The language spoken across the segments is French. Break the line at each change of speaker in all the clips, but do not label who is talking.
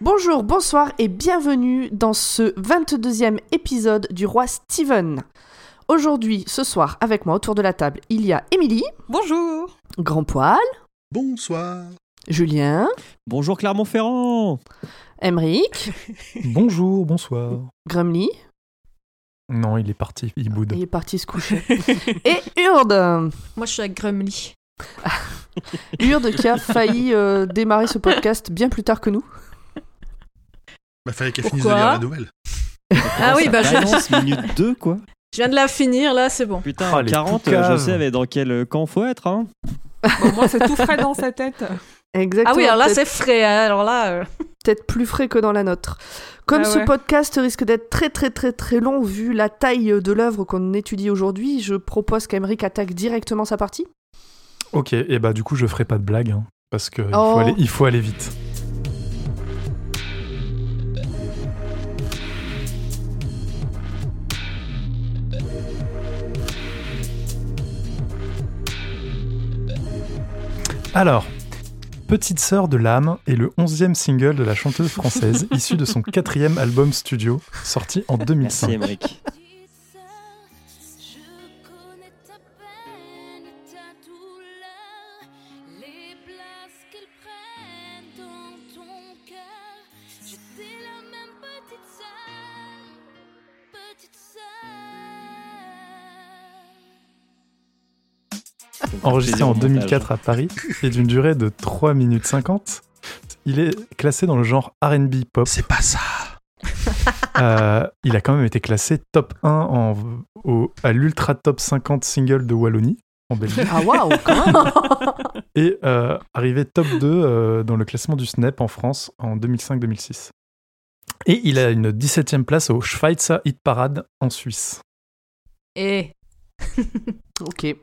Bonjour, bonsoir et bienvenue dans ce 22e épisode du roi Steven. Aujourd'hui, ce soir, avec moi autour de la table, il y a Émilie,
Bonjour
Grand Poil,
Bonsoir.
Julien,
Bonjour Clermont-Ferrand
Emric,
Bonjour, bonsoir.
Grumly,
Non, il est parti, il boude.
il est parti se coucher, et Urde.
Moi, je suis avec Grumly.
Urde qui a failli euh, démarrer ce podcast bien plus tard que nous.
Bah, fallait qu'elle finisse de
Pourquoi
lire la nouvelle.
Ah oui, bah, je-
je... minute 2, quoi.
Je viens de la finir, là, c'est bon.
Putain,
Ah,
en
les
40,
poucaves.
je sais avec dans quel camp faut être, hein.
Au moins, c'est tout frais dans sa tête.
Exactement.
Ah oui, alors là,
peut-être-
c'est frais. hein, Alors là, euh,
peut-être plus frais que dans la nôtre. Comme
Ah
ce
ouais.
podcast risque d'être très très très très long vu la taille de l'œuvre qu'on étudie aujourd'hui, je propose qu'Emeric attaque directement sa partie.
Ok, et bah du coup, je ferai pas de blague, hein, parce que il,
Oh.
faut aller, il faut aller vite. Alors, Petite sœur de l'âme est le onzième single de la chanteuse française, issu de son quatrième album studio, sorti en 2005.
Merci, Émeric.
Je connais ta peine, ta douleur, les places qu'elles prennent dans ton cœur. Je t'ai la même petite sœur, petite sœur.
Enregistré en
Plaisir au montage.
2004 à Paris et d'une durée de 3 minutes 50, il est classé dans le genre RB pop.
C'est pas ça.
Euh, il a quand même été classé top 1 en, au- à l'ultra top 50 single de Wallonie en Belgique
Ah waouh, quand même
et euh, arrivé top 2 euh, dans le classement du Snap en France en 2005-2006. Et il a une 17e place au Schweizer Hit Parade en Suisse.
et
Ok.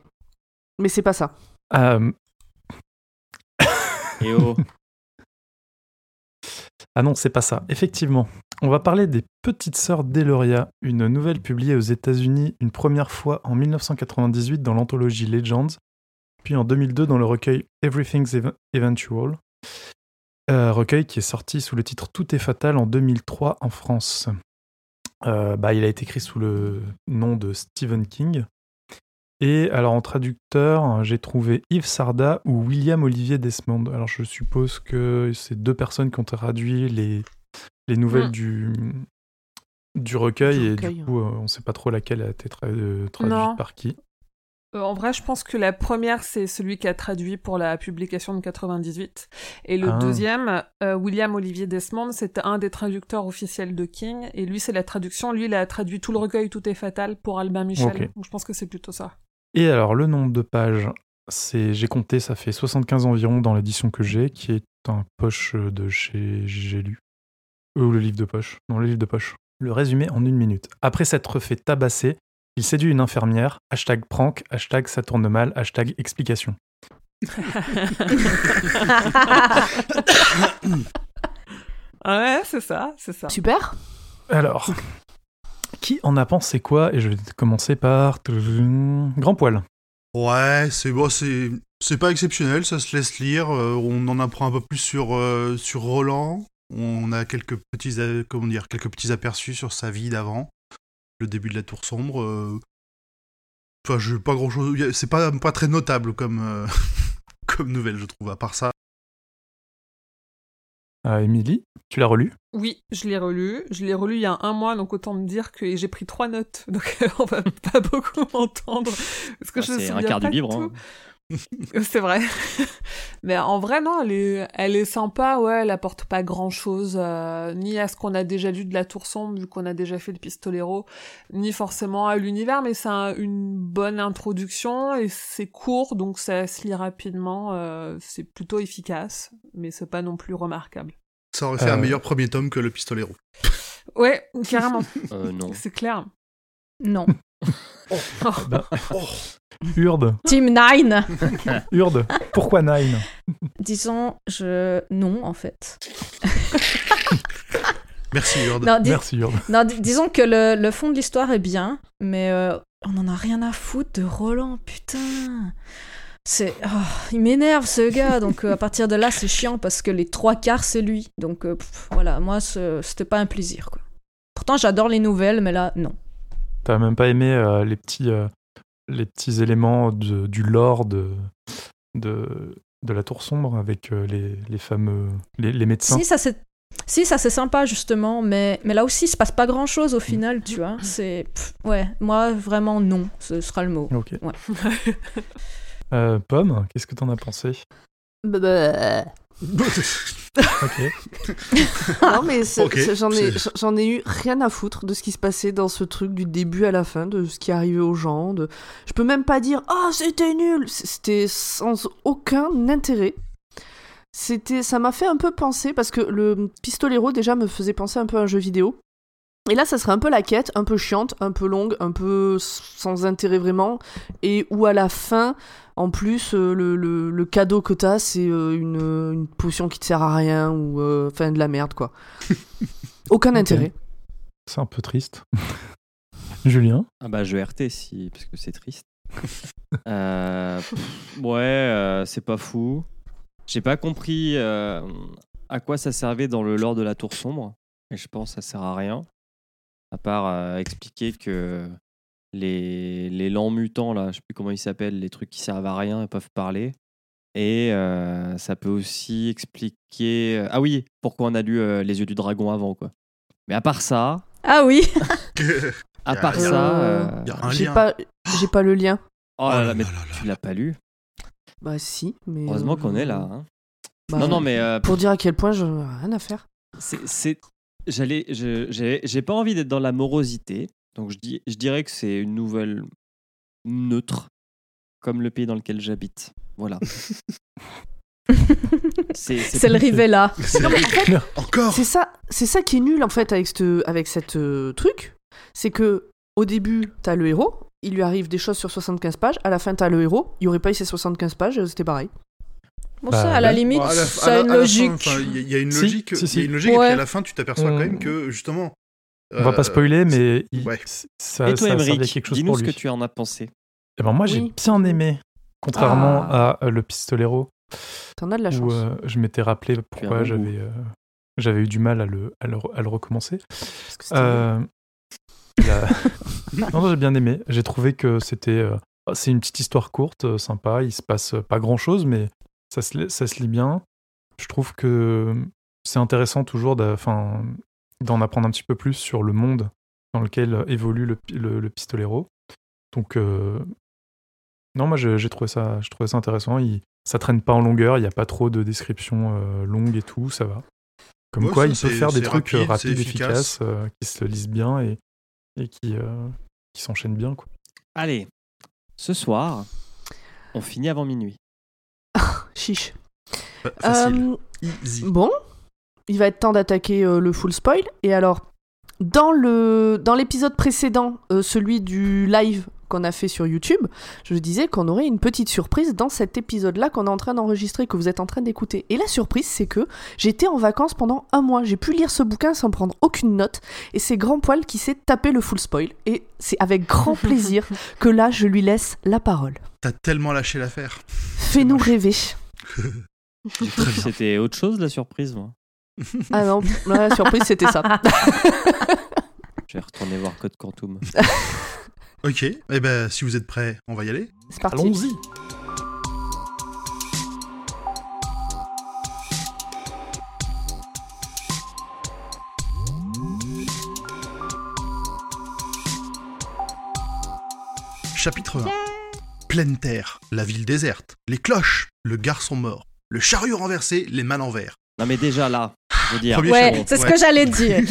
Mais c'est pas ça.
Euh,
Et oh,
Ah non, c'est pas ça. Effectivement, on va parler des Petites Sœurs d'Eloria, une nouvelle publiée aux États-Unis une première fois en 1998 dans l'anthologie Legends, puis en 2002 dans le recueil Everything's Ev- Eventual, euh, recueil qui est sorti sous le titre Tout est fatal en 2003 en France. Euh, bah, il a été écrit sous le nom de Stephen King. Et alors en traducteur, hein, j'ai trouvé Yves Sarda ou William Olivier Desmond. Alors je suppose que c'est deux personnes qui ont traduit les, les nouvelles
Mm.
du, du recueil
Hmm. Du
et
recueil.
du coup euh, on sait pas trop laquelle a été tra- euh, traduite
Non.
par qui.
Euh, en vrai, je pense que la première, c'est celui qui a traduit pour la publication de 98. Et le
Ah.
deuxième, euh, William Olivier Desmond, c'est un des traducteurs officiels de King. Et lui, c'est la traduction. Lui, il a traduit tout le recueil Tout est fatal pour Albin Michel.
Ok.
Donc, je pense que c'est plutôt ça.
Et alors le nombre de pages, c'est j'ai compté, ça fait 75 environ dans l'édition que j'ai, qui est un poche euh, de chez J'ai lu. Euh, Ou le livre de poche. Non, le livre de poche. Le résumé en une minute. Après s'être fait tabasser, il séduit une infirmière, hashtag prank, hashtag ça tourne mal, hashtag explication.
Ah ouais, c'est ça, c'est ça.
Super.
Alors, qui en a pensé quoi Et je vais commencer par... Grand poil.
Ouais, c'est bon, c'est c'est pas exceptionnel, ça se laisse lire. euh, on en apprend un peu plus sur euh, sur Roland. On a quelques petits euh, comment dire quelques petits aperçus sur sa vie d'avant, le début de la Tour sombre. euh. Enfin, je pas grand chose. C'est pas pas très notable comme euh, comme nouvelle, je trouve. À part ça,
Euh, Émilie, tu l'as relu
Oui, je l'ai relu. Je l'ai relu il y a un mois, donc autant me dire que et j'ai pris trois notes, donc on va pas beaucoup m'entendre. Parce que
Ah,
je me
c'est un
souviens
quart du
pas de
livre.
tout.
hein.
C'est vrai. Mais en vrai, non, elle est, elle est sympa, ouais, elle apporte pas grand chose, ni à ce qu'on a déjà lu de la Tour Sombre, vu qu'on a déjà fait le Pistolero, ni forcément à l'univers, mais c'est un- une bonne introduction, et c'est court, donc ça se lit rapidement, euh, c'est plutôt efficace, mais c'est pas non plus remarquable.
ça aurait fait
Euh.
un meilleur premier tome que le Pistolero.
Ouais, carrément,
Euh, non.
c'est clair.
non.
Oh,
Urde,
Team 9
Urde, pourquoi Nine
Disons, je... Non, en fait.
merci Urde.
Non, dis-
Merci Urde.
non, dis- disons que le, le fond de l'histoire est bien, mais euh, on en a rien à foutre de Roland, putain C'est, ah, il m'énerve ce gars. Donc euh, à partir de là, c'est chiant parce que les trois quarts c'est lui. Donc euh, pff, voilà, moi ce- c'était pas un plaisir quoi. Pourtant j'adore les nouvelles, mais là non.
T'as même pas aimé euh, les, petits, euh, les petits éléments de- du lore de, de, de la Tour Sombre avec euh, les, les fameux. les, les médecins.
Si ça c'est, si ça c'est sympa justement, mais mais là aussi il se passe pas grand chose au final, tu vois. C'est, pff, ouais, moi vraiment non, ce sera le mot.
Ok.
Ouais.
Euh, Pomme, qu'est-ce que t'en as pensé
Bah,
Ok.
Non, mais c'est-
Ok,
c'est- j'en ai,
c'est-
j'en ai eu rien à foutre de ce qui se passait dans ce truc du début à la fin, de ce qui arrivait aux gens. De... Je peux même pas dire Ah, c'était nul C- C'était sans aucun intérêt. C'était, Ça m'a fait un peu penser, parce que le Pistolero déjà me faisait penser un peu à un jeu vidéo. Et là, ça serait un peu la quête, un peu chiante, un peu longue, un peu s- sans intérêt vraiment. Et où à la fin, en plus, euh, le, le- le cadeau que t'as, c'est euh, une, une potion qui te sert à rien ou euh, enfin de la merde quoi. Aucun intérêt.
C'est un peu triste. Julien
Ah bah je vais RT si parce que c'est triste. Euh, pff, ouais, euh, c'est pas fou. J'ai pas compris euh, à quoi ça servait dans le lore de la tour sombre. Et je pense que ça sert à rien. À part euh, expliquer que les, les lents mutants, là, je sais plus comment ils s'appellent, les trucs qui servent à rien, ils peuvent parler. Et euh, ça peut aussi expliquer. Ah oui, pourquoi on a lu euh, Les yeux du dragon avant, quoi. Mais à part ça,
Ah oui.
à
Y a
part
rien.
ça.
Euh,
euh,
Y a un
J'ai
lien.
pas, j'ai pas le lien.
Oh là
Oh
là,
là
mais
là là
tu l'as pas lu.
Bah si, mais.
Heureusement qu'on est là. hein.
Bah,
non, non, mais euh,
Pour dire à quel point je rien à faire.
c'est- c'est, j'allais, je- j'ai, j'ai pas envie d'être dans la morosité, donc je dis, je dirais que c'est une nouvelle neutre, comme le pays dans lequel j'habite. Voilà. c'est, c'est-
C'est le Rivella.
C'est- Encore
C'est ça, c'est ça qui est nul en fait avec cette, avec cette euh, truc, c'est que au début t'as le héros, il lui arrive des choses sur 75 pages, à la fin t'as le héros, il aurait pas eu ses 75 pages, euh, c'était pareil.
Bon
Bah,
ça, à la
ouais.
limite,
Bon, à la- à
ça
la-
a
à
une
la fin,
logique.
enfin, Il y, a- il y a une
Si,
logique,
si, si.
il y a une logique et
Ouais.
puis à la fin, tu t'aperçois
On-
quand même que justement.
On va
euh,
pas spoiler, mais il-
ouais.
ça,
Et toi,
ça servait à
Émeric,
quelque chose
dis-nous
pour
ce
lui.
que tu en as pensé.
Eh ben moi, j'ai
Oui.
bien aimé, contrairement
Ah.
à euh, Le Pistolero,
T'en as de la
où
chance.
euh, je m'étais rappelé
bon
pourquoi
goût.
j'avais euh, j'avais eu du mal à le, à le, à le recommencer.
parce que c'était-
Euh, la- non, non, j'ai bien aimé. J'ai trouvé que c'était. euh, c'est une petite histoire courte, euh, sympa. Il se passe euh, pas grand chose, mais ça se, li- ça se lit bien. Je trouve que euh, c'est intéressant toujours d'a- 'fin, d'en apprendre un petit peu plus sur le monde dans lequel euh, évolue le, pi- le, le pistolero. Donc, euh, non, moi je- j'ai trouvé, ça- j'ai trouvé ça intéressant. Il, ça traîne pas en longueur, il n'y a pas trop de descriptions euh, longues et tout, ça va. Comme
Ouais,
quoi,
ça,
il peut
c'est-
faire des
c'est
trucs
rapide,
euh, rapides,
c'est efficace.
efficaces, euh, qui se lisent bien et, et qui, euh, qui s'enchaînent bien. Quoi.
Allez, ce soir, on finit avant minuit.
Chiche.
fa- Facile.
Euh,
Easy.
Bon, il va être temps d'attaquer euh, le full spoil. Et alors, dans le dans l'épisode précédent, euh, celui du live qu'on a fait sur YouTube, je disais qu'on aurait une petite surprise dans cet épisode-là qu'on est en train d'enregistrer, que vous êtes en train d'écouter. Et la surprise, c'est que j'étais en vacances pendant un mois. J'ai pu lire ce bouquin sans prendre aucune note. Et c'est Grand Poil qui s'est tapé le full spoil. Et c'est avec grand plaisir que là, je lui laisse la parole.
T'as tellement lâché l'affaire.
Fais-nous rêver.
J'ai cru que C'était autre chose la surprise. moi.
Ah non, la surprise, c'était ça.
Je vais retourner voir Code Quantum.
Ok, eh ben si vous êtes prêts, on va y aller.
C'est parti.
Allons-y
Chapitre 1. Pleine terre, la ville déserte, les cloches, le garçon mort, le chariot renversé, les mains l'envers.
Non mais déjà là, je veux dire.
Premier
Ouais,
chapitre,
c'est ce
ouais.
que j'allais dire.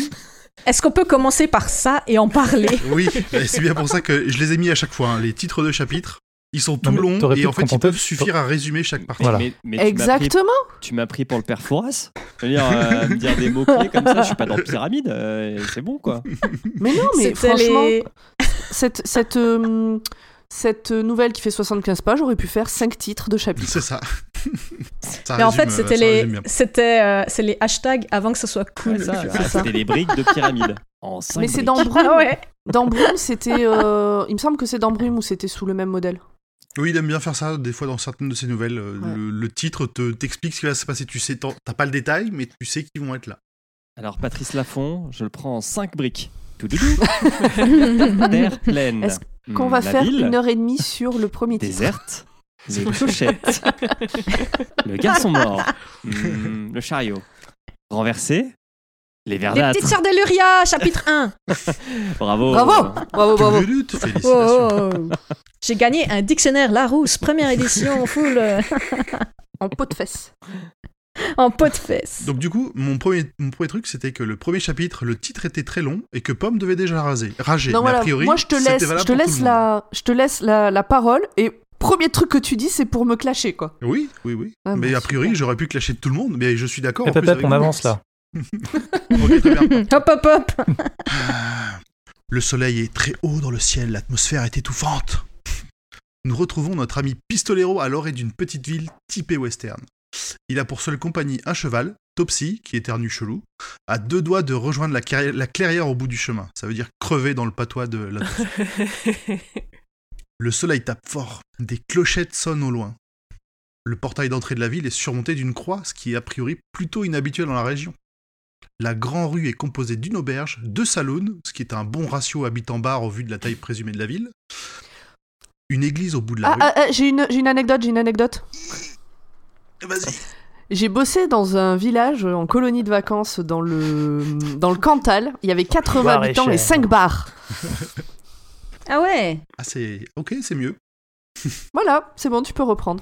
Est-ce qu'on peut commencer par ça et en parler
Oui, et c'est bien pour ça que je les ai mis à chaque fois, hein, les titres de chapitres. Ils sont tout
mais
longs
t'aurais
et
pu
en
te
fait ils
contenter-
peuvent suffire à résumer chaque partie.
Voilà.
Mais, mais tu m'as pris
Exactement.
Tu m'as pris pour le père Fouras Je veux dire, euh, me dire des mots-clés comme ça, je suis pas dans Pyramide, euh, c'est bon quoi.
Mais non, mais
C'était
franchement,
les-
Ah,
cette, cette, euh, cette nouvelle qui fait 75 pages aurait pu faire 5 titres de chapitre.
C'est ça. Ça
Mais en
résume, euh,
fait, c'était
ça résume
les,
bien.
c'était, euh, c'est les hashtags avant que ce soit cool.
Ouais, ça,
c'est
ah,
ça.
C'était les briques de Pyramide. En cinq
Mais c'est
briques.
dans Brume.
Ah ouais.
Dans Brume, c'était. euh, il me semble que c'est dans Brume où c'était sous le même modèle.
Oui, il aime bien faire ça, des fois, dans certaines de ses nouvelles. euh,
Ouais.
Le, le titre te- t'explique ce qui va se passer. Tu sais, t'en- t'as pas le détail, mais tu sais qu'ils vont être là.
Alors, Patrice Laffont, je le prends en 5 briques. Toudoudou. Terre pleine.
Est-ce
Hmm,
Qu'on va
La
faire
ville
une heure et demie sur le premier titre.
déserte. Les clochettes. le garçon mort. Hmm, le chariot. Renversé. Les
Les
verdâtres.
petites sœurs d'Eluria, chapitre 1.
Bravo.
Bravo Bravo, bravo
Touloulou, félicitations.
Oh, oh, oh. J'ai gagné un dictionnaire Larousse, première édition, full, euh,
En pot de fesses.
en pot de fesses.
Donc du coup, mon premier, mon premier truc, c'était que le premier chapitre, le titre était très long et que Pomme devait déjà raser, rager.
Non,
mais
voilà,
a priori,
moi je te
c'était
laisse,
valable
je te
pour tout
laisse,
le monde.
la, je te laisse la, la parole et premier truc que tu dis, c'est pour me clasher, quoi.
Oui, oui, oui.
Ah,
mais
bon,
a priori, j'aurais pu clasher tout le monde, mais je suis d'accord.
Et
en plus,
pépette,
avec
on
vous.
avance là.
Ok, très bien.
Hop, hop, hop.
Ah. Le soleil est très haut dans le ciel, l'atmosphère est étouffante. Nous retrouvons notre ami Pistolero à l'orée d'une petite ville typée western. Il a pour seule compagnie un cheval, Topsy, qui éternue chelou, à deux doigts de rejoindre la, carri- la clairière au bout du chemin. Ça veut dire crever dans le patois de la Le soleil tape fort, des clochettes sonnent au loin. Le portail d'entrée de la ville est surmonté d'une croix, ce qui est a priori plutôt inhabituel dans la région. La Grand Rue est composée d'une auberge, deux saloons, ce qui est un bon ratio habitant-bar au vu de la taille présumée de la ville, une église au bout de la
Ah,
rue.
ah, ah, j'ai une, j'ai une anecdote, j'ai une anecdote.
ah.
Vas-y
J'ai bossé dans un village euh, en colonie de vacances dans le, dans le Cantal. Il y avait 80
Loire et
habitants et
Cher.
5 bars.
Ah ouais.
Ah, c'est. Ok, c'est mieux.
Voilà, c'est bon, tu peux reprendre.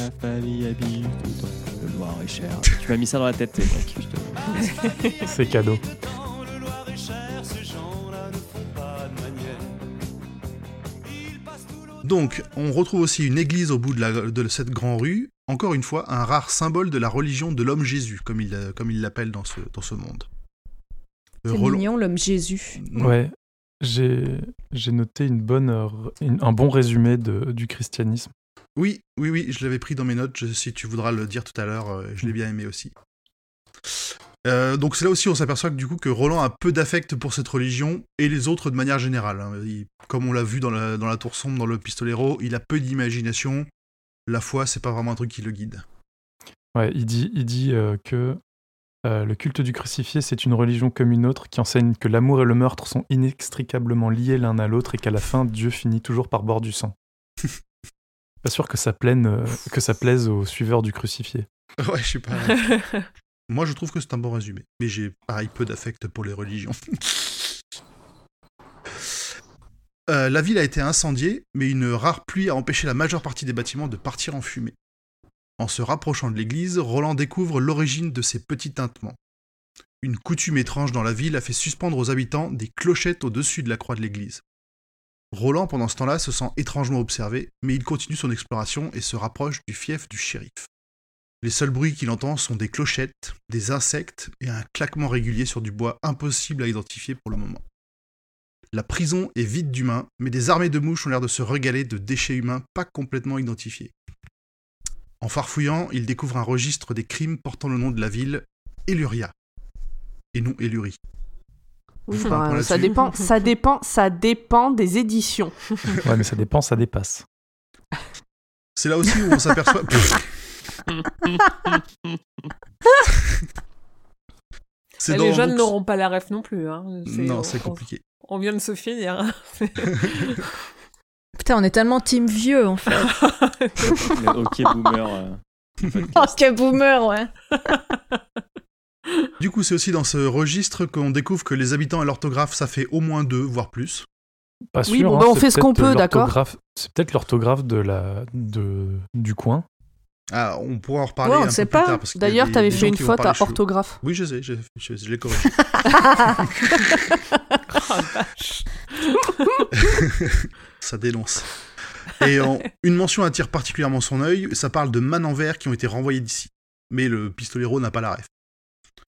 Ma famille habite dans le Loir-et-Cher. Tu m'as mis ça dans la tête, c'est vrai que je te-
C'est cadeau.
Donc, on retrouve aussi une église au bout de, la- de cette grande rue. Encore une fois, un rare symbole de la religion de l'homme Jésus, comme il euh, comme il l'appelle dans ce, dans ce monde. Euh,
C'est
Roland-
mignon, l'homme Jésus.
Mm.
Ouais. J'ai j'ai noté une bonne, euh, une- un bon résumé de- du christianisme.
Oui, oui, oui, je l'avais pris dans mes notes. je- si tu voudras le dire tout à l'heure, euh, je l'ai bien aimé aussi. Euh, donc c'est là aussi on s'aperçoit que du coup que Roland a peu d'affect pour cette religion et les autres de manière générale. hein. Il- comme on l'a vu dans la, dans la tour sombre, dans le pistolero, il a peu d'imagination. La foi, c'est pas vraiment un truc qui le guide.
Ouais, il dit, il dit euh, que euh, le culte du crucifié, c'est une religion comme une autre qui enseigne que l'amour et le meurtre sont inextricablement liés l'un à l'autre et qu'à la fin, Dieu finit toujours par boire du sang. Pas sûr que ça, plaine, euh, que ça plaise aux suiveurs du crucifié.
Ouais, je suis pas. Moi, je trouve que c'est un bon résumé. Mais j'ai, pareil, peu d'affect pour les religions. Euh, la ville a été incendiée, mais une rare pluie a empêché la majeure partie des bâtiments de partir en fumée. En se rapprochant de l'église, Roland découvre l'origine de ces petits tintements. Une coutume étrange dans la ville a fait suspendre aux habitants des clochettes au-dessus de la croix de l'église. Roland, pendant ce temps-là, se sent étrangement observé, mais il continue son exploration et se rapproche du fief du shérif. Les seuls bruits qu'il entend sont des clochettes, des insectes et un claquement régulier sur du bois impossible à identifier pour le moment. La prison est vide d'humains, mais des armées de mouches ont l'air de se régaler de déchets humains pas complètement identifiés. En farfouillant, il découvre un registre des crimes portant le nom de la ville, Eluria. Et non Eluri.
Oui,
Faut
ben,
un point
ça
là-dessus.
dépend, ça dépend, ça dépend des éditions.
Ouais, mais ça dépend, ça dépasse.
C'est là aussi où on s'aperçoit. C'est
Et
dans
les jeunes
Vox-
n'auront pas la ref non plus. Hein.
Non,
on-
c'est
on-
compliqué.
On vient de se finir. hein.
Putain, on est tellement team vieux, en fait.
Le hockey boomer. euh,
Oh, quel boomer, ouais.
Du coup, c'est aussi dans ce registre qu'on découvre que les habitants et l'orthographe, ça fait au moins deux, voire plus.
Pas
Oui,
sûr,
bon,
hein,
bah, on
c'est
fait ce qu'on
peut-être
peut, d'accord.
l'orthographe- C'est peut-être l'orthographe de la, de, du coin.
Ah, on pourra en reparler
Ouais, on
un
ne sait
peu plus
pas.
tard. parce qu'il y a
D'ailleurs,
des-
t'avais
des
fait
gens
une
qui vont
faute à
parler chelou.
orthographe.
Oui, je sais, je, je- je l'ai corrigé. ça dénonce. Et en- une mention attire particulièrement son œil, ça parle de man en verre qui ont été renvoyés d'ici. Mais le pistolero n'a pas la ref.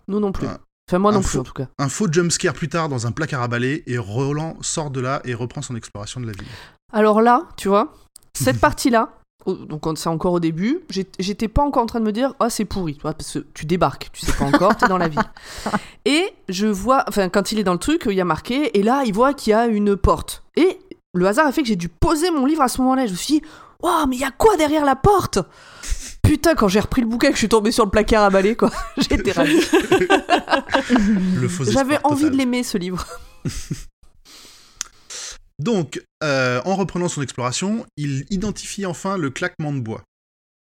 Nous non plus.
Un-
Enfin, moi non
info.
plus, en tout cas.
Un faux jumpscare plus tard dans un placard à balai, et Roland sort de là et reprend son exploration de la ville.
Alors là, tu vois, cette partie-là, oh, donc on- c'est encore au début, j'ai- j'étais pas encore en train de me dire, ah c'est pourri, tu vois, parce que tu débarques, tu sais pas encore, t'es dans la ville. Et je vois, enfin quand il est dans le truc, il y a marqué, et là il voit qu'il y a une porte. Et le hasard a fait que j'ai dû poser mon livre à ce moment-là, je me suis dit, Waouh, mais il y a quoi derrière la porte Putain, quand j'ai repris le bouquin, que je suis tombée sur le placard à balai, quoi. J'étais ravie.
Le faux espoir
J'avais envie
total.
de l'aimer, ce livre.
Donc, euh, en reprenant son exploration, il identifie enfin le claquement de bois.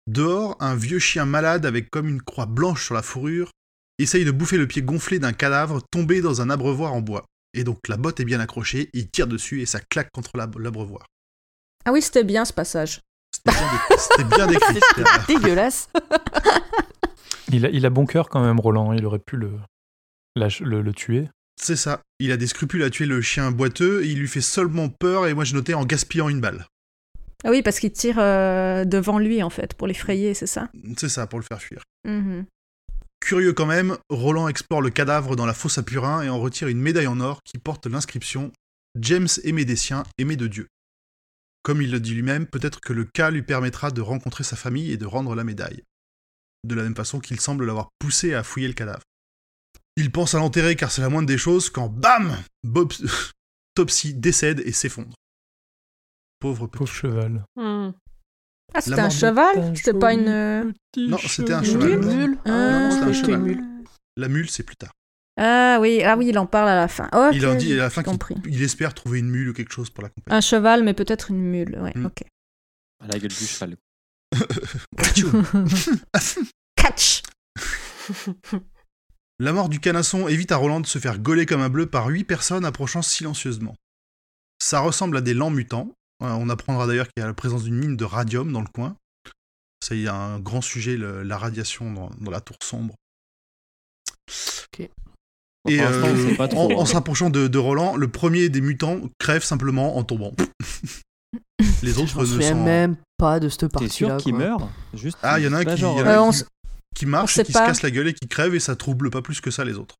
Dehors, un vieux chien malade avec comme une croix blanche sur la fourrure essaye de bouffer le pied gonflé d'un cadavre tombé dans un abreuvoir en bois. Et donc la botte est bien accrochée, il tire dessus et ça claque contre l'ab- l'abreuvoir.
Ah oui, c'était bien ce passage.
C'était bien, dé- c'était bien décrit. C'était-
Dégueulasse.
Il a, il a bon cœur quand même, Roland. Il aurait pu le, lâche- le, le tuer.
C'est ça. Il a des scrupules à tuer le chien boiteux et il lui fait seulement peur et moi je notais en gaspillant une balle.
Ah oui, parce qu'il tire euh, devant lui, en fait, pour l'effrayer, c'est ça
C'est ça, pour le faire fuir.
Mhm.
Curieux quand même, Roland explore le cadavre dans la fosse à Purin et en retire une médaille en or qui porte l'inscription James aimé des siens, aimé de Dieu. Comme il le dit lui-même, peut-être que le cas lui permettra de rencontrer sa famille et de rendre la médaille. De la même façon qu'il semble l'avoir poussé à fouiller le cadavre. Il pense à l'enterrer car c'est la moindre des choses quand BAM Bob... Topsy décède et s'effondre. Pauvre petit.
Pauvre cheval.
Hmm.
Ah, c'était
La
un
mort de
cheval
ta
C'était pas
jolie
une. euh,
Non, c'était un cheval.
Une
Mule.
Ah,
non, c'était un
ok.
cheval. La mule, c'est plus tard.
Ah oui, ah oui, il en parle à la fin. Ok,
il en dit à la fin
j'ai compris.
qu'il il espère trouver une mule ou quelque chose pour l'accompagner.
Un cheval, mais peut-être une mule. Ouais,
Mm.
ok.
À la gueule du cheval.
Catch
La mort du canasson évite à Roland de se faire gauler comme un bleu par huit personnes approchant silencieusement. Ça ressemble à des lents mutants. Euh, On apprendra d'ailleurs qu'il y a la présence d'une mine de radium dans le coin. Ça, il y a un grand sujet, le- la radiation dans, dans la tour sombre. Et
Enfin,
euh,
c'est pas
en,
trop. hein.
en s'approchant de, de Roland, le premier des mutants crève simplement en tombant. Les
Je
autres
me
ne
souviens
sont...
même pas de cette
T'es
partie-là.
sûr qu'il
quoi.
meurt Juste.
Ah, il y en a un
pas
qui,
genre,
il y en a
euh,
un
on
qui-
s-
qui marche
on
et
sait
qui
pas.
se casse la gueule et qui crève et ça trouble pas plus que ça les autres.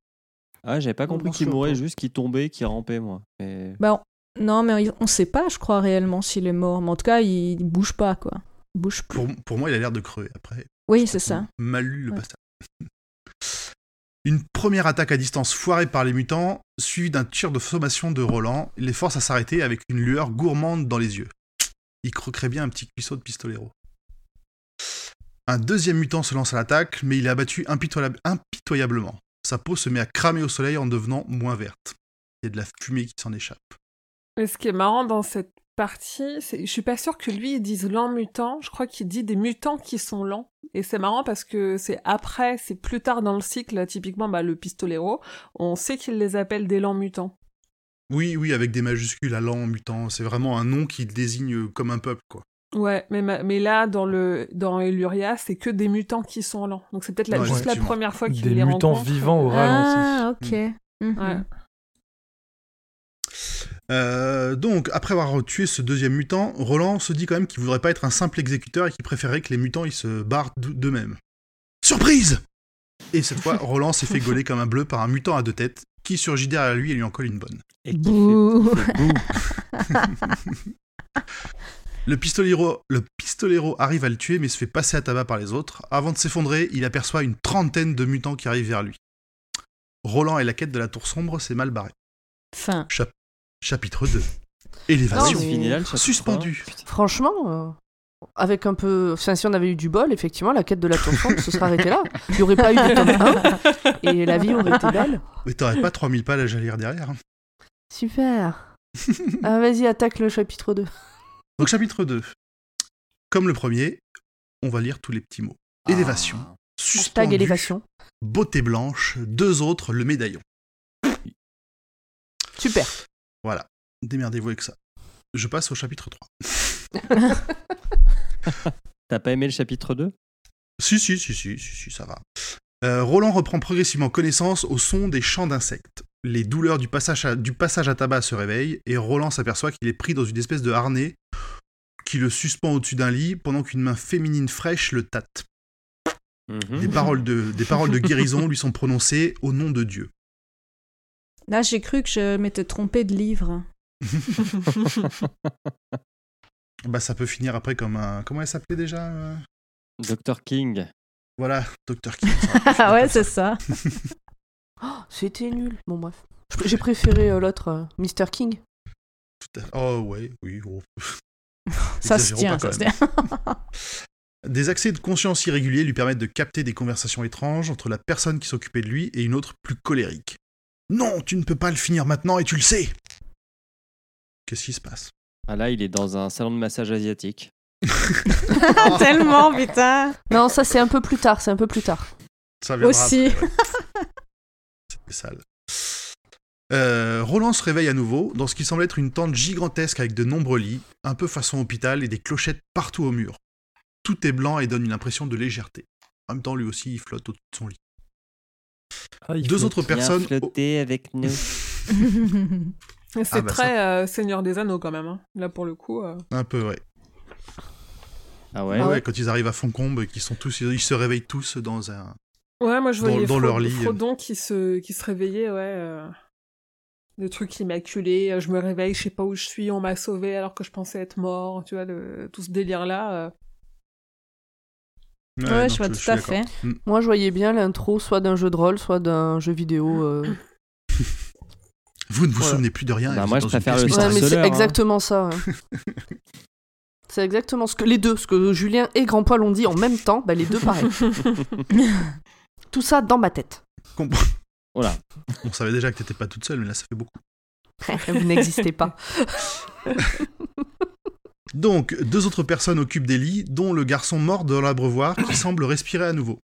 Ah, j'avais pas
Non,
compris
non,
qu'il
je suis
mourait,
pas.
juste qu'il tombait, qu'il rampait, moi. Mais-
Bah, on- non, mais on sait pas, je crois, réellement, s'il est mort. Mais en tout cas, il bouge pas, quoi. Il bouge plus.
Pour, pour moi, il a l'air de crever après.
Oui, c'est ça.
mal lu le
Ouais.
passage. Une première attaque à distance foirée par les mutants, suivie d'un tir de sommation de Roland, les force à s'arrêter avec une lueur gourmande dans les yeux. Il croquerait bien un petit cuisseau de pistolero. Un deuxième mutant se lance à l'attaque, mais il est abattu impitoyable- impitoyablement. Sa peau se met à cramer au soleil en devenant moins verte. Il y a de la fumée qui s'en échappe.
Mais ce qui est marrant dans cette partie, c'est je suis pas sûre que lui il dise lent mutant, je crois qu'il dit des mutants qui sont lents. Et c'est marrant parce que c'est après, c'est plus tard dans le cycle, typiquement bah, le pistolero, on sait qu'il les appelle des lents mutants.
Oui, oui, avec des majuscules à lent mutant. C'est vraiment un nom qui désigne comme un peuple, quoi.
Ouais, mais, ma- mais là dans le dans Eluria, c'est que des mutants qui sont lents. Donc c'est peut-être la-
Ouais,
juste la
effectivement.
première fois qu'il
Des
les
mutants
rencontre.
vivants au ralenti.
Ah, ok. Mhm.
Ouais.
Euh, donc, après avoir tué ce deuxième mutant, Roland se dit quand même qu'il voudrait pas être un simple exécuteur et qu'il préférait que les mutants ils se barrent d'eux- d'eux-mêmes. Surprise Et cette fois, Roland s'est fait gauler comme un bleu par un mutant à deux têtes qui surgit derrière lui et lui en colle une bonne.
Et qui fait-
Bouh.
qui fait bouh.
Le pistolero, le pistolero arrive à le tuer mais se fait passer à tabac par les autres. Avant de s'effondrer, il aperçoit une trentaine de mutants qui arrivent vers lui. Roland et la quête de la tour sombre s'est mal barré.
Fin.
Chapitre 2.
Ah,
Non,
si,
Élévation.
on
mais-
finit là, le chapitre
Suspendu.
trois. Putain.
Franchement, euh, avec un peu. Enfin, si on avait eu du bol, effectivement, la quête de la tour sombre se serait arrêtée là. Il n'y aurait pas eu de tome 1 et la vie aurait été belle.
Mais t'aurais pas 3000 pages à lire derrière. hein.
Super. Ah, Vas-y, attaque le chapitre 2.
Donc chapitre 2. Comme le premier, on va lire tous les petits mots. Élévation.
Ah.
Hashtag
Suspendu,
élévation.
beauté blanche, deux autres, le médaillon.
Super.
Voilà, démerdez-vous avec ça. Je passe au chapitre 3.
T'as pas aimé le chapitre 2
Si, si, si, si, si, si, ça va. Euh, Roland reprend progressivement connaissance au son des chants d'insectes. Les douleurs du passage à, du passage à tabac se réveillent et Roland s'aperçoit qu'il est pris dans une espèce de harnais qui le suspend au-dessus d'un lit pendant qu'une main féminine fraîche le tâte.
Mmh.
Des paroles de, des paroles de guérison lui sont prononcées au nom de Dieu.
Là, j'ai cru que je m'étais trompée de livre.
Bah ça peut finir après comme un... Comment elle s'appelait déjà euh
Dr. King.
Voilà, Dr. King.
Ah ouais, c'est ça.
Oh, C'était nul. Bon, bref. Je- J'ai préféré euh, l'autre, euh, Mr. King.
Oh ouais, oui. oh.
Ça se tient,
Exagérons pas
ça
quand
se
même.
tient.
Des accès de conscience irréguliers lui permettent de capter des conversations étranges entre la personne qui s'occupait de lui et une autre plus colérique. Non, tu ne peux pas le finir maintenant et tu le sais Qu'est-ce qui se passe
Ah là, il est dans un salon de massage asiatique.
Tellement,
Ah,
putain.
Non, ça c'est un peu plus tard, c'est un peu plus tard.
Ça viendra
Aussi.
après, ouais. C'est sale. Euh, Roland se réveille à nouveau dans ce qui semble être une tente gigantesque avec de nombreux lits, un peu façon hôpital et des clochettes partout au mur. Tout est blanc et donne une impression de légèreté. En même temps, lui aussi, il flotte au-dessus de son lit.
Ah, il
Deux
faut-
autres
Viens
personnes.
flotter avec nous.
Et C'est
Ah bah ça.
très euh, Seigneur des Anneaux quand même. hein. Là pour le coup. euh.
Un peu, ouais.
Ah ouais.
Ouais, Quand ils arrivent à Foncombe et qu'ils sont tous, ils se réveillent tous dans un.
Ouais, moi je
Dans-
voyais
dans
Fro-
leur lit, euh.
Frodon qui se qui se réveillait, ouais. euh, Le truc immaculé, euh, je me réveille, je sais pas où je suis, on m'a sauvé alors que je pensais être mort, tu vois, le- tout ce délire-là. euh.
Ouais,
non,
je vois
je
tout
suis
à
d'accord.
fait.
Moi je voyais bien l'intro soit d'un jeu de rôle, soit d'un jeu vidéo. euh.
Vous ne vous
Voilà.
souvenez plus de rien.
Bah,
vous
moi,
êtes
je
dans une
préfère
pièce
le
mystérieuse.
Ouais, mais
harceleur,
c'est
hein.
exactement ça. ouais. c'est exactement ce que les deux, ce que Julien et Grand Poil ont dit en même temps, bah les deux pareil. Tout ça dans ma tête.
Voilà.
On savait déjà que t'étais pas toute seule, mais là, ça fait beaucoup.
Vous n'existez pas.
Donc, deux autres personnes occupent des lits, dont le garçon mort de l'abreuvoir qui semble respirer à nouveau.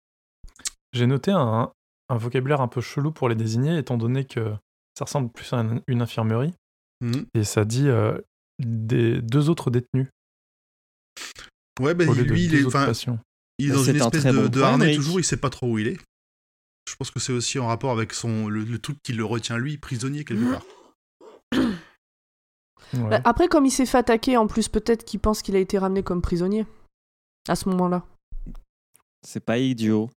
J'ai noté un, un vocabulaire un peu chelou pour les désigner, étant donné que ça ressemble plus à un- une infirmerie.
Mhm.
Et ça dit euh, des deux autres détenus
Ouais, bah,
au lieu de
lui, il
deux
est,
autres
enfin,
patients.
il est dans
Bah, C'est
une
un
espèce
très
de,
bon
de
point,
harnais
Eric.
toujours, il sait pas trop où il est. Je pense que c'est aussi en rapport avec son, le, le truc qui le retient lui, prisonnier quelque
Mmh.
part.
Ouais.
ah
Bah, Après, comme il s'est fait attaquer, en plus, peut-être qu'il pense qu'il a été ramené comme prisonnier. À ce moment-là.
C'est pas idiot.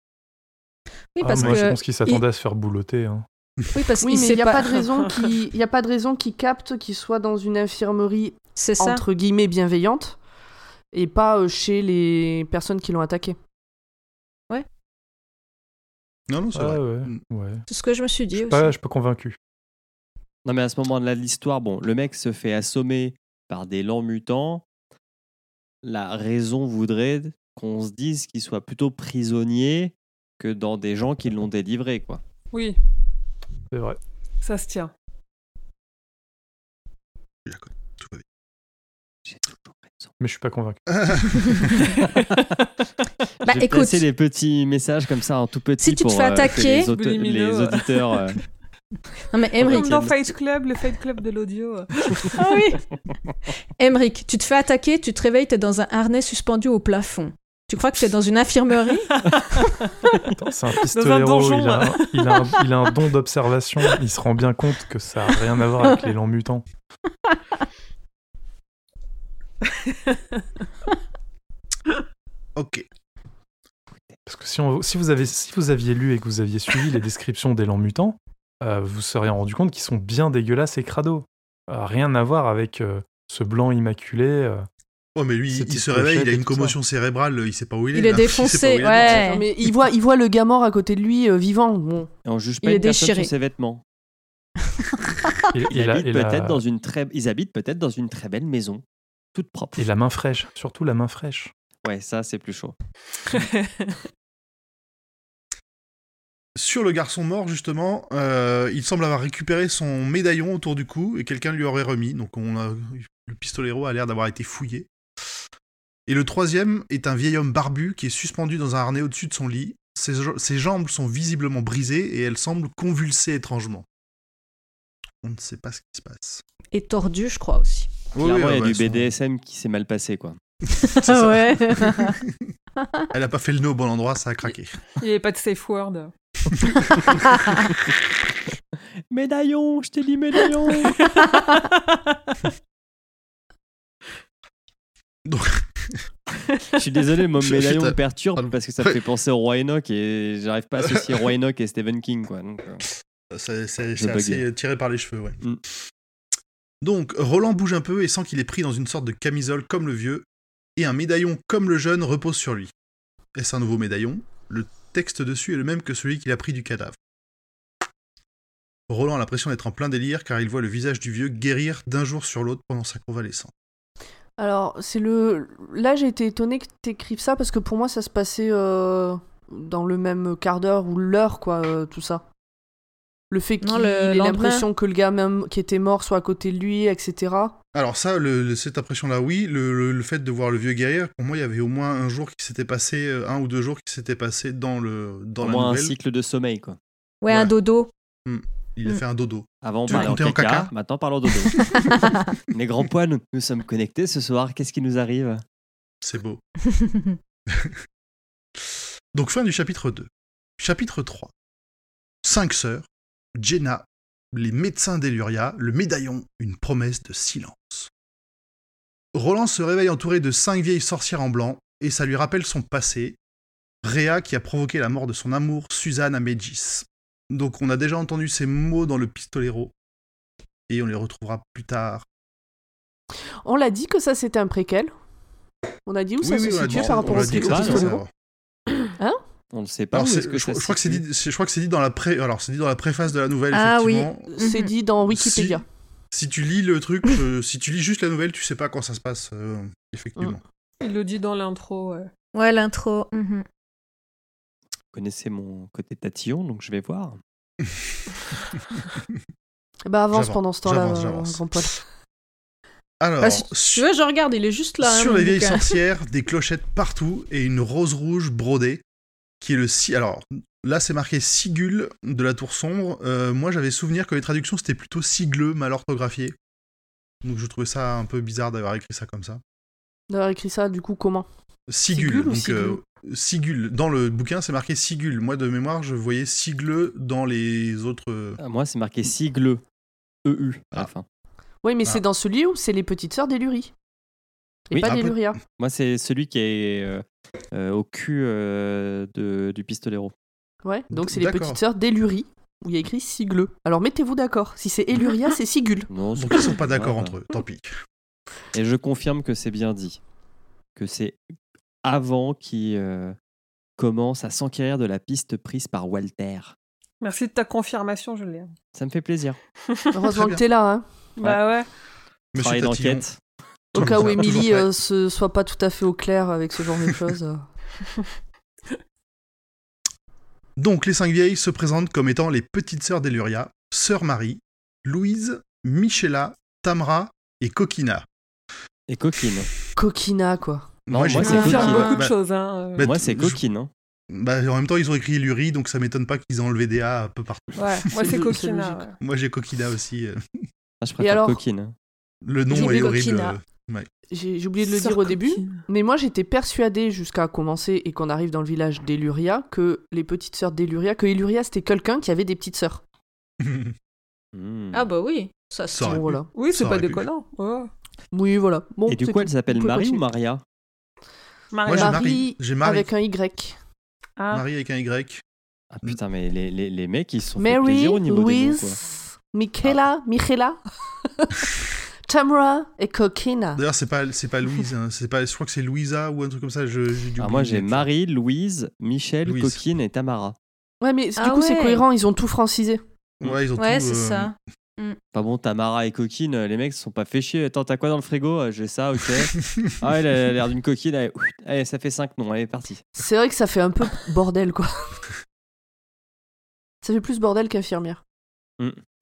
Oui,
Ah,
parce
moi, je
que.
pense qu'il s'attendait à se faire boulotter. hein.
Oui, parce
Oui,
qu'il
mais
sait
il n'y a
pas.
pas de raison qu'il y a pas de raison qu'il capte qu'il soit dans une infirmerie
C'est ça.
entre guillemets bienveillante et pas euh, chez les personnes qui l'ont attaqué.
Non, non, c'est
Ah,
vrai.
ouais.
Mm.
ouais.
C'est ce que je me suis
Je
dit
suis
aussi.
pas, je suis pas convaincu.
Non, mais à ce moment-là de l'histoire, bon, le mec se fait assommer par des lents mutants. La raison voudrait qu'on se dise qu'il soit plutôt prisonnier que dans des gens qui l'ont délivré, quoi.
Oui,
C'est vrai.
ça se tient.
Je la connais, tout va bien.
J'ai toujours raison.
Mais je suis pas convaincu.
Bah,
J'ai
écoute.
placé les petits messages comme ça en tout petit
Si tu te
pour
fais
euh, que
attaquer,
les, aute-
Bully Mino,
les
euh.
auditeurs. euh,
Non, mais Emmerich,
Comme dans
Ken.
Fight Club, le Fight Club de l'audio. euh.
Ah oui Emmerich, tu te fais attaquer, tu te réveilles, t'es dans un harnais suspendu au plafond. Tu crois que t'es dans une infirmerie
Attends, C'est un pistolero,
donjon,
il, a un, il, a un- il a un don d'observation, il se rend bien compte que ça a rien à voir avec les lents mutants.
ok.
Parce que si, on- si vous avez, si vous aviez lu et que vous aviez suivi les descriptions des lents mutants, euh, vous seriez rendu compte qu'ils sont bien dégueulasses et crados. Euh, rien à voir avec euh, ce blanc immaculé. euh.
Oh, mais lui,
Ces
il
petites
se réveille, il a
clochettes et
une
tout ça.
commotion cérébrale, il sait pas où il est.
Il est
là. sait pas où
défoncé,
il est,
ouais.
Non, mais il voit, il voit le gars mort à côté de lui euh, vivant. Bon,
Et on juge
Il
pas
est
une personne
déchiré.
sur ses vêtements.
Il,
Ils
il a,
habitent
il a-
peut-être dans une très, ils habitent peut-être dans une très belle maison, toute propre.
et la main fraîche, surtout la main fraîche.
Ouais, ça c'est plus chaud.
Sur le garçon mort, justement, euh, il semble avoir récupéré son médaillon autour du cou et quelqu'un lui aurait remis. Donc on a- le pistolero a l'air d'avoir été fouillé. Et le troisième est un vieil homme barbu qui est suspendu dans un harnais au-dessus de son lit. Ses, jo- ses jambes sont visiblement brisées et elles semblent convulsées étrangement. On ne sait pas ce qui se passe.
Et tordu, je crois aussi.
Clairement,
Ouais, ouais, ah
il y a
ouais,
du
son-
BDSM qui s'est mal passé, quoi.
c'est ça.
ouais
Elle a pas fait le nœud au bon endroit, ça a craqué.
Il n'y avait pas de safe word.
Médaillon, je t'ai dit médaillon.
Donc-
je suis désolé, mon
Je- je
médaillon
t'a-
me perturbe
pardon.
parce que ça me fait penser au roi Enoch et j'arrive pas à associer roi Enoch et Stephen King, quoi. Donc, euh,
C'est- C'est
Je
c'est assez
buguais.
tiré par les cheveux, ouais.
Mm.
Donc, Roland bouge un peu et sent qu'il est pris dans une sorte de camisole comme le vieux, et un médaillon comme le jeune repose sur lui. Est-ce un nouveau médaillon Le texte dessus est le même que celui qu'il a pris du cadavre. Roland a l'impression d'être en plein délire car il voit le visage du vieux guérir d'un jour sur l'autre pendant sa convalescence.
Alors, c'est le. Là, j'ai été étonnée que t'écrives ça parce que pour moi, ça se passait euh, dans le même quart d'heure ou l'heure, quoi, euh, tout ça. Le fait qu'il
Non, le
ait
lendemain.
l'impression que le gars même qui était mort soit à côté de lui, etc.
Alors ça, le- le- cette impression-là, oui. Le, le- le fait de voir le vieux guerrier, pour moi, il y avait au moins un jour qui s'était passé, euh, un ou deux jours qui s'étaient passés dans le dans
Au
la
moins un
nouvelle.
cycle de sommeil, quoi.
Ouais,
Voilà.
un dodo.
Il a
Mm.
fait un dodo.
Avant, on
Tu veux
parlait en
compter en
caca,
caca
maintenant parlons dodo. Les grands poids, nous, nous sommes connectés ce soir. Qu'est-ce qui nous arrive
C'est beau. Donc fin du chapitre 2. Chapitre 3. Cinq sœurs, Jenna, les médecins d'Eluria, le médaillon, une promesse de silence. Roland se réveille entouré de cinq vieilles sorcières en blanc, et ça lui rappelle son passé. Réa qui a provoqué la mort de son amour, Suzanne à Megis. Donc on a déjà entendu ces mots dans le pistolero, et on les retrouvera plus tard.
On l'a dit que ça, c'était un préquel. On a dit où ça se
on l'a
situait
dit-
par
on
rapport
l'a
au
dit
ski-
que
au
ça,
pistolero.
ça-
On ne sait pas.
Alors,
où
c'est-
est-ce que
je,
ça
je
se
crois que c'est
situe
dit, c'est- je crois que c'est dit dans la pré, alors c'est dit dans la préface de la nouvelle.
Ah oui.
effectivement.
C'est dit dans Wikipédia.
euh, Si tu lis le truc, euh, si tu lis juste la nouvelle, tu sais pas quand ça se passe. euh, effectivement.
Il le dit dans l'intro, ouais.
Ouais, l'intro. mhm.
Vous connaissez mon côté tatillon, donc je vais voir.
Bah avance
J'avance,
pendant ce temps-là,
j'avance,
euh,
j'avance.
grand pote.
Alors,
Bah, si tu
sur,
veux, je regarde, il est juste là. hein,
sur
mon
les vieilles
bouquin.
sorcières, des clochettes partout et une rose rouge brodée qui est le si. Alors là, c'est marqué sigule de la tour sombre. Euh, moi, j'avais souvenir que les traductions c'était plutôt sigleux mal orthographié. Donc je trouvais ça un peu bizarre d'avoir écrit ça comme ça.
D'avoir écrit ça, du coup, comment
Sigule.
Sigule ou
donc, euh, sigule. Dans le bouquin, c'est marqué sigule. Moi, de mémoire, je voyais sigleux dans les autres. euh,
Ah, Moi, c'est marqué sigle EU à la
Ah.
fin.
Oui, mais
Ah.
c'est dans celui où c'est les petites sœurs d'Elurie. Et
Oui.
pas
Ah, peut-
d'Eluria.
Moi, c'est celui qui est euh, euh, au cul euh, de- du pistolero.
Ouais, donc c'est les
D'accord.
petites sœurs d'Elurie, où il y a écrit Sigleux. Alors mettez-vous d'accord, si c'est Eluria, c'est Sigul.
Non, c'est-
Donc ils sont pas d'accord
Ouais,
entre eux. Tant pis.
Et je confirme que c'est bien dit. Que c'est avant qui euh, commence à s'enquérir de la piste prise par Walter.
Merci de ta confirmation, Julien.
Ça me fait plaisir.
Heureusement que t'es là, hein.
Bah ouais.
Travail
Tatillon.
d'enquête.
Au cas où
Toujours
Émilie
prêt.
euh, se soit pas tout à fait au clair avec ce genre de choses. euh.
Donc les cinq vieilles se présentent comme étant les petites sœurs d'Eluria, sœur Marie, Louise, Michela, Tamra et Coquina.
Et coquine.
Coquina, quoi.
Non, moi,
j'ai
c'est
Ça
compris.
Coquina.
confirme beaucoup de
Bah,
choses, hein. euh.
Bah,
Moi, c'est
je-
coquine. hein.
bah, en même temps, ils ont écrit Luri, donc ça m'étonne pas qu'ils aient enlevé des A un peu partout.
Ouais, moi
c'est
c'est Coquina.
logique.
ouais.
Moi j'ai Coquina aussi. euh,
Ah, je préfère
alors
coquine. hein.
Le nom
J'ai
est
dit
horrible.
Coquina.
euh,
J'ai j'ai oublié de le
Sœur
dire au début,
Coquina.
mais moi j'étais persuadée jusqu'à commencer et qu'on arrive dans le village d'Eluria que les petites sœurs d'Eluria, que Eluria c'était quelqu'un qui avait des petites sœurs.
euh.
Hmm.
Ah bah oui, ça se
Ça aurait
Bon,
pu.
voilà.
Oui,
Ça
c'est pas
aurait pu.
déconnant. ouais.
Oui, voilà. Bon,
Et du
c'est
coup,
tout.
elle s'appelle
On peut
Marie
continuer.
ou Maria
Moi j'ai
Maria.
Ah, Marie
Marie. J'ai Marie.
Avec un Y.
Ah.
Marie avec un Y.
Ah putain, mais les, les, les mecs, ils se sont fait
Mary,
plaisir au niveau
Louise,
des mots, quoi.
Michaela, Michaela, Tamra et Coquina.
D'ailleurs, c'est pas, c'est pas Louise, hein, c'est pas, je crois que c'est Louisa ou un truc comme ça. Je, j'ai dû
Ah, moi,
oublier.
j'ai Marie, Louise, Michel,
Louise.
Coquine et Tamara.
Ouais, mais du
Ah
coup, c'est
ouais.
cohérent, ils ont tout francisé.
Ouais, ils ont
Ouais,
tout,
c'est
euh,
ça.
Pas bon, Tamara et Coquine, euh, les mecs se sont pas fait chier. Attends, t'as quoi dans le frigo Euh, J'ai ça, ok. ah, elle a l'air d'une coquine. Allez, ouf, allez, ça fait 5 noms, allez, est partie.
C'est vrai que ça fait un peu bordel, quoi. ça fait plus bordel qu'infirmière.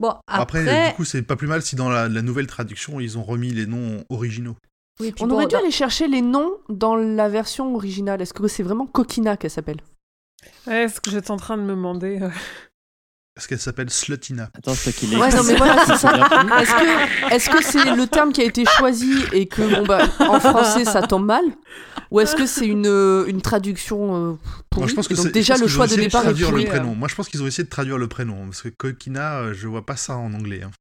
Bon,
Après,
après,
du coup, c'est pas plus mal si dans la, la nouvelle traduction, ils ont remis les noms originaux.
oui, puis
On
bon,
aurait dû
dans-
aller chercher les noms dans la version originale. Est-ce que c'est vraiment Coquina qu'elle s'appelle
Ouais, ce que j'étais en train de me demander. euh.
Est-ce qu'elle s'appelle Slutina
Attends, c'est toi qui l'ai
Ouais,
écrit,
non, mais voilà, c'est
c'est
ça.
bien plus.
Est-ce que est-ce que c'est le terme qui a été choisi et que, bon, bah, en français, ça tombe mal Ou est-ce que c'est une, euh, une traduction euh,
Moi,
pourrie
je pense
Et
que
donc
c'est-
déjà,
je pense
le
qu'ils ont
choix de
essayé
départ est
traduire
pourri.
le
euh.
prénom. Moi, je pense qu'ils ont essayé de traduire le prénom parce que Coquina, euh, je vois pas ça en anglais. hein.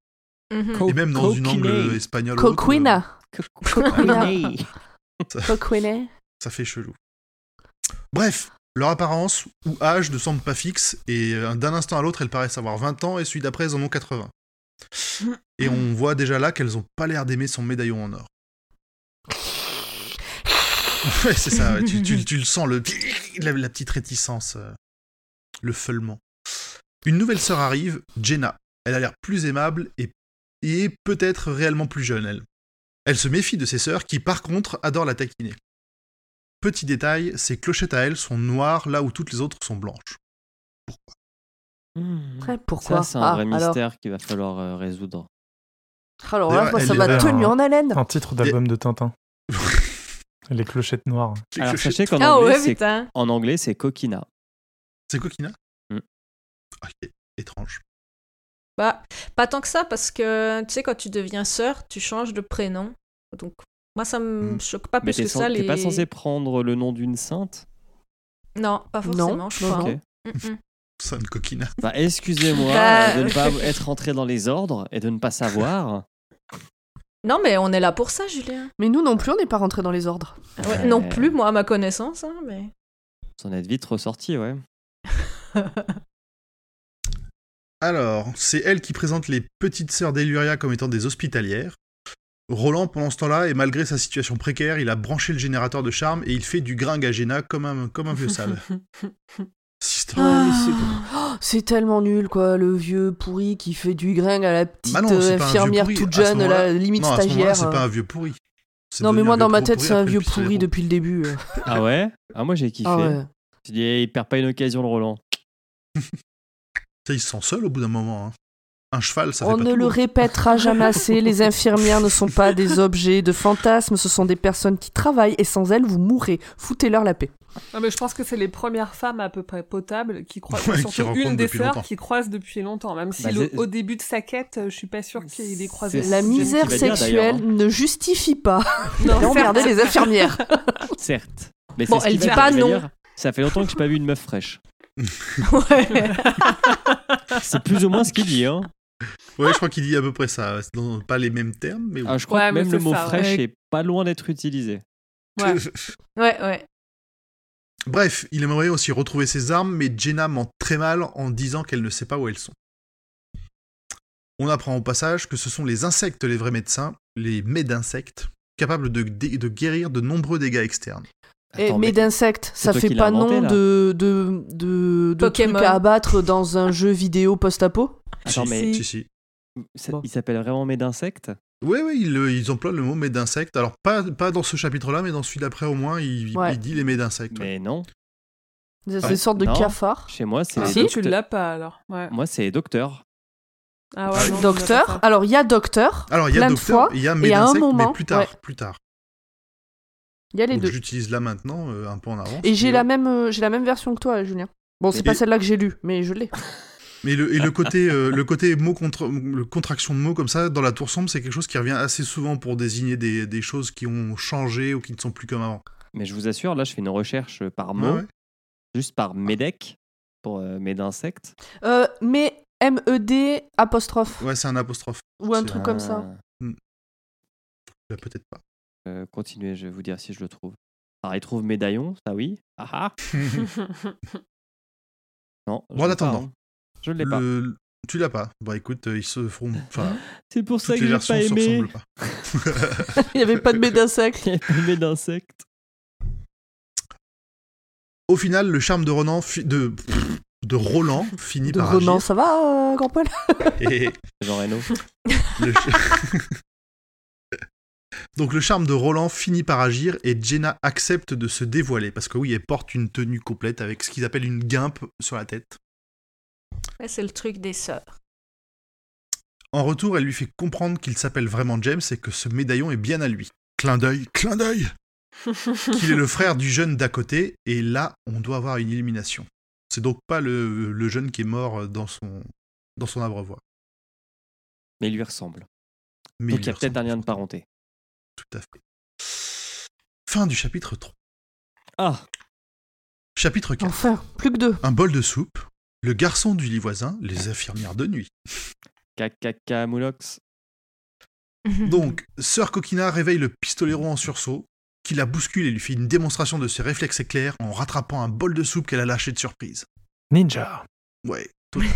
Mhm.
Et même dans une
Oh, Coquina.
angle euh, espagnol. ou autre,
Coquina. Coquina.
euh, ça,
Coquina.
ça fait chelou. Bref, leur apparence ou âge ne semble pas fixe et euh, d'un instant à l'autre, elles paraissent avoir 20 ans et celui d'après, elles en ont 80. Et on voit déjà là qu'elles ont pas l'air d'aimer son médaillon en or. Ouais, c'est ça, ouais, tu, tu- tu le sens, le, la, la petite réticence, euh, le feulement. Une nouvelle sœur arrive, Jenna. Elle a l'air plus aimable et, et peut-être réellement plus jeune, elle. Elle se méfie de ses sœurs qui, par contre, adorent la taquiner. Petit détail, ses clochettes à elle sont noires là où toutes les autres sont blanches.
Après, pourquoi
Ça, c'est un
Ah,
vrai
alors,
mystère qu'il va falloir euh, résoudre.
alors là,
D'ailleurs,
moi, ça
elle hein.
est-
m'a tenu en haleine.
Un titre d'album de Tintin. Les clochettes noires.
Les
Alors,
clochettes-
sachez qu'en
Ah
anglais,
ouais,
c'est-
putain. Ah,
en anglais, c'est coquina.
C'est coquina
Hmm.
Mm.
Ok, étrange.
Bah, pas tant que ça, parce que tu sais, quand tu deviens sœur, tu changes de prénom. Donc, moi, ça me
Mm.
choque pas
Mais
plus
t'es
que
cen-
ça.
t'es
Les...
pas censé prendre le nom d'une sainte
Non, pas forcément,
Non,
je
non,
crois. hein. Mm,
non.
Ok.
Mm-mm.
Ça, une coquina.
Bah, excusez-moi
Bah,
euh, de ne pas être rentré dans les ordres et de ne pas savoir.
Non, mais on est là pour ça, Julien.
Mais nous non plus, on n'est pas rentré dans les ordres.
Ouais, Non plus, moi, à ma connaissance, hein, mais...
S'en être Euh, vite ressorti, ouais.
Alors, c'est elle qui présente les petites sœurs d'Eluria comme étant des hospitalières. Roland, pendant ce temps-là, et malgré sa situation précaire, il a branché le générateur de charme et il fait du gringue à Géna comme un, comme un vieux sale. Système.
Ah.
Oh, c'est tellement nul, quoi, le vieux pourri qui fait du gringue à la petite
Bah non,
euh,
c'est pas un vieux
infirmière
pourri.
toute
À ce
jeune, la
moment-là-
limite
non, à ce moment-là,
stagiaire. euh.
c'est pas un vieux pourri. C'est
non, mais
devenu
moi,
un
dans
vieux
ma
gros
tête, c'est un
après le
vieux
pistolet
pourri
rond.
depuis le début. euh.
Ah ouais Ah, moi j'ai kiffé.
Ah ouais.
Je dis, eh, il perd pas une occasion, le Roland.
Tu sais, Il se sent seul au bout d'un moment. hein. Un cheval, ça
On
fait pas
ne
tout,
le
hein.
répétera jamais assez, les infirmières ne sont pas des objets de fantasmes, ce sont des personnes qui travaillent et sans elles, vous mourrez. Foutez-leur la paix.
Non, mais je pense que c'est les premières femmes à peu près potables qui croisent,
Ouais, qui
surtout
rencontrent
une des
depuis
sœurs
longtemps.
qui croisent depuis longtemps. Même si
Bah,
le-
c'est-
au début de sa quête, euh, je suis pas sûre qu'il ait croisé.
C'est
La
ce que
misère
j'allais dire,
sexuelle
d'ailleurs, hein.
ne justifie pas
Non,
d'emmerder les infirmières.
Certes. Mais
Bon,
c'est ce
elle
qui
dit
va
pas
arriver
non.
hier. Ça fait longtemps que j'ai pas vu une meuf fraîche.
Ouais.
C'est plus ou moins ce qu'il dit. Hein.
Ouais, je crois qu'il dit à peu près ça. C'est dans- pas les mêmes termes, mais. oui.
Ah, je crois
Ouais,
que
mais
même le
c'est
mot
ça, ouais.
fraîche est pas loin d'être utilisé.
ouais.
ouais, ouais.
Bref, il aimerait aussi retrouver ses armes, mais Jenna ment très mal en disant qu'elle ne sait pas où elles sont. On apprend au passage que ce sont les insectes les vrais médecins, les médinsectes, capables de, de guérir de nombreux dégâts externes.
Eh,
Attends,
mais
mais-
d'insectes, ça
toi
fait
qui l'as
pas
inventé,
nom
là.
de, de, de, de
Pokémon.
trucs à abattre dans un jeu vidéo post-apo.
Attends,
Si,
mais
Si, si.
ça-
Bon.
il s'appelle vraiment mes d'insectes
Oui, oui, ils, le- ils emploient le mot médinsectes. Alors, pas, pas dans ce chapitre-là, mais dans celui d'après au moins, il,
Ouais.
il dit les médinsectes. ouais.
Mais non.
C'est
Ah,
une sorte de
non.
cafard.
Chez moi, c'est.
Ah,
les
toi, tu
docteurs-
l'as pas alors. Ouais.
Moi, c'est docteur.
Ah ouais, non, tu l'as
Docteur.
pas.
Alors, il y a docteur,
Alors, il y a
plein de
docteur,
fois,
il y a
et à un
médinsectes, mais
moment,
plus tard.
ouais.
Plus tard.
il y a les
Donc,
deux.
J'utilise là maintenant, euh, un peu en avance.
Et j'ai
mais-
la, même, euh, j'ai la même version que toi, Julien. Bon, c'est
Et-
pas celle-là que j'ai lue, mais je l'ai.
Mais le, et le côté, euh, le côté mot contre, le contraction de mots comme ça dans la tour sombre, c'est quelque chose qui revient assez souvent pour désigner des, des choses qui ont changé ou qui ne sont plus comme avant.
Mais je vous assure, là, je fais une recherche par mot,
Ouais, ouais.
juste par médec, pour euh, mes d'insectes.
Euh, mais MED apostrophe
Ouais, c'est un apostrophe.
ou un
c'est
truc comme ça.
Là, Peut-être pas.
Euh, continuez, je vais vous dire si je le trouve. Alors, il trouve médaillon, ça oui. Ah ah Non. je
Bon, en
l'ai
attendant.
pas, hein. Je l'ai pas.
Le- Tu l'as pas. Bah écoute, euh, ils se feront. Enfin,
C'est pour ça
toutes
que
les
j'ai
versions
pas
se
aimé
ressemblent pas.
Il n'y avait pas de médinsecte.
mes d'insectes.
Au final, le charme de Ronan, fi- de de Roland finit
De
par
Ronan,
agir.
ça va, euh, grand Paul
Et-
Jean Reno.
Le ch- Donc le charme de Roland finit par agir et Jenna accepte de se dévoiler parce que oui, elle porte une tenue complète avec ce qu'ils appellent une guimpe sur la tête.
Ouais, c'est le truc des sœurs.
En retour, elle lui fait comprendre qu'il s'appelle vraiment James et que ce médaillon est bien à lui. Clin d'œil, clin d'œil Qu'il est le frère du jeune d'à côté et là, on doit avoir une illumination. C'est donc pas le, le jeune qui est mort dans son, dans son abreuvoir.
Mais il lui ressemble.
Mais
Donc il y a
lui
peut-être un
ressemble,
lien de parenté.
Tout à fait. Fin du chapitre 3.
Ah
Chapitre 4.
Enfin, plus que deux.
Un bol de soupe, le garçon du lit voisin, les infirmières de nuit.
Cacaca Moulox.
Mhm.
Donc, Sœur Coquina réveille le pistolero en sursaut, qui la bouscule et lui fait une démonstration de ses réflexes éclairs en rattrapant un bol de soupe qu'elle a lâché de surprise.
Ninja.
Ouais, total.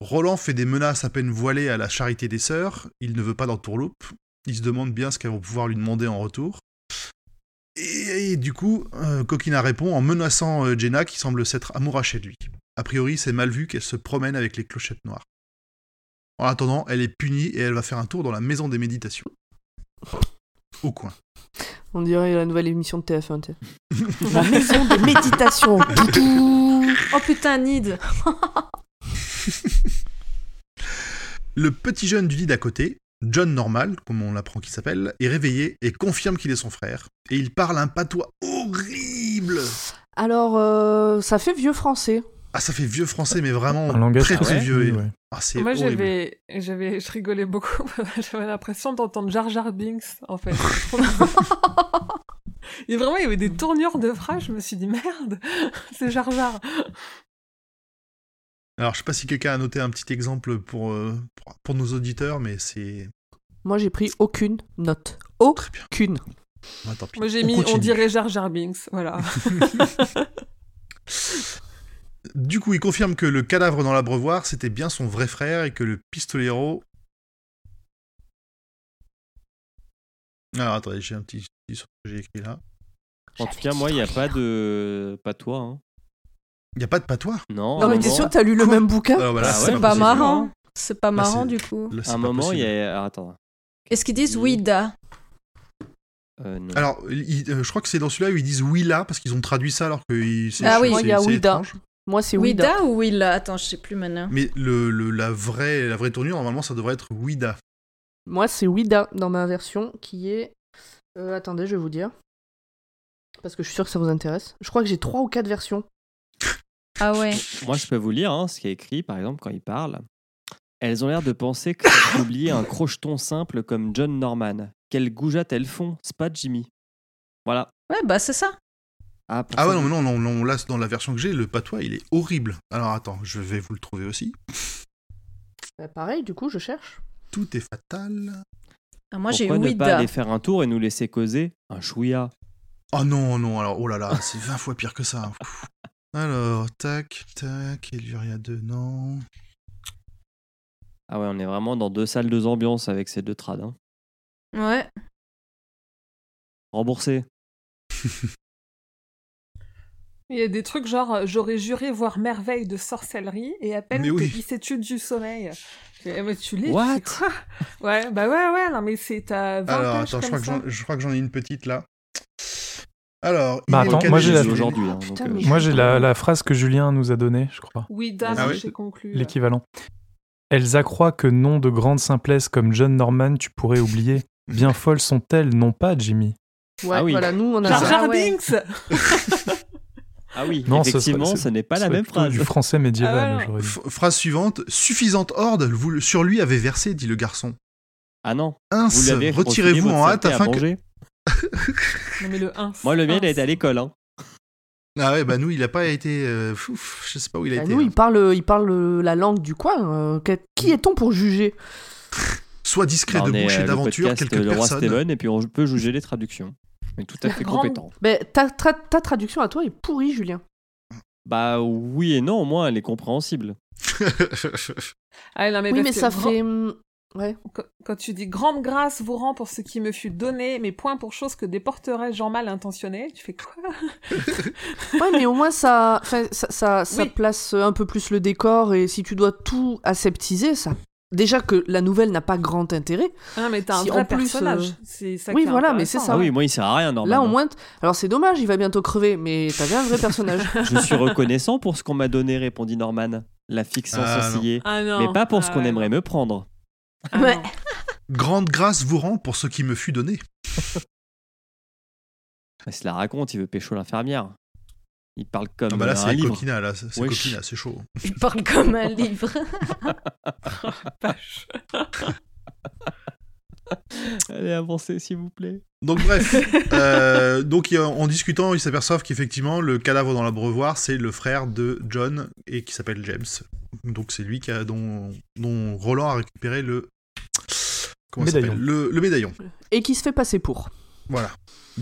Roland fait des menaces à peine voilées à la charité des sœurs, il ne veut pas d'entourloupe, il se demande bien ce qu'elles vont pouvoir lui demander en retour. Et, et du coup, euh, Coquina répond en menaçant euh, Jenna qui semble s'être amourachée de lui. A priori, c'est mal vu qu'elle se promène avec les clochettes noires. En attendant, elle est punie et elle va faire un tour dans la maison des méditations. au coin.
On dirait la nouvelle émission de TF1. tu sais. la maison de méditation. Toutou.
Oh putain, Nid
Le petit jeune du lit d'à côté, John Normal, comme on l'apprend qu'il s'appelle, est réveillé et confirme qu'il est son frère. Et il parle un patois horrible
Alors, euh, ça fait vieux français.
Ah, ça fait vieux français, mais vraiment
Un langage
très très
très
vieux. et-
ouais.
Ah, c'est
Moi,
horrible.
j'avais, j'avais, je rigolais beaucoup. j'avais l'impression d'entendre Jar Jar Binks, en fait. Et vraiment, il y avait des tournures de phrases. Je me suis dit merde, c'est Jar Jar.
Alors, je sais pas si quelqu'un a noté un petit exemple pour, euh, pour, pour nos auditeurs, mais c'est.
Moi, j'ai pris aucune note.
Très bien.
Aucune.
Ah, tant pis.
Moi, j'ai
On
mis, on
continue.
dirait Jar Jar Binks, voilà.
Du coup, il confirme que le cadavre dans l'abreuvoir, c'était bien son vrai frère et que le pistolero. Alors, attendez, j'ai un petit. petit truc que J'ai écrit là.
En tout cas, moi, il n'y a pas de. Pas toi. Hein.
Il y a pas de patois.
Non, à
Non,
un
mais t'es
moment-
sûr que t'as lu le
Quoi
même bouquin
Oh. Alors, voilà,
Ah ouais,
C'est
bah,
pas
possible.
marrant. C'est pas
Bah,
marrant
c'est-
du coup.
Là, c'est
À un
pas
moment, il y
possible.
a. alors, attends.
Est-ce qu'ils disent oui, da
Euh, non.
Alors, il- euh, je crois que c'est dans celui-là où ils disent Willa parce qu'ils ont traduit ça alors que il- c'est
Ah oui.
c'est-
Moi, il y a
c'est
Ouida.
étrange.
Moi, c'est
Oui,
Ouida.
da ou oui, là Attends, je sais plus maintenant.
Mais le, le- la, vraie, la vraie tournure, normalement, ça devrait être Ouida.
Moi, c'est Ouida dans ma version qui est. Euh, attendez, je vais vous dire. Parce que je suis sûr que ça vous intéresse. Je crois que j'ai trois ou quatre versions.
Ah ouais.
Moi, je peux vous lire hein, ce qui est écrit, par exemple, quand il parle. Elles ont l'air de penser que j'ai oublié un crocheton simple comme John Norman. Quelle goujate elles font, c'est pas Jimmy. Voilà.
Ouais, bah c'est ça.
Ah, pour
Ah ouais,
ça-
non, mais non, non, non, là, dans la version que j'ai, le patois, il est horrible. Alors, attends, je vais vous le trouver aussi.
Bah, pareil, du coup, je cherche.
Tout est fatal.
Ah, moi j'ai
Pourquoi ne
oui,
pas
da.
aller faire un tour et nous laisser causer un chouïa
Oh non, non, alors, oh là là, c'est 20 fois pire que ça. Ouf. Alors, tac, tac, Eluria 2, non.
Ah ouais, on est vraiment dans deux salles, deux ambiances avec ces deux trades. Hein.
Ouais.
Remboursé.
Il y a des trucs genre euh, j'aurais juré voir merveille de sorcellerie et à peine
Mais
que
oui.
tu du sommeil. Je fais, eh, Mais tu lis
What
Ouais, bah ouais, ouais, non mais c'est ta 20
Alors,
pages
attends, je crois,
comme
que
ça.
j'en- je crois que j'en ai une petite là. Alors,
Bah,
il est
attends,
le
moi,
cadet
j'ai
des-
la-
aujourd'hui. hein,
Putain,
donc, euh,
mais-
Moi j'ai la, la phrase que Julien nous a donnée, je crois.
Oui, dame,
Ah ouais.
j'ai conclu.
L'équivalent. Elles accroient que nom de grande simplesse comme John Norman, tu pourrais oublier. Bien folles sont-elles, non pas, Jimmy.
Ouais,
Ah oui.
voilà, nous, on a.
Jar Jar
Ah ouais.
Binks
Ah oui,
Non, ce serait-
effectivement, ce,
c'est-
n'est pas
Ce
la
serait
même
plutôt
phrase.
Du français médiéval,
Ah ouais.
j'aurais dit.
Ph- Phrase suivante. Suffisante horde vous le- sur lui avait versé, dit le garçon.
Ah non,
Ins,
vous l'avez
retirez-vous
refilé
en
votre
hâte
saleté à
afin que.
manger.
Non mais le 1.
Moi, le mien, il est à l'école. Hein.
Ah ouais, bah nous, il a pas été. euh, fouf, je sais pas où il a
Bah,
été.
nous,
hein.
il parle, il parle euh, la langue du coin. euh, que- qui est-on pour juger
Soit discret
Bah,
de
on est,
bouche
euh,
et
le
d'aventure,
podcast,
quelques
euh, le roi
personnes.
Steven, et puis on peut juger les traductions. Mais tout à fait
Grande-
compétent.
Ben, ta, tra- ta traduction à toi est pourrie, Julien.
Bah oui et non, au moins elle est compréhensible.
Ah, non, mais
oui, mais
parce que
ça
grand-
fait. hum, Ouais.
Quand- Quand tu dis grande grâce vous rend pour ce qui me fut donné, mais point pour chose que déporterait Jean mal intentionné, tu fais quoi
Ouais, mais au moins ça, enfin, ça, ça, ça
Oui.
place un peu plus le décor et si tu dois tout aseptiser, ça. Déjà que la nouvelle n'a pas grand intérêt.
Ah, mais t'as un
Si,
vrai
en plus,
personnage.
euh,
C'est ça
oui,
qui est
voilà, mais c'est
intéressant.
ça.
hein.
Ah oui, moi il sert à rien normalement.
Là, au moins, t- alors c'est dommage, il va bientôt crever, mais t'as bien un vrai personnage.
Je suis reconnaissant pour ce qu'on m'a donné, répondit Norman, la fixe sans
Ah, non.
sourciller.
Ah non.
Mais pas pour ce
Ah,
qu'on
non.
aimerait me prendre.
Ah, non.
Ouais.
Grande grâce vous rend pour ce qui me fut donné. Ah
Il se la raconte, il veut pécho l'infirmière. Il parle comme
Ah bah là,
euh, un
c'est
livre.
Coquina, là. C'est
Wesh.
Coquina, c'est chaud.
Je parle comme un livre.
Vache.
Allez, avancez s'il vous plaît.
Donc bref, euh, donc il- en discutant, ils s'aperçoivent qu'effectivement le cadavre dans l'abreuvoir, c'est le frère de John et qui s'appelle James. Donc c'est lui qui a, dont, dont Roland a récupéré le comment ça
Médaillon.
s'appelle le, le médaillon.
et qui se fait passer pour.
Voilà.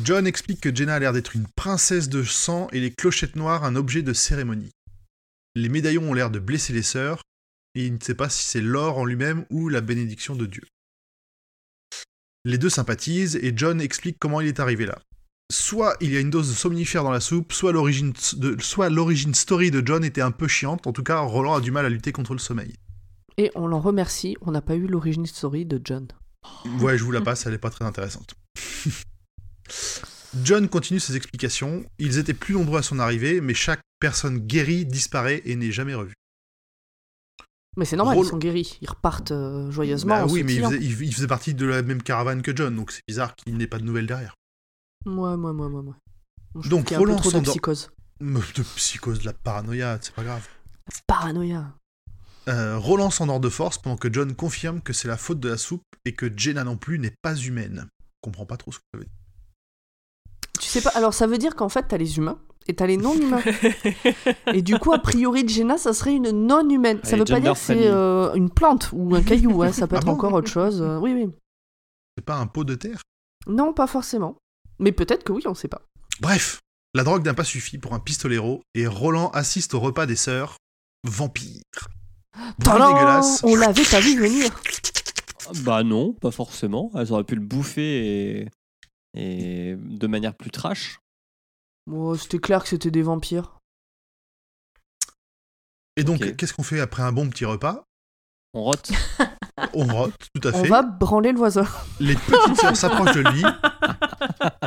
John explique que Jenna a l'air d'être une princesse de sang et les clochettes noires un objet de cérémonie. Les médaillons ont l'air de blesser les sœurs et il ne sait pas si c'est l'or en lui-même ou la bénédiction de Dieu. Les deux sympathisent et John explique comment il est arrivé là. Soit il y a une dose de somnifère dans la soupe, soit l'origine, de- soit l'origine story de John était un peu chiante, en tout cas Roland a du mal à lutter contre le sommeil.
Et on l'en remercie, on n'a pas eu l'origine story de John.
Ouais, je vous la passe, elle n'est pas très intéressante. John continue ses explications. Ils étaient plus nombreux à son arrivée, mais chaque personne guérie disparaît et n'est jamais revue.
Mais c'est normal,
Drôle.
ils sont guéris. Ils repartent euh, joyeusement.
Bah
en
oui, mais il
sautillant.
faisait, il- il faisait partie de la même caravane que John, donc c'est bizarre qu'il n'ait pas de nouvelles derrière.
Moi, moi, moi, moi, moi. Bon, je trouve
Donc,
qu'il y a un peu
Roland
trop de
s'endort.
psychose.
Meuf De psychose, de la paranoïa, c'est pas grave.
Paranoïa.
Euh, Roland s'endort de force pendant que John confirme que c'est la faute de la soupe et que Jenna non plus n'est pas humaine. Je comprends pas trop ce que ça veut dire.
Tu sais pas, alors ça veut dire qu'en fait, t'as les humains et t'as les non-humains. et du coup, a priori, Jenna, ça serait une non-humaine. Ça
Elle est
veut pas dire
gender
que c'est
friendly.
euh, une plante ou un caillou, hein, ça peut
Ah
être
bon
encore autre chose. euh, oui, oui.
C'est pas un pot de terre
Non, pas forcément. Mais peut-être que oui, on sait pas.
Bref, la drogue n'a pas suffi pour un pistolero et Roland assiste au repas des sœurs vampires. Bruit
Tadam
dégueulasse.
On l'avait pas vu venir.
Bah non, pas forcément. Elles auraient pu le bouffer et, et de manière plus trash.
Oh, c'était clair que c'était des vampires.
Et donc,
Ok.
qu'est-ce qu'on fait après un bon petit repas
On rote.
On rote, tout à
On
fait.
va branler le voisin.
Les petites sœurs s'approchent de lui.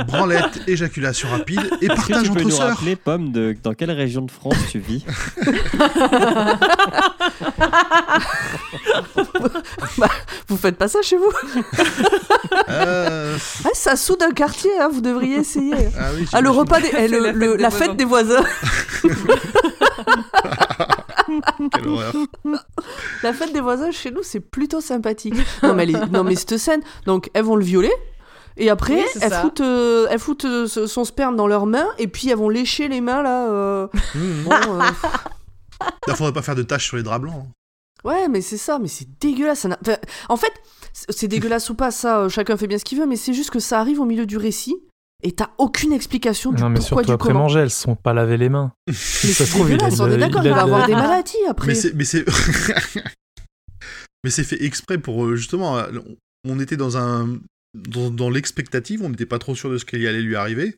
Branlette, éjaculation rapide et
Est-ce que
partage
tu peux
entre
nous
sœurs.
rappeler, Pomme, de, dans quelle région de France tu vis
Vous faites pas ça chez vous
Euh,
Ah, Ça soude un quartier, hein, vous devriez essayer.
ah oui,
Ah, le
j'imagine.
repas des. eh, le-
la fête
le-
des
la
voisins.
fête des voisins.
Quelle horreur.
La fête des voisins chez nous, c'est plutôt sympathique. Non mais, les- non, mais cette scène, donc elles vont le violer. Et après,
Oui, c'est
elles,
ça.
foutent, euh, elles foutent euh, ce- son sperme dans leurs mains et puis elles vont lécher les mains là. euh,
Mmh.
bon, euh,
Là, faudrait pas faire de taches sur les draps blancs. hein.
Ouais, mais c'est ça, mais c'est dégueulasse. ça n'a- enfin, en fait, c'est c'est dégueulasse ou pas, ça, euh, chacun fait bien ce qu'il veut, mais c'est juste que ça arrive au milieu du récit et t'as aucune explication du
Non, mais
pourquoi
surtout
du
après
comment.
manger, elles se sont pas lavé les mains.
Mais
ça se
c'est
trouve, il a
dégueulasse,
de-
on est d'accord,
il
il,
a
va
de-
avoir des maladies après.
Mais c'est, mais c'est, mais c'est fait exprès pour euh, justement. euh, On était dans un, dans, dans l'expectative, on n'était pas trop sûr de ce qui allait lui arriver.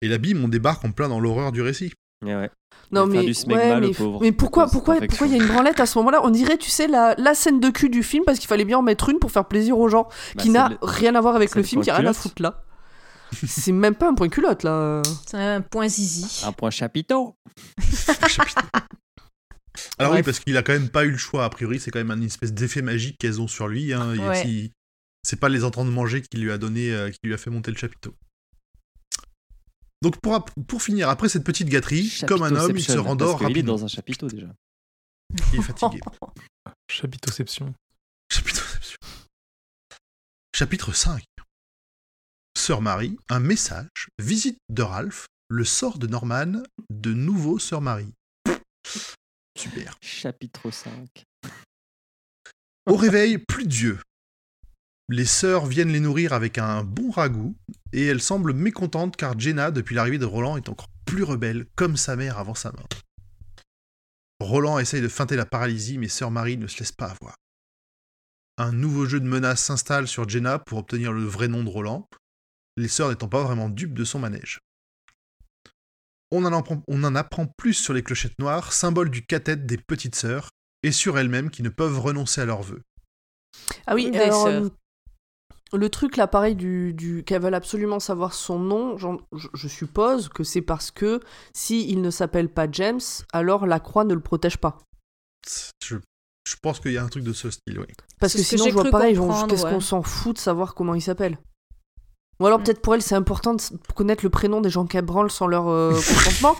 Et là, bim, on débarque en plein dans l'horreur du récit.
Eh ouais.
Non
Il va faire
mais,
du smegma,
ouais,
le
mais,
pauvre.
mais pourquoi
Cause
pourquoi
d'infection.
pourquoi il y a une branlette à ce moment-là On dirait tu sais la, la scène de cul du film parce qu'il fallait bien en mettre une pour faire plaisir aux gens
Bah,
qui
c'est
n'a
le-
rien à voir avec
c'est
le
le
film qui a
point
rien à
culotte.
foutre là. c'est même pas un point culotte là.
C'est un point zizi.
Un point chapiteau.
Alors oui,
Bref.
parce qu'il a quand même pas eu le choix. A priori, c'est quand même une espèce d'effet magique qu'elles ont sur lui. hein. Il-
Ouais.
il- c'est pas les entendre manger qui lui a donné, euh, qui lui a fait monter le chapiteau. Donc pour, ap- pour finir, après cette petite gâterie, comme un homme, il se
Chapiteauception,
rendort
parce qu'il est
rapidement.
dans un chapiteau déjà.
Il est fatigué.
Chapitoception.
Chapitre, Chapitre 5 Sœur Marie, un message, visite de Ralph, le sort de Norman, de nouveau Sœur Marie. Super.
Chapitre 5.
Au réveil, plus de Dieu. Les sœurs viennent les nourrir avec un bon ragoût, et elles semblent mécontentes car Jenna, depuis l'arrivée de Roland, est encore plus rebelle, comme sa mère avant sa mort. Roland essaye de feinter la paralysie, mais sœur Marie ne se laisse pas avoir. Un nouveau jeu de menaces s'installe sur Jenna pour obtenir le vrai nom de Roland, les sœurs n'étant pas vraiment dupes de son manège. On en apprend, on en apprend plus sur les clochettes noires, symbole du cathète des petites sœurs, et sur elles-mêmes qui ne peuvent renoncer à leurs vœux.
Ah oui,
Des
alors,
sœurs.
euh, le truc là, pareil, du, du, qu'elles veulent absolument savoir son nom, j'en- je, je suppose que c'est parce que si il ne s'appelle pas James, alors la croix ne le protège pas.
Je, je pense qu'il y a un truc de ce style, oui.
Parce
C'est
que
ce que
sinon,
j'ai
je vois
cru
pareil, genre,
comprendre,
qu'est-ce
ouais.
qu'on s'en fout de savoir comment il s'appelle Ou alors
Mm.
peut-être pour elle, c'est important de s- connaître le prénom des gens qu'elle branle sans leur euh, consentement.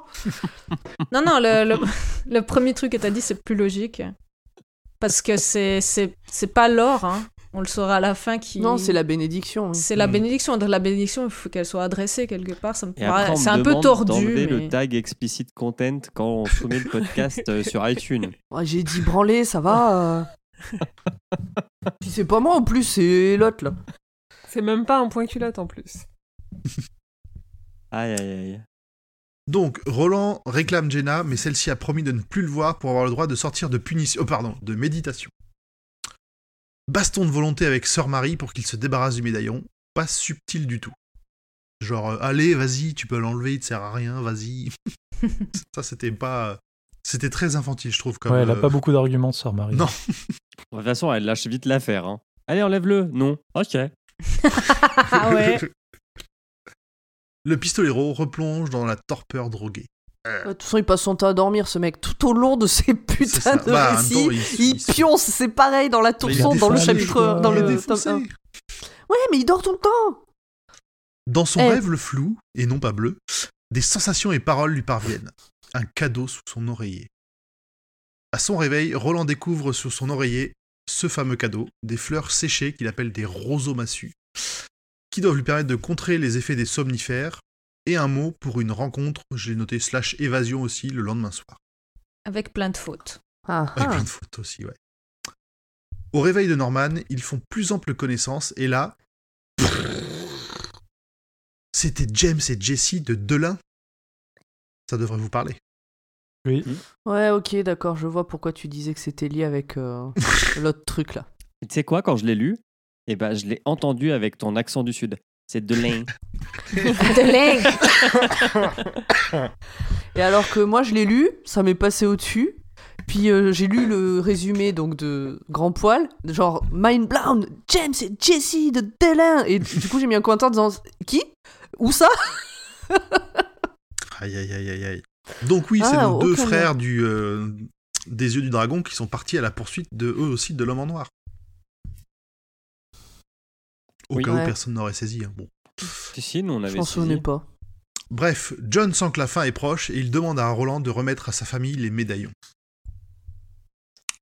Non, non, le, le- le premier truc que t'as dit, c'est plus logique. Parce que c'est c'est c'est pas l'or, hein. on le saura à la fin qui.
Non, c'est la bénédiction. oui.
C'est la
Mm.
bénédiction. Dans la bénédiction, il faut qu'elle soit adressée quelque part. Ça me
Hmm. Et
paraît-
après, on
C'est
me
un peu
demande
tordu.
d'enlever
mais-
le tag explicit content quand on soumet le podcast euh, sur iTunes.
Ouais, J'ai dit branler, ça va. euh. Puis c'est pas moi en plus, c'est l'autre là.
C'est même pas un point culotte en plus.
Aïe, aïe, aïe.
Donc, Roland réclame Jenna, mais celle-ci a promis de ne plus le voir pour avoir le droit de sortir de punition. Oh, pardon, de méditation. Baston de volonté avec Sœur Marie pour qu'il se débarrasse du médaillon. Pas subtil du tout. Genre, euh, allez, vas-y, tu peux l'enlever, il te sert à rien, vas-y. Ça, c'était pas. C'était très infantile, je trouve. Comme,
Ouais, elle a
euh,
pas beaucoup d'arguments, sœur Marie.
Non.
Bon, De toute façon, elle lâche vite l'affaire. hein. Allez, enlève-le. Non. Ok.
Ah ouais.
Le pistolero replonge dans la torpeur droguée.
De toute façon, il passe son temps à dormir, ce mec, tout au long de ces
C'est
putains
ça.
de
Bah, en même temps,
récits.
se-
Il
se-
pionce, c'est pareil dans la
il a
tourson, dans le
défoncé,
chapitre,
quoi.
dans
il est
le tome
défoncé.
un. Ouais, mais il dort tout le temps.
Dans son
Eh.
rêve, le flou, et non pas bleu, des sensations et paroles lui parviennent. Un cadeau sous son oreiller. À son réveil, Roland découvre sous son oreiller ce fameux cadeau, des fleurs séchées qu'il appelle des roseaux massus, qui doivent lui permettre de contrer les effets des somnifères, et un mot pour une rencontre, j'ai noté slash évasion aussi, le lendemain soir.
Avec plein de fautes.
Ah,
Avec
ah.
plein de fautes aussi, ouais. Au réveil de Norman, ils font plus ample connaissance et là. C'était James et Jessie de Delin. Ça devrait vous parler.
Oui.
Ouais, ok, d'accord, je vois pourquoi tu disais que c'était lié avec euh, l'autre truc là.
Et Tu sais quoi, quand je l'ai lu, eh ben, je l'ai entendu avec ton accent du Sud. C'est de l'in.
Et alors que moi, je l'ai lu, ça m'est passé au-dessus. Puis euh, j'ai lu le résumé donc de Grand Poil, genre Mind Blown, James et Jesse de Delin. Et du coup, j'ai mis un commentaire en disant Qui Où ça
Aïe, aïe, aïe, aïe, aïe. Donc, oui,
Ah,
c'est nos deux
aucun
frères du, euh, des yeux du dragon qui sont partis à la poursuite de eux aussi de l'homme en noir. Au
Oui.
cas
Ouais.
où personne n'aurait saisi. hein. Bon.
Si, si, nous on
Je
avait
m'en
saisi.
souvenais pas.
Bref, John sent que la fin est proche et il demande à Roland de remettre à sa famille les médaillons.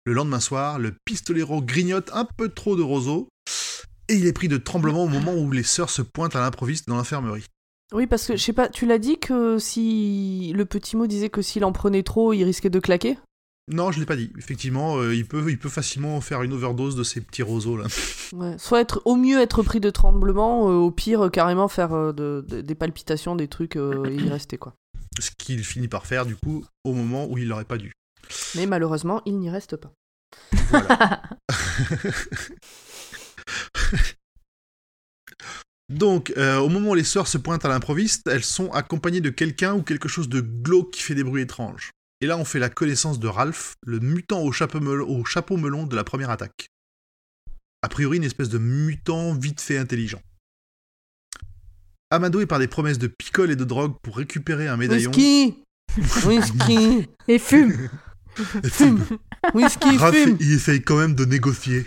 Le lendemain soir, le pistolero grignote un peu trop de roseaux et il est pris de tremblement au moment où les sœurs se pointent à l'improviste dans l'infirmerie.
Oui, parce que je sais pas, tu l'as dit que si le petit mot disait que s'il en prenait trop, il risquait de claquer
Non, je l'ai pas dit. Effectivement, euh, il, peut, il peut facilement faire une overdose de ces petits roseaux là.
Ouais. Soit être, au mieux être pris de tremblement, euh, au pire euh, carrément faire euh, de- de- des palpitations, des trucs euh, et y rester quoi.
Ce qu'il finit par faire du coup au moment où il l'aurait pas dû.
Mais malheureusement, il n'y reste pas.
Donc, euh, au moment où les sœurs se pointent à l'improviste, elles sont accompagnées de quelqu'un ou quelque chose de glauque qui fait des bruits étranges. Et là, on fait la connaissance de Ralph, le mutant au chapeau, mel- au chapeau melon de la première attaque. A priori, une espèce de mutant vite fait intelligent. Amadoué par des promesses de picole et de drogue pour récupérer un médaillon.
Whisky Whisky
Et fume
Fume Whisky,
Ralph,
fume
il essaye quand même de négocier.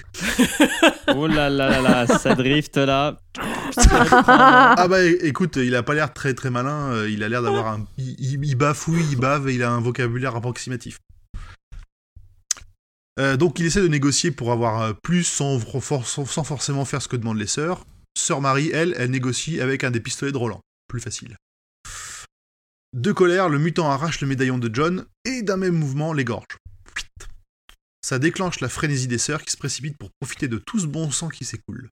Oh là là là là, ça drift là.
Ah bah é- écoute, il a pas l'air très très malin, euh, il a l'air d'avoir un... Il, il- il bafouille, il bave et il a un vocabulaire approximatif. Euh, donc il essaie de négocier pour avoir euh, plus sans, vro- for- sans- sans forcément faire ce que demandent les sœurs. Sœur Marie, elle, elle négocie avec un des pistolets de Roland. Plus facile. De colère, le mutant arrache le médaillon de John et d'un même mouvement l'égorge. Pouit. Ça déclenche la frénésie des sœurs qui se précipitent pour profiter de tout ce bon sang qui s'écoule.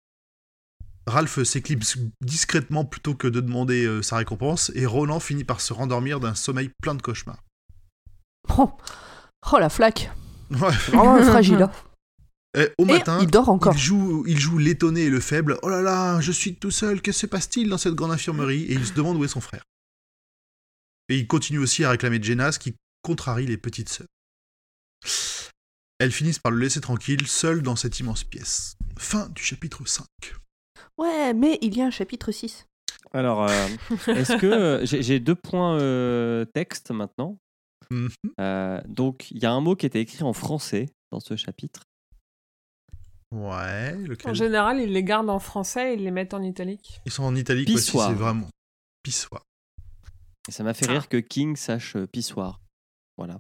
Ralph s'éclipse discrètement plutôt que de demander euh, sa récompense, et Roland finit par se rendormir d'un sommeil plein de cauchemars.
oh. Oh, la flaque
Ouais.
Vraiment un fragile. hein.
Et au
Et
matin,
il dort encore.
il joue, il joue l'étonné et le faible. Oh là là, je suis tout seul, que se passe-t-il dans cette grande infirmerie Et il se demande où est son frère. Et il continue aussi à réclamer Jenna, ce qui contrarie les petites sœurs. Elles finissent par le laisser tranquille, seul dans cette immense pièce. Fin du chapitre 5.
Ouais, mais il y a un chapitre 6.
Alors, euh, est-ce que euh, j'ai j'ai deux points euh, texte maintenant
Mhm.
Euh, Donc, il y a un mot qui était écrit en français dans ce chapitre.
Ouais,
En
lequel
général, ils les gardent en français et ils les mettent en italique.
Ils sont en Italie, quoi, si
Pissoir.
c'est vraiment. Pissoir.
Et ça m'a fait rire que King sache euh, pissoir. Voilà.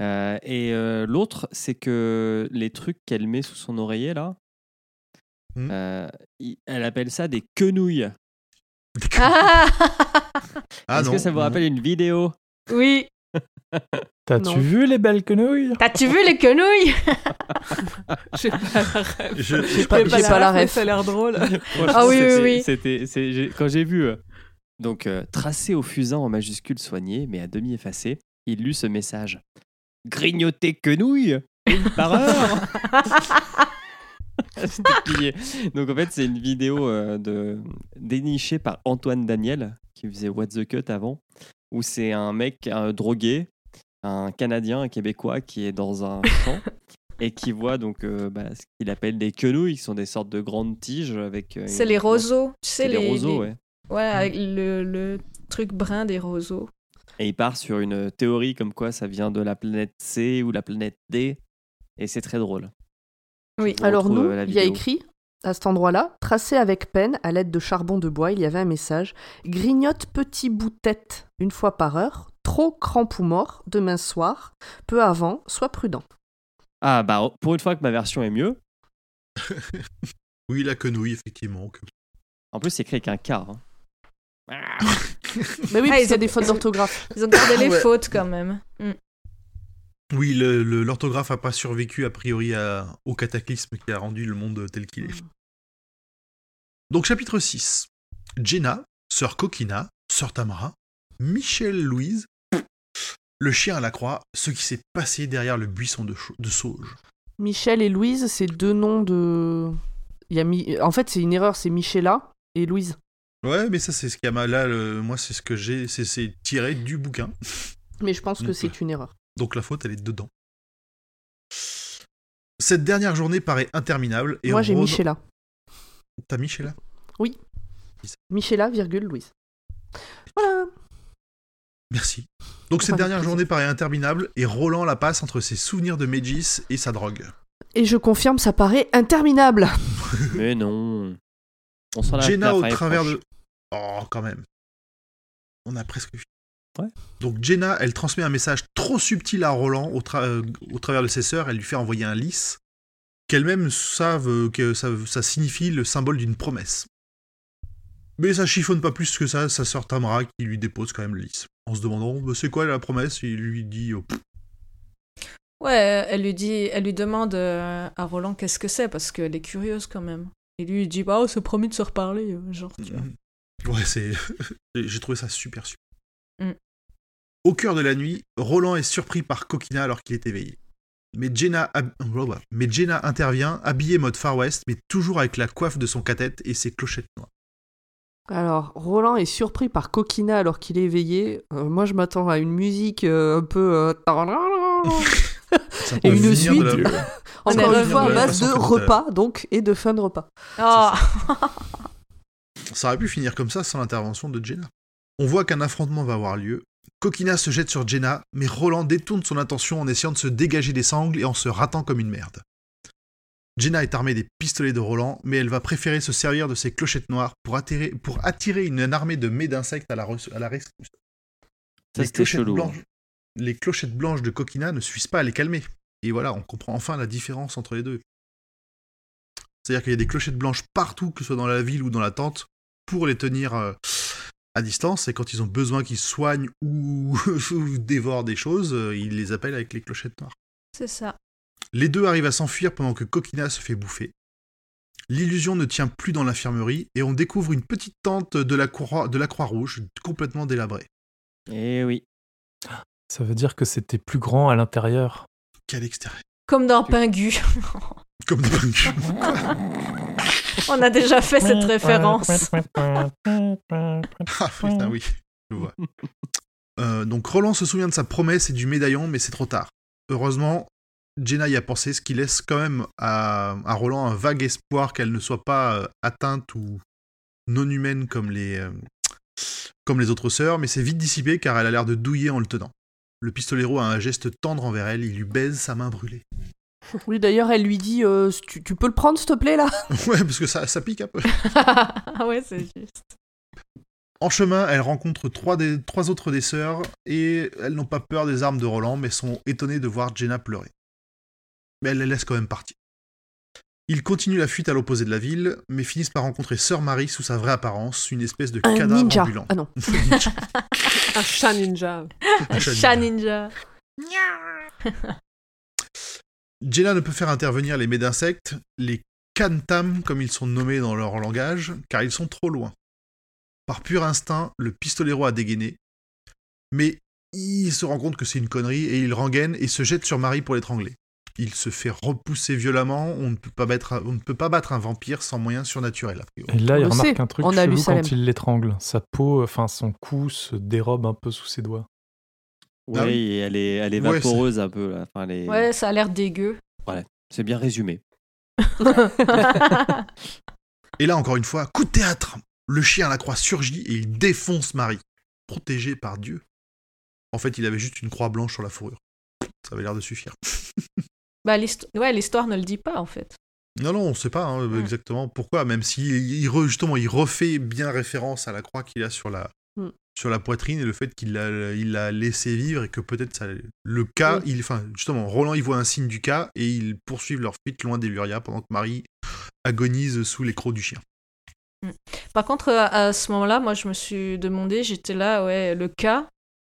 Euh, et euh, l'autre, c'est que les trucs qu'elle met sous son oreiller, là,
Hmm.
euh, il- elle appelle ça des quenouilles.
Ah
Ah
Est-ce
non.
que ça vous
non.
rappelle une vidéo
Oui
Non.
T'as-tu vu les belles quenouilles
T'as-tu vu les quenouilles
J'ai pas la ref.
Je-
J'ai pas, j'ai pas la
ref, mais
ref.
Ça a l'air drôle.
Franchement,
oui, oui,
c'était-
oui.
C'était, c'est- j'ai- quand j'ai vu. euh, donc, euh, tracé au fusain en majuscule soignée, mais à demi effacé, il lut ce message Grignoter quenouille Une par heure J'étais plié. Donc, en fait, c'est une vidéo euh, de, dénichée par Antoine Daniel, qui faisait What the Cut avant, où c'est un mec un drogué, un Canadien, un Québécois, qui est dans un champ et qui voit donc euh, bah, ce qu'il appelle des quenouilles, qui sont des sortes de grandes tiges avec. euh,
C'est
une-
les roseaux, tu sais,
C'est les,
les,
roseaux,
les-
ouais. Hmm.
ouais, avec le, le truc brun des roseaux.
Et il part sur une théorie comme quoi ça vient de la planète C ou la planète D, et c'est très drôle.
Oui.
Je vous
Alors
retrouve,
nous,
euh, la
il y a
vidéo.
écrit à cet endroit-là, tracé avec peine à l'aide de charbon de bois, il y avait un message grignote petit bout de tête une fois par heure, trop crampe ou mort demain soir, peu avant, sois prudent.
Ah bah pour une fois que ma version est mieux.
Oui, la quenouille, effectivement. que-
En plus, c'est écrit avec un K. hein.
Mais oui,
Ah,
parce
ils
qu'il y a
ont-
des fautes d'orthographe.
Ils ont gardé les
Ouais.
fautes quand même. Mm.
Oui, le- le- l'orthographe a pas survécu, a priori, à- au cataclysme qui a rendu le monde tel qu'il est.
Hmm.
Donc, chapitre 6. Jenna, sœur Coquina, sœur Tamara, Michel Louise, le chien à la croix, ce qui s'est passé derrière le buisson de, cho- de sauge.
Michel et Louise, c'est deux noms de. Il y a mi- En fait, c'est une erreur, c'est Michela et Louise.
Ouais, mais ça, c'est ce qu'il y a mal- là. le- moi, c'est ce que j'ai. c'est- C'est tiré du bouquin.
Mais je pense que
Mm.
c'est une erreur.
Donc la faute, elle est dedans. Cette dernière journée paraît interminable. Et
Moi,
on
j'ai
rôde-
Michela.
T'as Michela
Michela, virgule, Louise. Voilà.
Merci. Donc
Enfin,
cette dernière
plaisir.
journée paraît interminable et Roland la passe entre ses souvenirs de Médis et sa drogue.
Et je confirme, ça paraît interminable.
Mais non. On s'en lave
Jenna
la
au
fin est
travers
franche.
de... Oh, quand même. On a presque fini.
Ouais.
Donc Jenna, elle transmet un message trop subtil à Roland au, tra- euh, au travers de ses sœurs. Elle lui fait envoyer un lys qu'elles-mêmes savent euh, que ça, ça signifie le symbole d'une promesse. Mais ça chiffonne pas plus que ça sa sœur Tamara qui lui dépose quand même le lys. En se demandant, Bah, c'est quoi la promesse Il lui dit, oh, pff,
Ouais, elle lui dit, elle lui demande euh, à Roland qu'est-ce que c'est parce qu'elle est curieuse quand même. Et lui il dit bah on s'est promis de se reparler, euh, genre. Tu vois.
Mm-hmm. Ouais, c'est. J'ai trouvé ça super super.
Mm.
Au cœur de la nuit, Roland est surpris par Coquina alors qu'il est éveillé. Mais Jenna, hab- blablabla. mais Jenna intervient, habillée mode Far West, mais toujours avec la coiffe de son catette et ses clochettes noires.
Alors, Roland est surpris par Coquina alors qu'il est éveillé. Euh, moi, je m'attends à une musique euh, un peu. euh,
C'est un
Et
peu
une
le
suite.
souvenir de la-
Encore
Ouais,
une fois, à
ouais,
base
ouais.
de repas, donc, et de fin de repas.
Ah
Ça aurait pu finir comme ça sans l'intervention de Jenna. On voit qu'un affrontement va avoir lieu. Coquina se jette sur Jenna, mais Roland détourne son attention en essayant de se dégager des sangles et en se ratant comme une merde. Jenna est armée des pistolets de Roland, mais elle va préférer se servir de ses clochettes noires pour attirer, pour attirer une, une armée de mets d'insectes à la, res- à la rescousse.
Ça, c'était chelou.
blanches, hein. les clochettes blanches de Coquina ne suffisent pas à les calmer. Et voilà, on comprend enfin la différence entre les deux. C'est-à-dire qu'il y a des clochettes blanches partout, que ce soit dans la ville ou dans la tente, pour les tenir euh, à distance. Et quand ils ont besoin qu'ils soignent ou, ou dévorent des choses, euh, ils les appellent avec les clochettes noires.
c'est ça.
Les deux arrivent à s'enfuir pendant que Coquina se fait bouffer. L'illusion ne tient plus dans l'infirmerie et on découvre une petite tente de la, Croix- de la Croix-Rouge complètement délabrée.
Eh oui.
Ça veut dire que c'était plus grand à l'intérieur.
Qu'à l'extérieur.
Comme dans Pingu.
Comme des punks.
on a déjà fait cette référence.
Ah putain, oui, je vois. Euh, donc Roland se souvient de sa promesse et du médaillon, mais c'est trop tard. Heureusement, Jenna y a pensé, ce qui laisse quand même à, à Roland un vague espoir qu'elle ne soit pas euh, atteinte ou non humaine comme les, euh, comme les autres sœurs, mais c'est vite dissipé car elle a l'air de douiller en le tenant. Le pistolero a un geste tendre envers elle, il lui baise sa main brûlée.
Oui, d'ailleurs, elle lui dit euh, tu, tu peux le prendre, s'il te plaît, là
ouais, parce que ça, ça pique un peu.
ah ouais, c'est juste.
En chemin, elle rencontre trois, des, trois autres des sœurs et elles n'ont pas peur des armes de Roland, mais sont étonnées de voir Jenna pleurer. Mais elle les laisse quand même partir. Ils continuent la fuite à l'opposé de la ville, mais finissent par rencontrer Sœur Marie sous sa vraie apparence, une espèce de
Un
cadavre
ninja.
ambulant.
Ah non.
Ninja.
Un chat ninja.
Un chat
Chat
ninja.
ninja.
Jenna ne peut faire intervenir les mets d'insectes, les cantam comme ils sont nommés dans leur langage, car ils sont trop loin. Par pur instinct, le pistolero a dégainé, mais il se rend compte que c'est une connerie et il rengaine et se jette sur Marie pour l'étrangler. Il se fait repousser violemment, on ne peut pas battre, on ne peut pas battre un vampire sans moyen surnaturel, a priori.
Et là,
On
il
le
remarque
sait,
un truc
on a lu
chelou
Salem.
quand il l'étrangle. Sa peau, enfin son cou se dérobe un peu sous ses doigts.
Ouais,
Ah oui.
et elle est, elle est
Ouais,
vaporeuse un peu là. Enfin, elle est-
Ouais, ça a l'air dégueu.
Voilà, c'est bien résumé.
Et là, encore une fois, coup de théâtre Le chien à la croix surgit et il défonce Marie, protégé par Dieu. En fait, il avait juste une croix blanche sur la fourrure. Ça avait l'air de suffire.
Bah, l'histo- ouais, l'histoire ne le dit pas en fait.
Non, non, on sait pas hein,
Mmh.
Mm.
exactement pourquoi, même si il re- justement il refait bien référence à la croix qu'il a sur la,
Mm.
sur la poitrine et le fait qu'il l'a il l'a laissé vivre et que peut-être ça- le
Mmh.
cas, il, enfin justement, Roland il voit un signe du cas et ils poursuivent leur fuite loin d'Eluria pendant que Marie agonise sous les crocs du chien.
Par contre, euh, à ce moment-là, moi je me suis demandé, j'étais là, ouais, le cas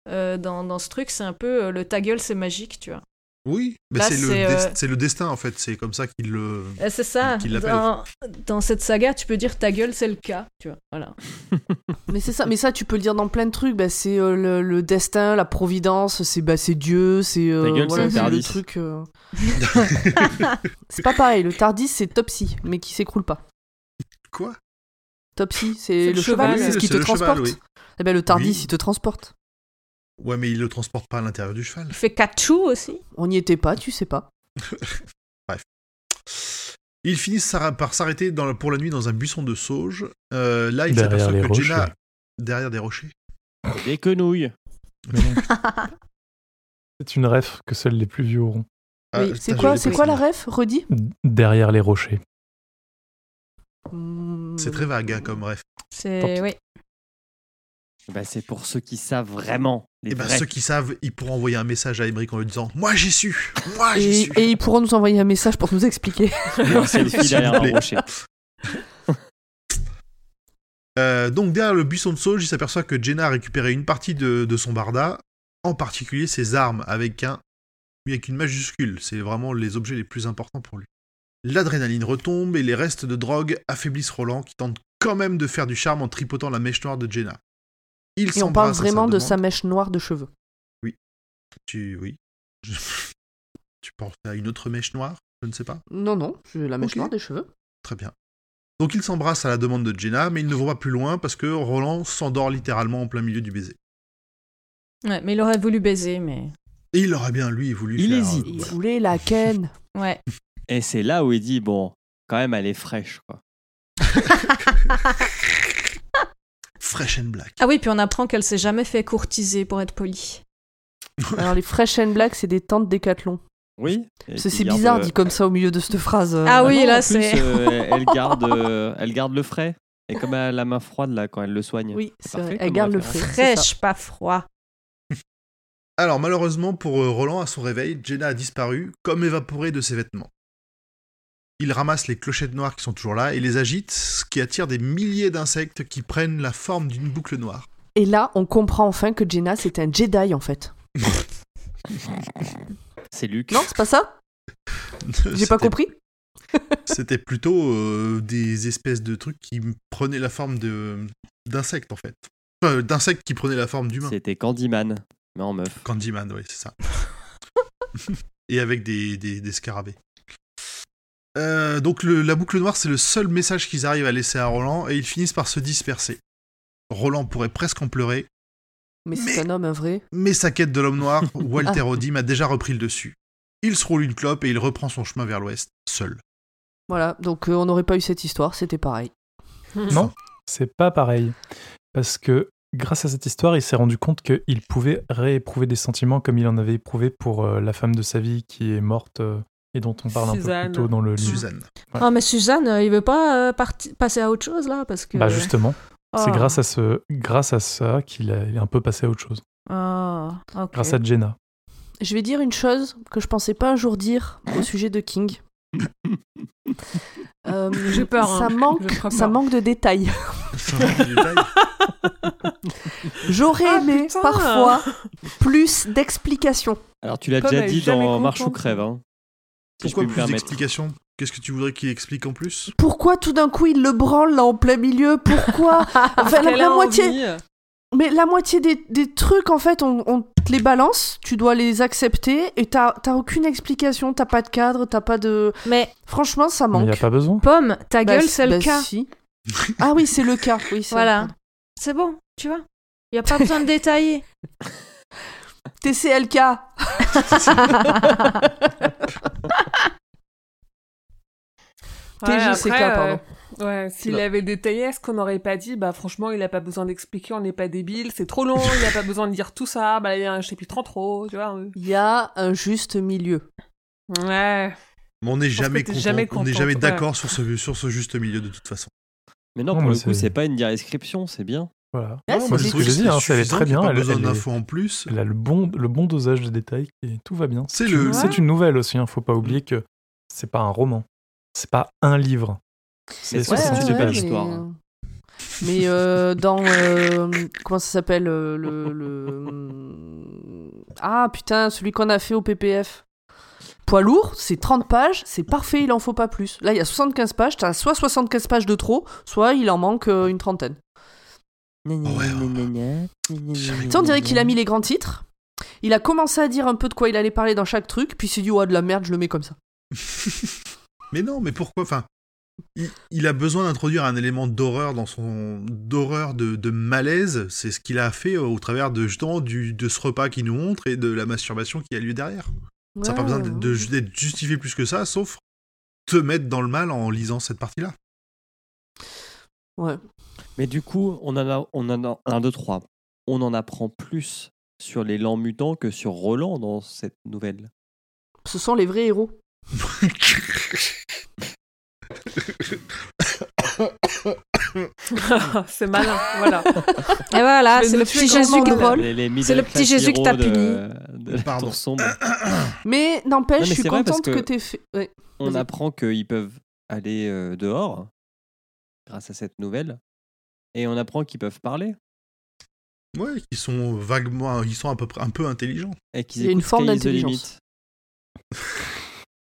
euh, dans, dans ce truc, c'est un peu euh, le ta gueule, c'est magique, tu vois.
Oui, mais
Là,
c'est le,
c'est,
des-
euh,
c'est le destin en fait, c'est comme ça qu'il le.
Euh, c'est ça,
Qu'il l'appelle.
dans, dans cette saga, tu peux dire ta gueule, c'est le cas, tu vois. Voilà.
Mais c'est ça, mais ça tu peux le dire dans plein de trucs, bah, c'est euh, le, le destin, la providence, c'est bah, c'est Dieu, c'est euh,
gueule, c'est
voilà, c'est le
Tardis.
truc. euh. c'est pas pareil, le Tardis c'est Topsy, mais qui s'écroule pas.
Quoi
Topsy,
C'est
c'est
le
le, cheval,
cheval.
Bah, c'est ce qui
C'est
te
le cheval,
transporte.
oui.
Eh ben, le Tardis
Oui.
il te transporte.
Ouais, mais il le transporte pas à l'intérieur du cheval.
Il fait cachou aussi.
On n'y était pas, tu sais pas.
Ils finissent s'arr- par s'arrêter dans la- pour la nuit dans un buisson de sauge. Euh, là, ils
Derrière
s'aperçoivent
les
que
rochers.
Jenna... Derrière des rochers.
Des quenouilles.
C'est une ref que seuls les plus vieux auront.
Ah,
Oui, C'est
putain,
quoi,
j'avais
c'est
pas
quoi la
ça.
ref Redis
Derrière les rochers.
C'est très vague hein, comme ref.
Tant
C'est
pis.
oui.
Bah, c'est pour ceux qui savent vraiment. Les
Et ben
vrais.
ceux qui savent, ils pourront envoyer un message à Emmerich en lui disant Moi j'ai su Moi j'ai
Et,
su
et ils pourront nous envoyer un message pour nous expliquer.
Ou un selfie
S'il
derrière
vous plaît.
un rocher.
Euh, Donc derrière le buisson de sauge, il s'aperçoit que Jenna a récupéré une partie de, de son barda, en particulier ses armes, avec un avec une majuscule. C'est vraiment les objets les plus importants pour lui. L'adrénaline retombe et les restes de drogue affaiblissent Roland qui tente quand même de faire du charme en tripotant la mèche noire de Jenna. Ils
Et on parle
s'embrassent à
vraiment de
demande.
sa mèche noire de cheveux.
Tu... Oui. Je- tu penses à une autre mèche noire Je ne sais pas.
Non, non, c'est la mèche
Ok.
noire des cheveux.
Très bien. Donc ils s'embrassent à la demande de Jenna, mais ils ne vont pas plus loin parce que Roland s'endort littéralement en plein milieu du baiser.
Ouais, mais il aurait voulu baiser, mais
Et il aurait bien, lui, voulu
Il
faire...
hésite.
Il voulait la ken.
ouais.
Et c'est là où il dit bon, quand même, elle est fraîche. Quoi.
Fresh and black.
Ah oui, puis on apprend qu'elle s'est jamais fait courtiser pour être polie.
Alors les Fresh and Black, c'est des tentes décathlon.
Oui. et
C'est
qui
c'est
garde,
bizarre
euh,
dit comme ça au milieu de cette phrase. euh.
Ah oui,
non,
là,
en plus,
c'est-
euh, elle garde, euh, elle garde le frais. Et comme elle a la main froide là quand elle le soigne.
Oui, c'est
Ah, Parfait
vrai.
comme
Elle garde le
référence.
frais. c'est ça.
Fraîche, pas froid.
Alors malheureusement pour euh, Roland, à son réveil, Jenna a disparu, comme évaporée de ses vêtements. Il ramasse les clochettes noires qui sont toujours là et les agite, ce qui attire des milliers d'insectes qui prennent la forme d'une boucle noire.
Et là, on comprend enfin que Jenna, c'est un Jedi en fait.
C'est Luc.
Non, c'est pas ça J'ai pas
C'était-
compris
C'était plutôt euh, des espèces de trucs qui prenaient la forme de d'insectes en fait. Enfin, d'insectes qui prenaient la forme d'humains.
C'était Candyman, mais en meuf.
Candyman, oui, c'est ça. Et avec des, des- des scarabées. Euh, donc le- la boucle noire, c'est le seul message qu'ils arrivent à laisser à Roland et ils finissent par se disperser. Roland pourrait presque en pleurer,
Mais
Mais-
c'est un homme, un vrai.
mais sa quête de l'homme noir, Walter Odim, a déjà repris le dessus. Il se roule une clope et il reprend son chemin vers l'ouest, seul.
Voilà, donc euh, on n'aurait pas eu cette histoire, c'était pareil.
Non, c'est pas pareil. Parce que grâce à cette histoire, il s'est rendu compte qu'il pouvait rééprouver des sentiments comme il en avait éprouvé pour euh, la femme de sa vie qui est morte euh, et dont on parle un peu
Suzanne.
plus tôt dans le livre.
Suzanne.
Ouais.
Ah mais Suzanne, euh, il veut pas euh, parti- passer à autre chose là parce que.
Bah justement,
Oh.
c'est grâce à ce, grâce à ça qu'il a- il est un peu passé à autre chose.
Oh, ok.
Grâce à Jenna.
Je vais dire une chose que je pensais pas un jour dire
Hein?
au sujet de King. Euh,
J'ai peur, hein.
Ça manque,
Je crois
ça
pas.
manque de détails.
Ah,
J'aurais aimé
putain.
parfois plus d'explications.
Alors tu l'as
Comme
déjà
elle est
dit
jamais
dans Marche ou
contente.
crève. Hein, si je
Pourquoi
peux me
plus
permettre.
d'explications Qu'est-ce que tu voudrais qu'il explique en plus
Pourquoi tout d'un coup il le branle là en plein milieu Pourquoi Enfin, la,
Quelle
la
envie.
moitié, mais la moitié des, des trucs en fait, on, on te les balance, tu dois les accepter et t'as t'as aucune explication, t'as pas de cadre, t'as pas de.
Mais
Franchement, ça
Mais il
manque.
n'y a pas besoin.
pomme, ta
Bah,
gueule, c'est le
bah,
cas.
si. Ah oui, c'est le cas. Oui, c'est
Voilà.
vrai.
C'est bon, tu vois. Il y a pas besoin de détailler.
TCLK. TJCK,
après,
pardon.
euh, ouais, s'il
Là.
avait détaillé, est-ce qu'on n'aurait pas dit, bah franchement, il a pas besoin d'expliquer, on n'est pas débile, c'est trop long, il a pas besoin de dire tout ça, bah il y a un chapitre en trop, tu vois. euh.
Il y a un juste milieu.
Ouais.
Mais on n'est
pense que
jamais,
t'es
content-
jamais
on n'est
contente,
jamais
ouais.
d'accord sur, ce, sur ce juste milieu de toute façon.
Mais non,
Non,
pour
mais
le coup,
c'est-
c'est pas une description, c'est bien.
Voilà.
Ouais,
Non,
c'est
moi, je
ce
des-
que
trouve
j'ai dit, hein,
Ah, c'est
ça allait
suffisant,
très
qu'il y ait
bien,
Pas
elle-
besoin
elle est-
d'infos en plus.
Elle a le bon, le bon dosage de détails et tout va bien.
C'est le- Mm.
une- c'est une nouvelle aussi, hein, faut pas oublier que c'est pas un roman. C'est pas un livre. C'est
Mais
Ouais,
70
ouais, ouais,
pages.
mais- euh,
histoire, hein.
Mais euh, dans. euh, comment ça s'appelle euh, le, le- Ah putain, celui qu'on a fait au PPF. Poids lourd, c'est 30 pages, c'est parfait, il en faut pas plus. Là, il y a 75 pages, t'as soit 75 pages de trop, soit il en manque euh, une trentaine.
ouais,
hein.
Mmh.
Tu sais, on dirait qu'il a mis les grands titres. Il a commencé à dire un peu de quoi il allait parler dans chaque truc, puis il s'est dit, ouais, de la merde, je le mets comme ça.
mais non, mais pourquoi Enfin, il, il a besoin d'introduire un élément d'horreur dans son d'horreur de, de malaise. C'est ce qu'il a fait euh, au travers de justement du, de ce repas qu'il nous montre et de la masturbation qui a lieu derrière. Ça n'a pas
Ouais.
besoin d'être de- d'être justifié plus que ça, sauf te mettre dans le mal en lisant cette partie-là.
Ouais.
Mais du coup, on en a, on en a un, deux, trois. On en apprend plus sur les lents mutants que sur Roland dans cette nouvelle.
Ce sont les vrais héros.
c'est malin, voilà.
Et voilà,
Mais
c'est le
nous tuer
petit Jésus
comment,
qui
nous
vole.
Les- les
C'est le
middle
petit
class
Jésus que
heroes
t'as
de-
Oh,
De, la
Pardon.
tour sombre.
Mais
Non,
n'empêche,
mais
je suis
c'est vrai, parce
contente que,
que-
t'aies fait. ouais.
on
Vas-y.
apprend qu'ils peuvent aller euh, dehors grâce à cette nouvelle. Et on apprend qu'ils peuvent parler.
Ouais, ils sont vaguement, ils sont à peu près un peu intelligents.
Et qu'ils
Il y a une
écoutent
forme
Sky is the
d'intelligence.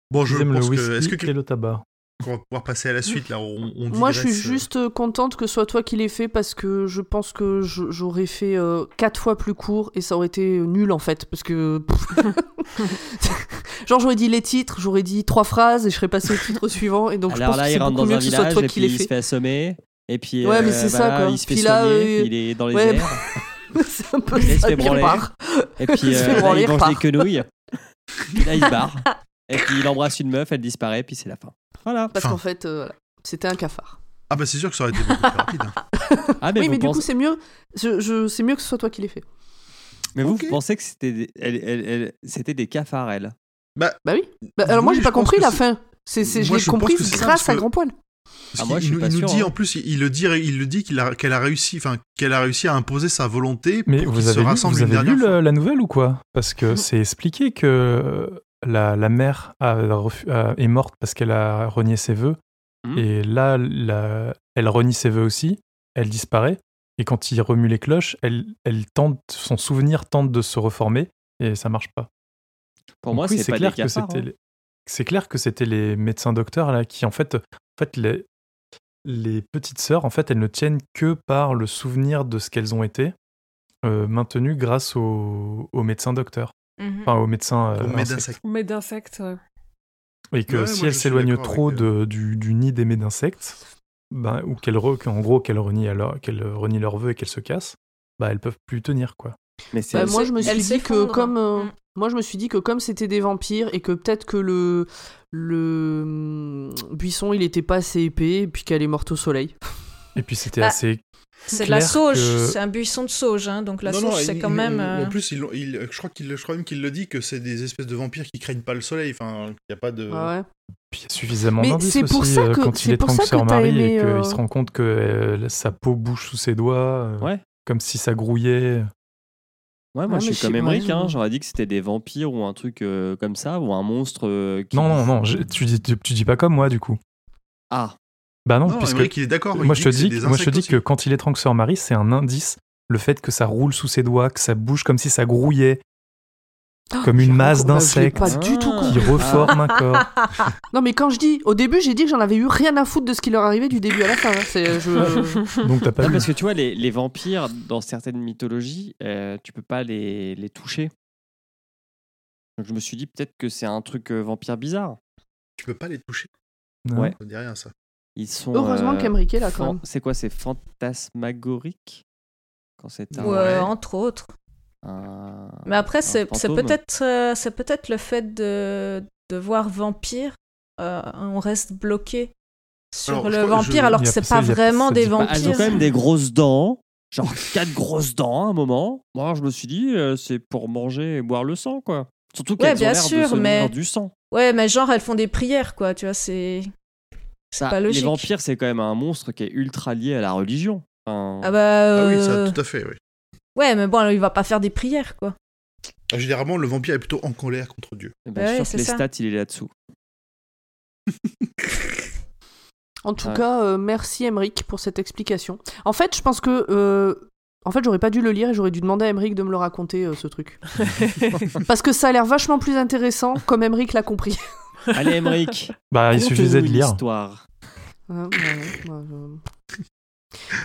Bon, je
Ils aiment le
pense que est-ce
whisky
que
et le tabac.
qu'on va pouvoir passer à la suite là on, on
Moi, je suis
digresse, euh.
juste contente que ce soit toi qui l'aies fait parce que je pense que je- j'aurais fait euh, quatre fois plus court et ça aurait été euh, nul en fait. Parce que. Genre, j'aurais dit les titres, j'aurais dit trois phrases et je serais passé au titre suivant. Et donc, je
Alors
pense
là,
que
il
c'est
rentre
beaucoup
dans
mieux
un
que ce soit
village
toi
et
qui
puis
l'aies
il se
fait.
fait assommer. Et puis,
Ouais, mais
euh,
c'est ça,
voilà,
quoi.
il se fait
Puis là,
soigner,
euh,
il est dans les
ouais,
airs.
c'est un peu
Il se
ça
fait
qui
branler.
part.
Et puis,
Il se
euh,
fait
là,
branler,
il mange des
repart.
quenouilles. Puis là, il se barre. Et puis, il embrasse une meuf, elle disparaît, puis c'est la fin. Voilà.
Parce
Enfin.
qu'en fait, euh, voilà, c'était un cafard.
Ah bah c'est sûr que ça aurait été beaucoup plus rapide. hein.
Ah, mais,
oui,
vous,
mais du
pensez,
coup, c'est mieux. Je, je- c'est mieux que ce soit toi qui l'aies fait.
mais vous,
Ok.
vous pensez que c'était des, elle- elle- elle- c'était des cafards, elle
Bah oui. Bah, alors, moi,
Oui,
j'ai
je
pas
pense
compris
que
la
c'est-
fin. C'est, c'est, je
Moi,
l'ai
je pense
compris
que c'est ça,
grâce
parce
à
que-
Grand Poil.
Parce
Ah, moi,
qu'il
je suis
nous-
pas
il nous
sûr,
dit
hein.
en plus, il il le dit, il le dit qu'il a qu'elle a réussi, enfin qu'elle a réussi à imposer sa volonté
Mais
pour
vous
qu'ils se
avez, lu,
rassemblent
vous
une
avez
dernière
lu
fois.
le- la nouvelle ou quoi Parce que c'est expliqué que euh, la, la mère a refu- a- est morte parce qu'elle a renié ses vœux.
Hmm.
Et là, la- elle renie ses vœux aussi. Elle disparaît. Et quand il remue les cloches, elle, elle tente, son souvenir tente de se reformer et ça marche pas.
Pour
Donc
moi,
oui,
c'est pas
clair
des cafards.
que c'était
hein.
les- C'est clair que c'était les médecins docteurs là qui en fait, euh, en fait les, les petites sœurs en fait elles ne tiennent que par le souvenir de ce qu'elles ont été euh, maintenues grâce aux, aux médecins docteurs,
Mhm.
enfin aux médecins. euh,
Au Med
insectes.
Insect.
Mais d'insectes, ouais.
Et que
Ouais,
si
moi,
elles
je suis
s'éloignent
d'accord
trop
avec,
de- du, du nid des mets d'insectes, ben, ou qu'elles re- qu'en gros qu'elles renient alors qu'elles renient leurs vœux et qu'elles se cassent, bah elles peuvent plus tenir quoi.
Mais c'est
Bah, moi,
sait-
je me
elle
suis dit que
s'effondre.
comme euh,
Mm.
moi, je me suis dit que comme c'était des vampires et que peut-être que le le hum, buisson, il était pas assez épais, et puis qu'elle est morte au soleil.
Et puis c'était
Bah,
assez.
C'est de la
clair
sauge,
que-
c'est un buisson de sauge, hein, donc la
Non, non,
sauge c'est
il-
quand
il-
même.
En
euh,
plus, il- il- je crois qu'il, je crois même qu'il le dit que c'est des espèces de vampires qui craignent pas le soleil. Enfin, il n'y a pas
Euh,
de.
Ah ouais.
Puis il y a suffisamment
Mais
d'indices
c'est
aussi
pour ça
euh,
que-
quand il
c'est
est
pour
Frank
ça que
Sir
t'as
Marie et
aimé,
qu'il
euh,
se rend compte que euh, sa peau bouge sous ses doigts, euh,
Ouais.
comme si ça grouillait.
Ouais, moi
Ah,
je
mais
suis
je
comme
sais pas,
Emmerich, hein.
je-
j'aurais dit que c'était des vampires ou un truc euh, comme ça, ou un monstre euh, qui.
Non, non, non, je- tu, dis, tu, tu dis pas comme moi du coup.
Ah,
Bah non,
Non,
puisque
Emmerich, il est d'accord. il
moi je te
que c'est
dis,
des
que- moi je te
insectes
dis
aussi.
que quand il étrangle Sœur Marie, c'est un indice, le fait que ça roule sous ses doigts, que ça bouge comme si ça grouillait, comme une masse
Bah, je l'ai
d'insectes
Pas du tout.
Ah.
compris.
qui reforme un corps.
Non, mais quand je dis au début, j'ai dit que j'en avais eu rien à foutre de ce qui leur arrivait du début à la fin. hein. C'est je...
Donc t'as pas
Non,
vu.
parce que tu vois, les, les vampires, dans certaines mythologies, euh, tu peux pas les, les toucher. Donc je me suis dit peut-être que c'est un truc euh, vampire bizarre.
tu peux pas les toucher.
Non.
Ouais.
Ça dit rien ça.
Ils sont.
heureusement
euh,
qu'Emeric est là quand
fan-
même.
C'est quoi C'est fantasmagorique Quand c'est un,
ou, euh, entre autres.
un-
Mais après,
un
c'est c'est
fantôme.
peut-être euh, c'est peut-être le fait de, de voir vampire, euh, on reste bloqué sur
Alors, je
le
crois-
vampire,
je-
alors
il
que
y a-
c'est
ça,
pas
il y a-
vraiment
ça
des
dit pas- Ah,
Bah, elles ont
vampires.
quand même des grosses dents. Genre quatre grosses dents à un moment. Moi, je me suis dit, euh, c'est pour manger et boire le sang, quoi. Surtout qu'elles
Ouais,
ont
bien
l'air de
sûr,
se
mais-
nourrir du sang.
Ouais, mais genre, elles font des prières, quoi, tu vois, c'est. C'est
Ah,
Bah,
pas logique.
Les vampires, c'est quand même un monstre qui est ultra lié à la religion. Enfin,
Ah bah.
Ah oui,
euh,
ça, tout à fait, oui.
Ouais, mais bon, alors, il va pas faire des prières, quoi.
Ah, Généralement, le vampire est plutôt en colère contre Dieu.
eh ben,
ouais,
je suis sûr
c'est
que les
ça.
stats, il est là-dessous.
En tout
Ouais.
cas, euh, merci Emric pour cette explication. En fait, je pense que. euh, en fait, j'aurais pas dû le lire et j'aurais dû demander à Emric de me le raconter, euh, ce truc. Parce que ça a l'air vachement plus intéressant comme Emric l'a compris.
Allez, Emmerich.
Bah, il
conte-nous
suffisait de
une
lire.
Histoire.
Ouais, ouais, ouais, ouais, ouais.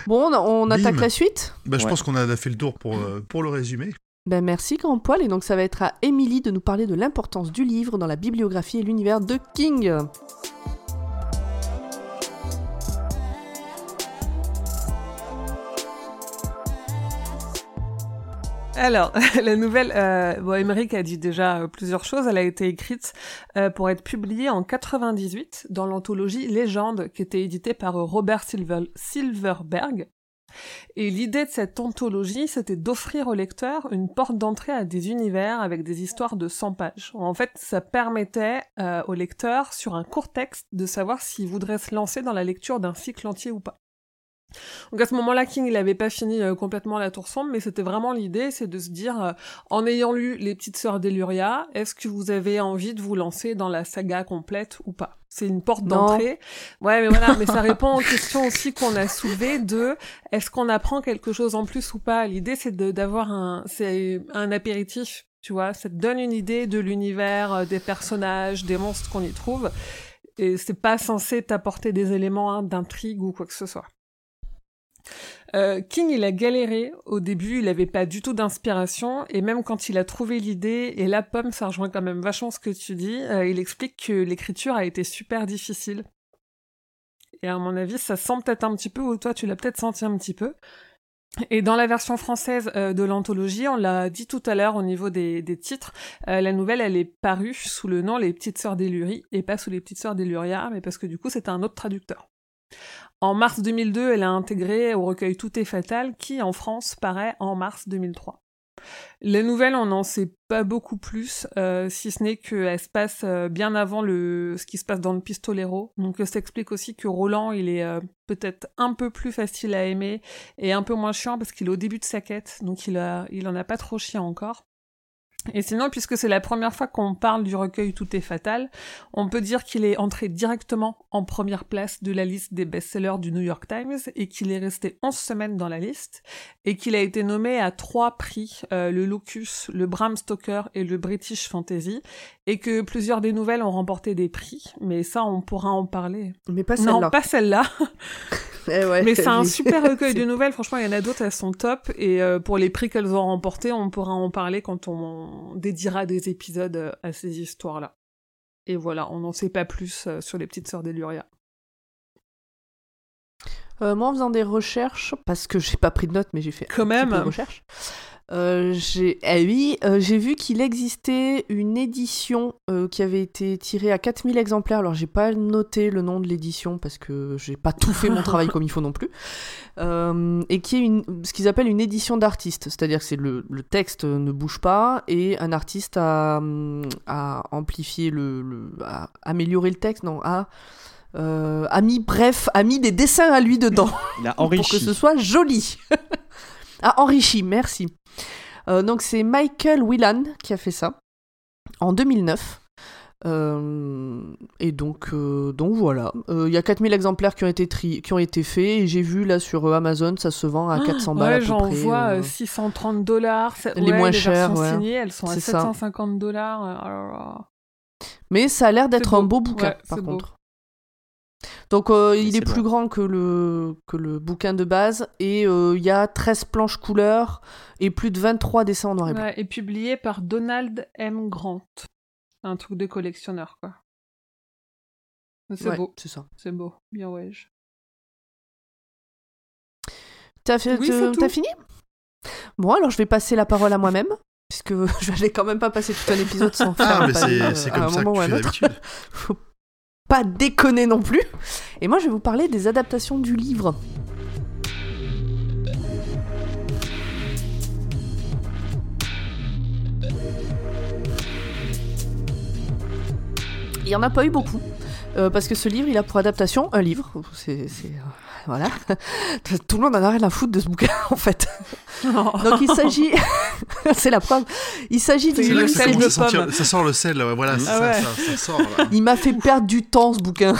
Bon, on, on
Bim.
attaque la suite
Bah, je
Ouais.
pense qu'on a fait le tour pour, euh, pour le résumé.
Ben merci Grand Poil, et donc ça va être à Émilie de nous parler de l'importance du livre dans la bibliographie et l'univers de King.
Alors, la nouvelle, euh, bon, Emmerich a dit déjà euh, plusieurs choses. Elle a été écrite euh, pour être publiée en 98 dans l'anthologie Légende, qui était éditée par euh, Robert Silver- Silverberg. Et l'idée de cette anthologie, c'était d'offrir au lecteur une porte d'entrée à des univers avec des histoires de 100 pages. En fait, ça permettait euh, au lecteur, sur un court texte, de savoir s'il voudrait se lancer dans la lecture d'un cycle entier ou pas. Donc à ce moment-là, King, il n'avait pas fini euh, complètement la tour sombre, mais c'était vraiment l'idée, c'est de se dire, euh, en ayant lu Les Petites Sœurs d'Eluria, est-ce que vous avez envie de vous lancer dans la saga complète ou pas C'est une porte
Non.
d'entrée. Ouais, mais voilà, mais ça répond aux questions aussi qu'on a soulevées de est-ce qu'on apprend quelque chose en plus ou pas L'idée, c'est de- d'avoir un, c'est un apéritif, tu vois, ça te donne une idée de l'univers, euh, des personnages, des monstres qu'on y trouve, et c'est pas censé t'apporter des éléments hein, d'intrigue ou quoi que ce soit. Euh, King, il a galéré au début, il n'avait pas du tout d'inspiration, et même quand il a trouvé l'idée, et là, Pomme, ça rejoint quand même vachement ce que tu dis, euh, il explique que l'écriture a été super difficile. Et à mon avis, ça sent peut-être un petit peu, ou toi, tu l'as peut-être senti un petit peu. Et dans la version française euh, de l'anthologie, on l'a dit tout à l'heure au niveau des, des titres, euh, la nouvelle, elle est parue sous le nom Les Petites Sœurs d'Élurie, et pas sous Les Petites Sœurs d'Éluria, mais parce que du coup, c'était un autre traducteur. En mars 2002, elle a intégré au recueil Tout est fatal, qui en France paraît en mars 2003. La nouvelle, on n'en sait pas beaucoup plus, euh, si ce n'est qu'elle se passe euh, bien avant le, ce qui se passe dans le Pistolero. Donc euh, ça explique aussi que Roland, il est euh, peut-être un peu plus facile à aimer et un peu moins chiant parce qu'il est au début de sa quête, donc il, a, il en a pas trop chiant encore. Et sinon, puisque c'est la première fois qu'on parle du recueil Tout est fatal, on peut dire qu'il est entré directement en première place de la liste des best-sellers du New York Times et qu'il est resté 11 semaines dans la liste et qu'il a été nommé à trois prix, euh, le Locus, le Bram Stoker et le British Fantasy et que plusieurs des nouvelles ont remporté des prix, mais ça on pourra en parler.
Mais pas
Non,
celle-là.
pas celle-là.
Eh ouais,
Mais c'est un
j'ai-
super recueil
c'est-
de nouvelles, franchement, il y en a d'autres, elles sont top. Et euh, pour les prix qu'elles ont remportés, on pourra en parler quand on dédiera des épisodes euh, à ces histoires-là. Et voilà, on n'en sait pas plus euh, sur les petites sœurs d'Eluria.
Euh, moi, en faisant des recherches, parce que j'ai pas pris de notes, mais j'ai fait
Quand
un petit peu
même,
de recherche. euh, j'ai ah oui, euh, j'ai vu qu'il existait une édition euh, qui avait été tirée à 4000 exemplaires. Alors, j'ai pas noté le nom de l'édition parce que j'ai pas tout fait mon travail comme il faut non plus. Euh, et qui est une, ce qu'ils appellent une édition d'artiste, c'est-à-dire que c'est le, le texte ne bouge pas et un artiste a, hum, a amplifié le, le- a amélioré le texte, non, a, euh, a mis bref, a mis des dessins à lui dedans
Il a
pour que
enrichi.
ce soit joli. ah, enrichi, merci. Euh, donc c'est Michael Whelan qui a fait ça en 2009. Euh, et donc, euh, donc voilà. Euh, Il y a 4000 exemplaires qui ont été, tri- qui ont été faits et j'ai vu là sur euh, Amazon ça se vend à 400 balles à
Ah, ouais,
peu
j'en
près.
vois
euh.
euh, 630 dollars.
Les moins
les
chères,
versions
ouais.
signées, elles sont à
C'est ça.
750 dollars. euh, oh
Mais ça a l'air d'être
C'est
un
beau.
beau bouquin
Ouais,
par
c'est beau.
contre. Donc euh, il
c'est
est plus grand que le, que le bouquin de base et euh, il y a 13 planches couleurs et plus de 23 dessins en noir et blanc.
et publié par Donald M. Grant. Un truc de collectionneur, quoi. Mais C'est
Ouais,
beau,
c'est ça.
c'est beau. Bien ouais. je-
T'as fait-
Oui,
te-
c'est tout.
t'as fini Bon, alors je vais passer la parole à moi-même, puisque je vais quand même pas passer tout un épisode sans faire
Ah,
un
mais
panel, euh,
c'est c'est
à
comme
un
ça
moment
que
ou à
tu fais
un autre.
d'habitude.
pas déconner non plus. Et moi, je vais vous parler des adaptations du livre. Il n'y en a pas eu beaucoup. euh, parce que ce livre, il a pour adaptation un livre. C'est. c'est- euh, Voilà. Tout le monde en a rien à foutre de ce bouquin, en fait. Donc il s'agit. c'est la preuve. Il s'agit
C'est
du.
C'est là que
le
ça
sel
commence
de
à sortir-
pomme.
Ça sort le sel, ouais, voilà,
Ah
c'est ça,
ouais.
ça, ça sort. Là.
Il m'a fait perdre du temps, ce bouquin.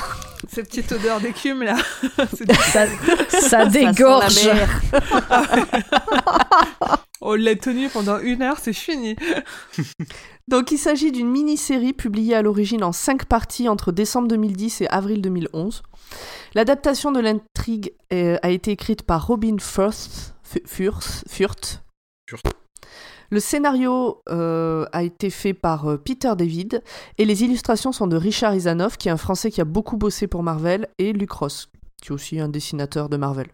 Cette petite odeur d'écume là. C'est-
Ça, ça
sent
dégorge.
la mer.
On l'a tenu pendant une heure, c'est fini.
Donc il s'agit d'une mini-série publiée à l'origine en cinq parties entre décembre 2010 et avril 2011. L'adaptation de l'intrigue euh, a été écrite par Robin Firth. Fu- Furth, Furth.
Furth.
Le scénario euh, a été fait par euh, Peter David et les illustrations sont de Richard Isanov, qui est un Français qui a beaucoup bossé pour Marvel, et Luc Ross, qui est aussi un dessinateur de Marvel.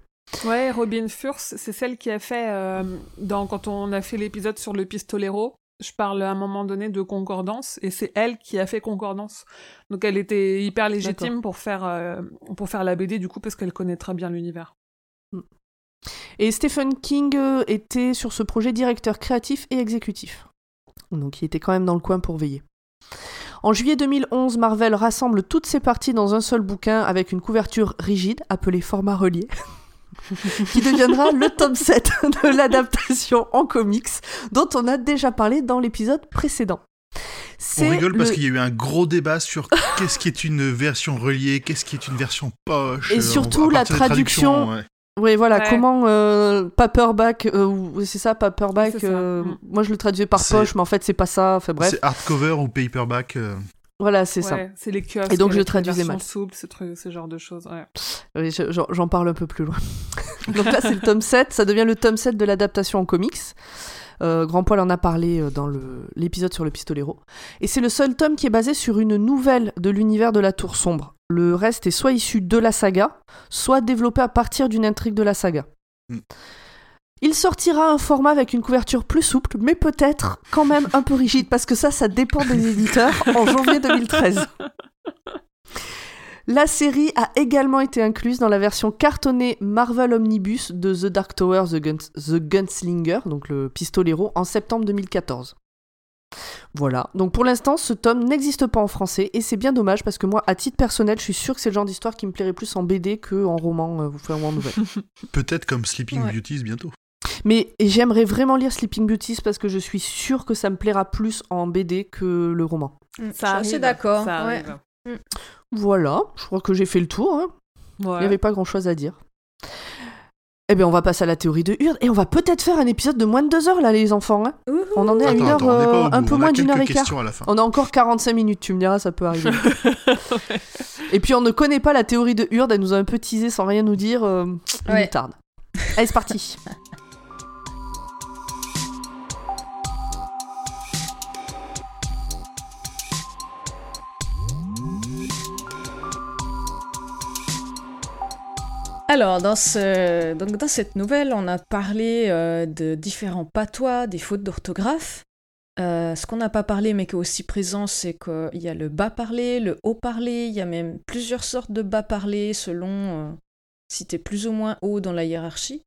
Ouais, Robin Furst, c'est celle qui a fait, euh, dans, quand on a fait l'épisode sur le pistolero, je parle à un moment donné de concordance, et c'est elle qui a fait concordance. Donc elle était hyper légitime pour faire, euh, pour faire la BD, du coup, parce qu'elle connaît très bien l'univers.
Et Stephen King euh, était sur ce projet directeur créatif et exécutif. Donc il était quand même dans le coin pour veiller. En juillet 2011, Marvel rassemble toutes ses parties dans un seul bouquin avec une couverture rigide appelée format relié, qui deviendra le tome 7 de l'adaptation en comics dont on a déjà parlé dans l'épisode précédent.
On
C'est
rigole parce
le-
qu'il y a eu un gros débat sur qu'est-ce qui est une version reliée, qu'est-ce qui est une version poche.
Et
euh,
surtout,
à
la
partir des traductions,
traduction-
ouais.
Oui, voilà,
Ouais.
comment euh, paperback, euh, ou- c'est ça, paperback,
C'est ça.
euh,
Mm.
moi je le traduisais par
C'est-
poche, mais en fait c'est pas ça, enfin bref,
C'est hardcover ou paperback. euh.
voilà, c'est ça.
Ouais, C'est les kiosques.
Et donc, je
avec les
traduisais
versions
mal.
Souples, ce, truc, ce genre de choses. ouais.
Oui, je- j'en j'en parle un peu plus loin. Donc là, c'est le tome 7, ça devient le tome 7 de l'adaptation en comics. Euh, Grand Poil en a parlé euh, dans le- l'épisode sur le pistolero. Et c'est le seul tome qui est basé sur une nouvelle de l'univers de la Tour Sombre. Le reste est soit issu de la saga, soit développé à partir d'une intrigue de la saga.
Mm.
Il sortira un format avec une couverture plus souple, mais peut-être quand même un peu rigide, parce que ça, ça dépend des éditeurs, en janvier 2013. La série a également été incluse dans la version cartonnée Marvel Omnibus de The Dark Tower The, Guns- The Gunslinger, donc le pistolero, en septembre 2014. Voilà, donc pour l'instant, ce tome n'existe pas en français et c'est bien dommage parce que moi, à titre personnel, je suis sûre que c'est le genre d'histoire qui me plairait plus en BD qu'en roman, euh, enfin, ou en nouvelle.
Peut-être comme Sleeping
Ouais.
Beauties bientôt.
Mais et j'aimerais vraiment lire Sleeping Beauties parce que je suis sûre que ça me plaira plus en BD que le roman.
Mm, Je suis
Ça
assez
arrive,
d'accord.
ça
ouais.
arrive.
Voilà, je crois que j'ai fait le tour. hein. Il
Ouais.
n'y avait pas grand chose à dire. Eh bien, on va passer à la théorie de Hurd. Et on va peut-être faire un épisode de moins de deux heures, là, les enfants. hein.
Ouhou.
on en est à une
Attends,
heure,
attends, on n'est pas
euh,
au
un
bout,
peu
on a
moins d'une heure et
quelques
quart.
questions à la fin.
On a encore 45 minutes, tu me diras, ça peut arriver. et puis, on ne connaît pas la théorie de Hurd. Elle nous a un peu teasé sans rien nous dire. euh, une
Ouais.
moutarde. Allez, c'est parti.
Alors, dans, ce- donc, dans cette nouvelle, on a parlé euh, de différents patois, des fautes d'orthographe. Euh, ce qu'on n'a pas parlé, mais qui est aussi présent, c'est qu'il y a le bas-parlé, le haut-parlé, il y a même plusieurs sortes de bas-parlé selon euh, si t'es plus ou moins haut dans la hiérarchie.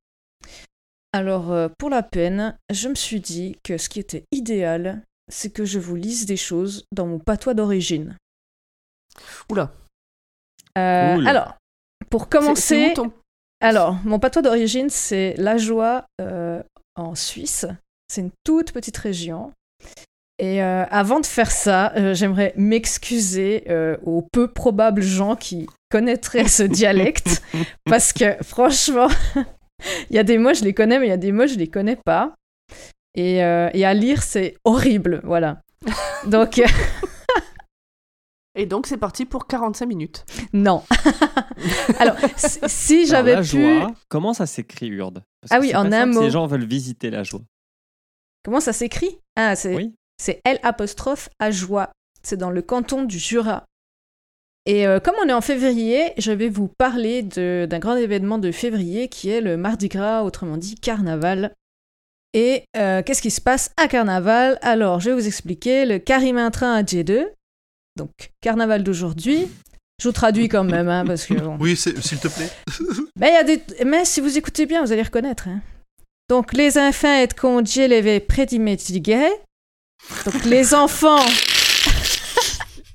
Alors, euh, pour la peine, je me suis dit que ce qui était idéal, c'est que je vous lise des choses dans mon patois d'origine.
Oula.
Euh,
Cool.
Alors, pour
C'est- c'est
commencer...
où ton-
Alors, mon patois d'origine, c'est la joie euh, en Suisse. C'est une toute petite région. Et euh, avant de faire ça, euh, j'aimerais m'excuser euh, aux peu probables gens qui connaîtraient ce dialecte. parce que franchement, il y a des mots, je les connais, mais il y a des mots, je les connais pas. Et, euh, et à lire, c'est horrible. Voilà. Donc, euh,
Et donc, c'est parti pour 45 minutes.
non. Alors, si- si
Alors,
j'avais
la
pu.
joie, comment ça s'écrit Urde Parce
Ah
que
oui,
c'est
en
pas
un
simple si
mot.
Les gens veulent visiter la joie.
Comment ça s'écrit Ah, c'est.
Oui.
C'est L apostrophe à joie. C'est dans le canton du Jura. Et euh, comme on est en février, je vais vous parler de- d'un grand événement de février qui est le Mardi Gras, autrement dit Carnaval. Et euh, qu'est-ce qui se passe à Carnaval Alors, je vais vous expliquer le Carimintrain à J2, donc Carnaval d'aujourd'hui, Je vous traduis quand même, hein, parce que bon.
Oui, c'est- s'il te plaît.
Mais, il y a des... Mais si vous écoutez bien, vous allez reconnaître. hein. Donc, les enfants et congélés prédimétigués. Donc, les enfants.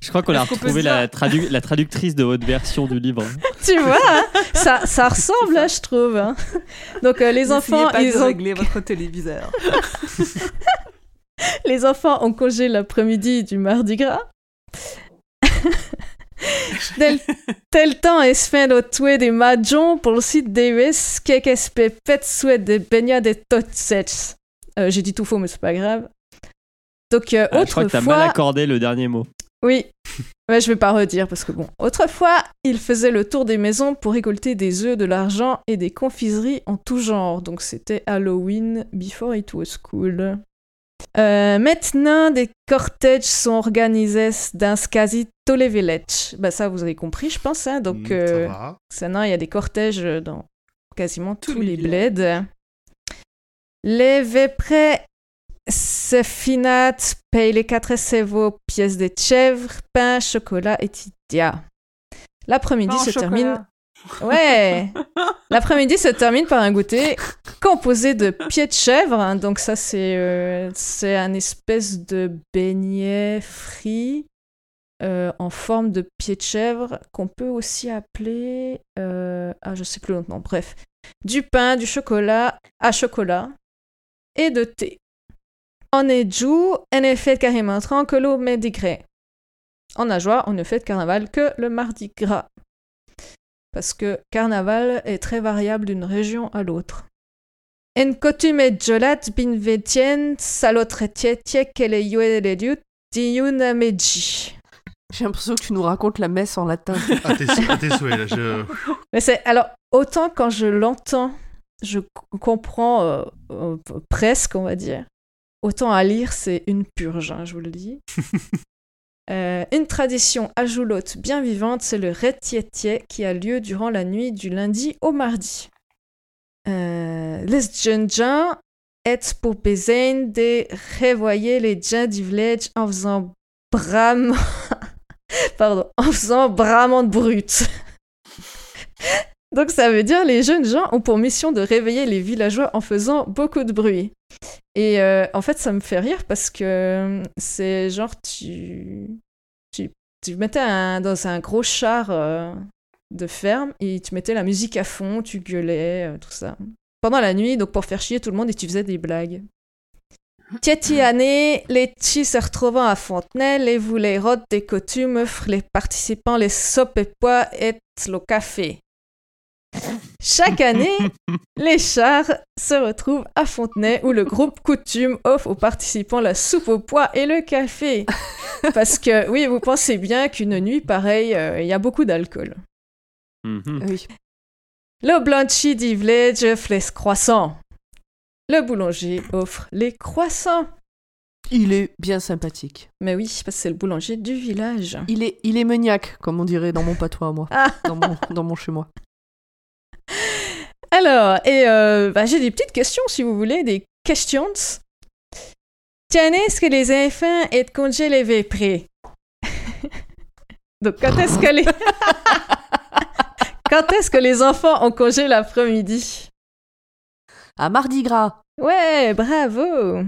Je crois qu'on a
Est-ce qu'on peut
retrouvé
se dire
la, tradu- la traductrice de votre version du livre. Ah,
Tu vois, hein, ça, ça ressemble, hein, je trouve. hein. Donc, euh, les, enfants,
N'essayez pas
ils
de
ont-
régler votre téléviseur.
les enfants ont congé l'après-midi du Mardi Gras. tel, tel temps est fait au tuer des Mahjong pour le site Davis, quelques pépettes souhaitent des baignades et toutes sèches. Euh, J'ai dit tout faux, mais c'est pas grave. Donc, euh,
Ah, je crois que t'as mal
autrefois,
accordé le dernier mot.
Oui. Ouais, je vais pas redire parce que bon. Autrefois, il faisait le tour des maisons pour récolter des œufs, de l'argent et des confiseries en tout genre. Donc c'était Halloween before it was cool. Euh, maintenant, des cortèges sont organisés dans quasi tous les villages. Bah ça, vous avez compris, je pense. Hein, donc
Mm,
euh,
Ça va.
ça, non, il y a des cortèges dans quasiment tous,
Tous
les
les
bleds. Les véprés se finat, payent les quatre cerveaux, pièces de chèvres, pain, chocolat et titia. L'après-midi se termine. Ouais! L'après-midi se termine par un goûter composé de pieds de chèvre. hein, donc, ça, c'est euh, c'est un espèce de beignet frit euh, en forme de pied de chèvre qu'on peut aussi appeler euh, ah je sais plus le nom bref du pain du chocolat à chocolat et de thé en éjou en effet carrément tranquillo mais degré en nageoire on ne fait de carnaval que le mardi gras parce que carnaval est très variable d'une région à l'autre en coutume et jolat bin vétienne salotre tietie qu'elle est yoeleliut diyuna meji
J'ai l'impression que tu nous racontes la messe en latin.
À tes, à tes souhaits, là. Je...
Mais c'est alors autant quand je l'entends, je c- comprends euh, euh, presque, on va dire. Autant à lire, c'est une purge, hein, je vous le dis. Euh, une tradition à Joulotte bien vivante, c'est le rétiétier qui a lieu durant la nuit du lundi au mardi. Euh, les djendjins est pour baiser de révoyer les djins du village en faisant bram... Pardon, en faisant bramante brute. Donc ça veut dire les jeunes gens ont pour mission de réveiller les villageois en faisant beaucoup de bruit. Et euh, en fait, ça me fait rire parce que c'est genre tu tu, tu mettais un- dans un gros char euh, de ferme et tu mettais la musique à fond, tu gueulais, euh, tout ça. Pendant la nuit, donc pour faire chier tout le monde et tu faisais des blagues. Tietiané, les chi se retrouvant à Fontenelle et vous les rottes des coutumes offrent les participants les sopes et pois et le café. Chaque année, les chars se retrouvent à Fontenay où le groupe Coutume offre aux participants la soupe au pois et le café. Parce que oui, vous pensez bien qu'une nuit pareille, euh, il y a beaucoup d'alcool. Euh,
Mhm.
Oui.
Le blanchi di village offre les croissants. Le boulanger offre les croissants.
Il est bien sympathique.
Mais oui, parce que c'est le boulanger du village.
Il est, il est maniaque, comme on dirait dans mon patois à moi.
Ah.
Dans mon, dans mon chez moi.
Alors, et euh, bah, j'ai des petites questions si vous voulez, des questions. Tiens, est-ce que les enfants et congé levé prêts Donc, quand est-ce que les. quand est-ce que les enfants ont congé l'après-midi
À Mardi Gras.
Ouais, bravo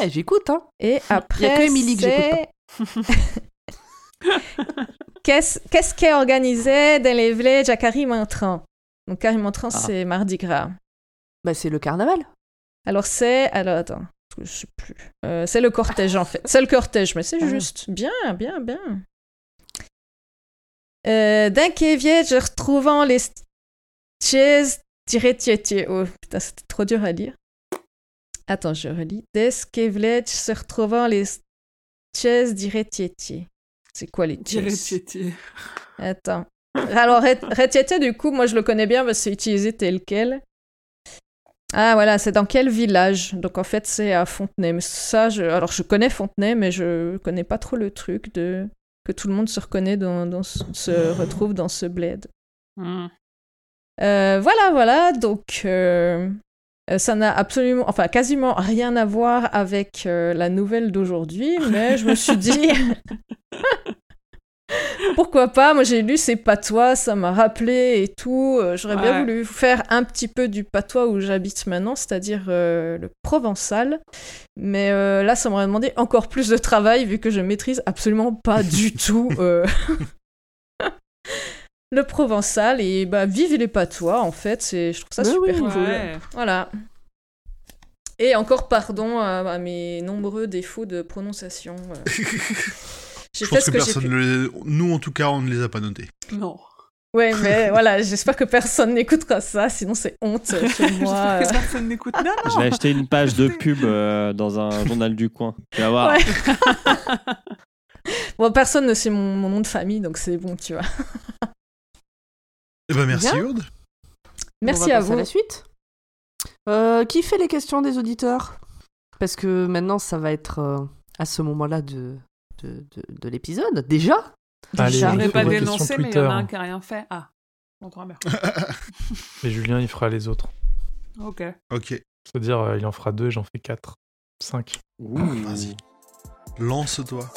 Eh, J'écoute, hein.
Et après.
que Émilie que j'écoute
c'est- Qu'est-ce qu'est-ce qui est organisé dans les villages à Carimentran Donc, Carimentran,
Ah.
c'est Mardi Gras.
Bah, c'est le carnaval.
Alors c'est... Alors attends, je sais plus. Euh, c'est le cortège en fait. C'est le cortège, mais c'est
Ah.
juste. Bien, bien, bien. Euh, d'un kévier, je retrouvant les chaises tirées tiétié. Oh putain, c'était trop dur à lire. Attends, je relis. Des kévlets, se retrouvant les chaises tirées tiétié. C'est quoi les chaises
Tirétiétié.
Attends. Alors, Ret- Retiété, du coup, moi je le connais bien parce que c'est utilisé tel quel. Ah voilà, c'est dans quel village Donc en fait, c'est à Fontenay. Mais ça, je... alors je connais Fontenay, mais je connais pas trop le truc de que tout le monde se reconnaît dans, dans ce- se retrouve dans ce bled.
Mmh.
Euh, voilà, voilà. Donc, euh, euh, ça n'a absolument, enfin, quasiment rien à voir avec euh, la nouvelle d'aujourd'hui, mais je me suis dit. pourquoi pas Moi, j'ai lu ces patois, ça m'a rappelé et tout. Euh, J'aurais bien
Ouais.
voulu faire un petit peu du patois où j'habite maintenant, c'est-à-dire euh, le provençal. Mais euh, là, ça m'aurait demandé encore plus de travail vu que je maîtrise absolument pas du tout euh, le provençal. Et bah, vive les patois, en fait. c'est- Je trouve ça
Bah
Ben
super
oui.
cool. Voilà. Et encore pardon à, à mes nombreux défauts de prononciation. euh. J'ai
Je
fait
pense
ce
que
que j'ai
personne
pu.
ne les- Nous, en tout cas, on ne les a pas notés.
Non.
Ouais, mais voilà, j'espère que personne n'écoutera ça, sinon c'est honte euh, sur moi.
J'espère que personne n'écoute. Non,
Je vais acheter une page de pub euh, dans un journal du coin. Tu vas voir.
Ouais. Bon, personne ne sait mon, mon nom de famille, donc c'est bon, tu vois.
Eh ben, merci,
Bien.
Aude.
On
Merci
va
à
passer
vous.
la suite. Euh, qui fait les questions des auditeurs Parce que maintenant, ça va être euh, à ce moment-là de, de, de, de l'épisode. Déjà
Allez,
J'arriverai Julien,
je
j'aurais pas
sur
ferai
vos
dénoncé,
question
mais il y en
Twitter. hein.
a un qui a rien fait. Ah, on te remercie.
Et Julien, il fera les autres.
Ok.
ok,
C'est-à-dire, euh, il en fera deux, j'en fais quatre, cinq.
Ouh.
Vas-y. lance-toi.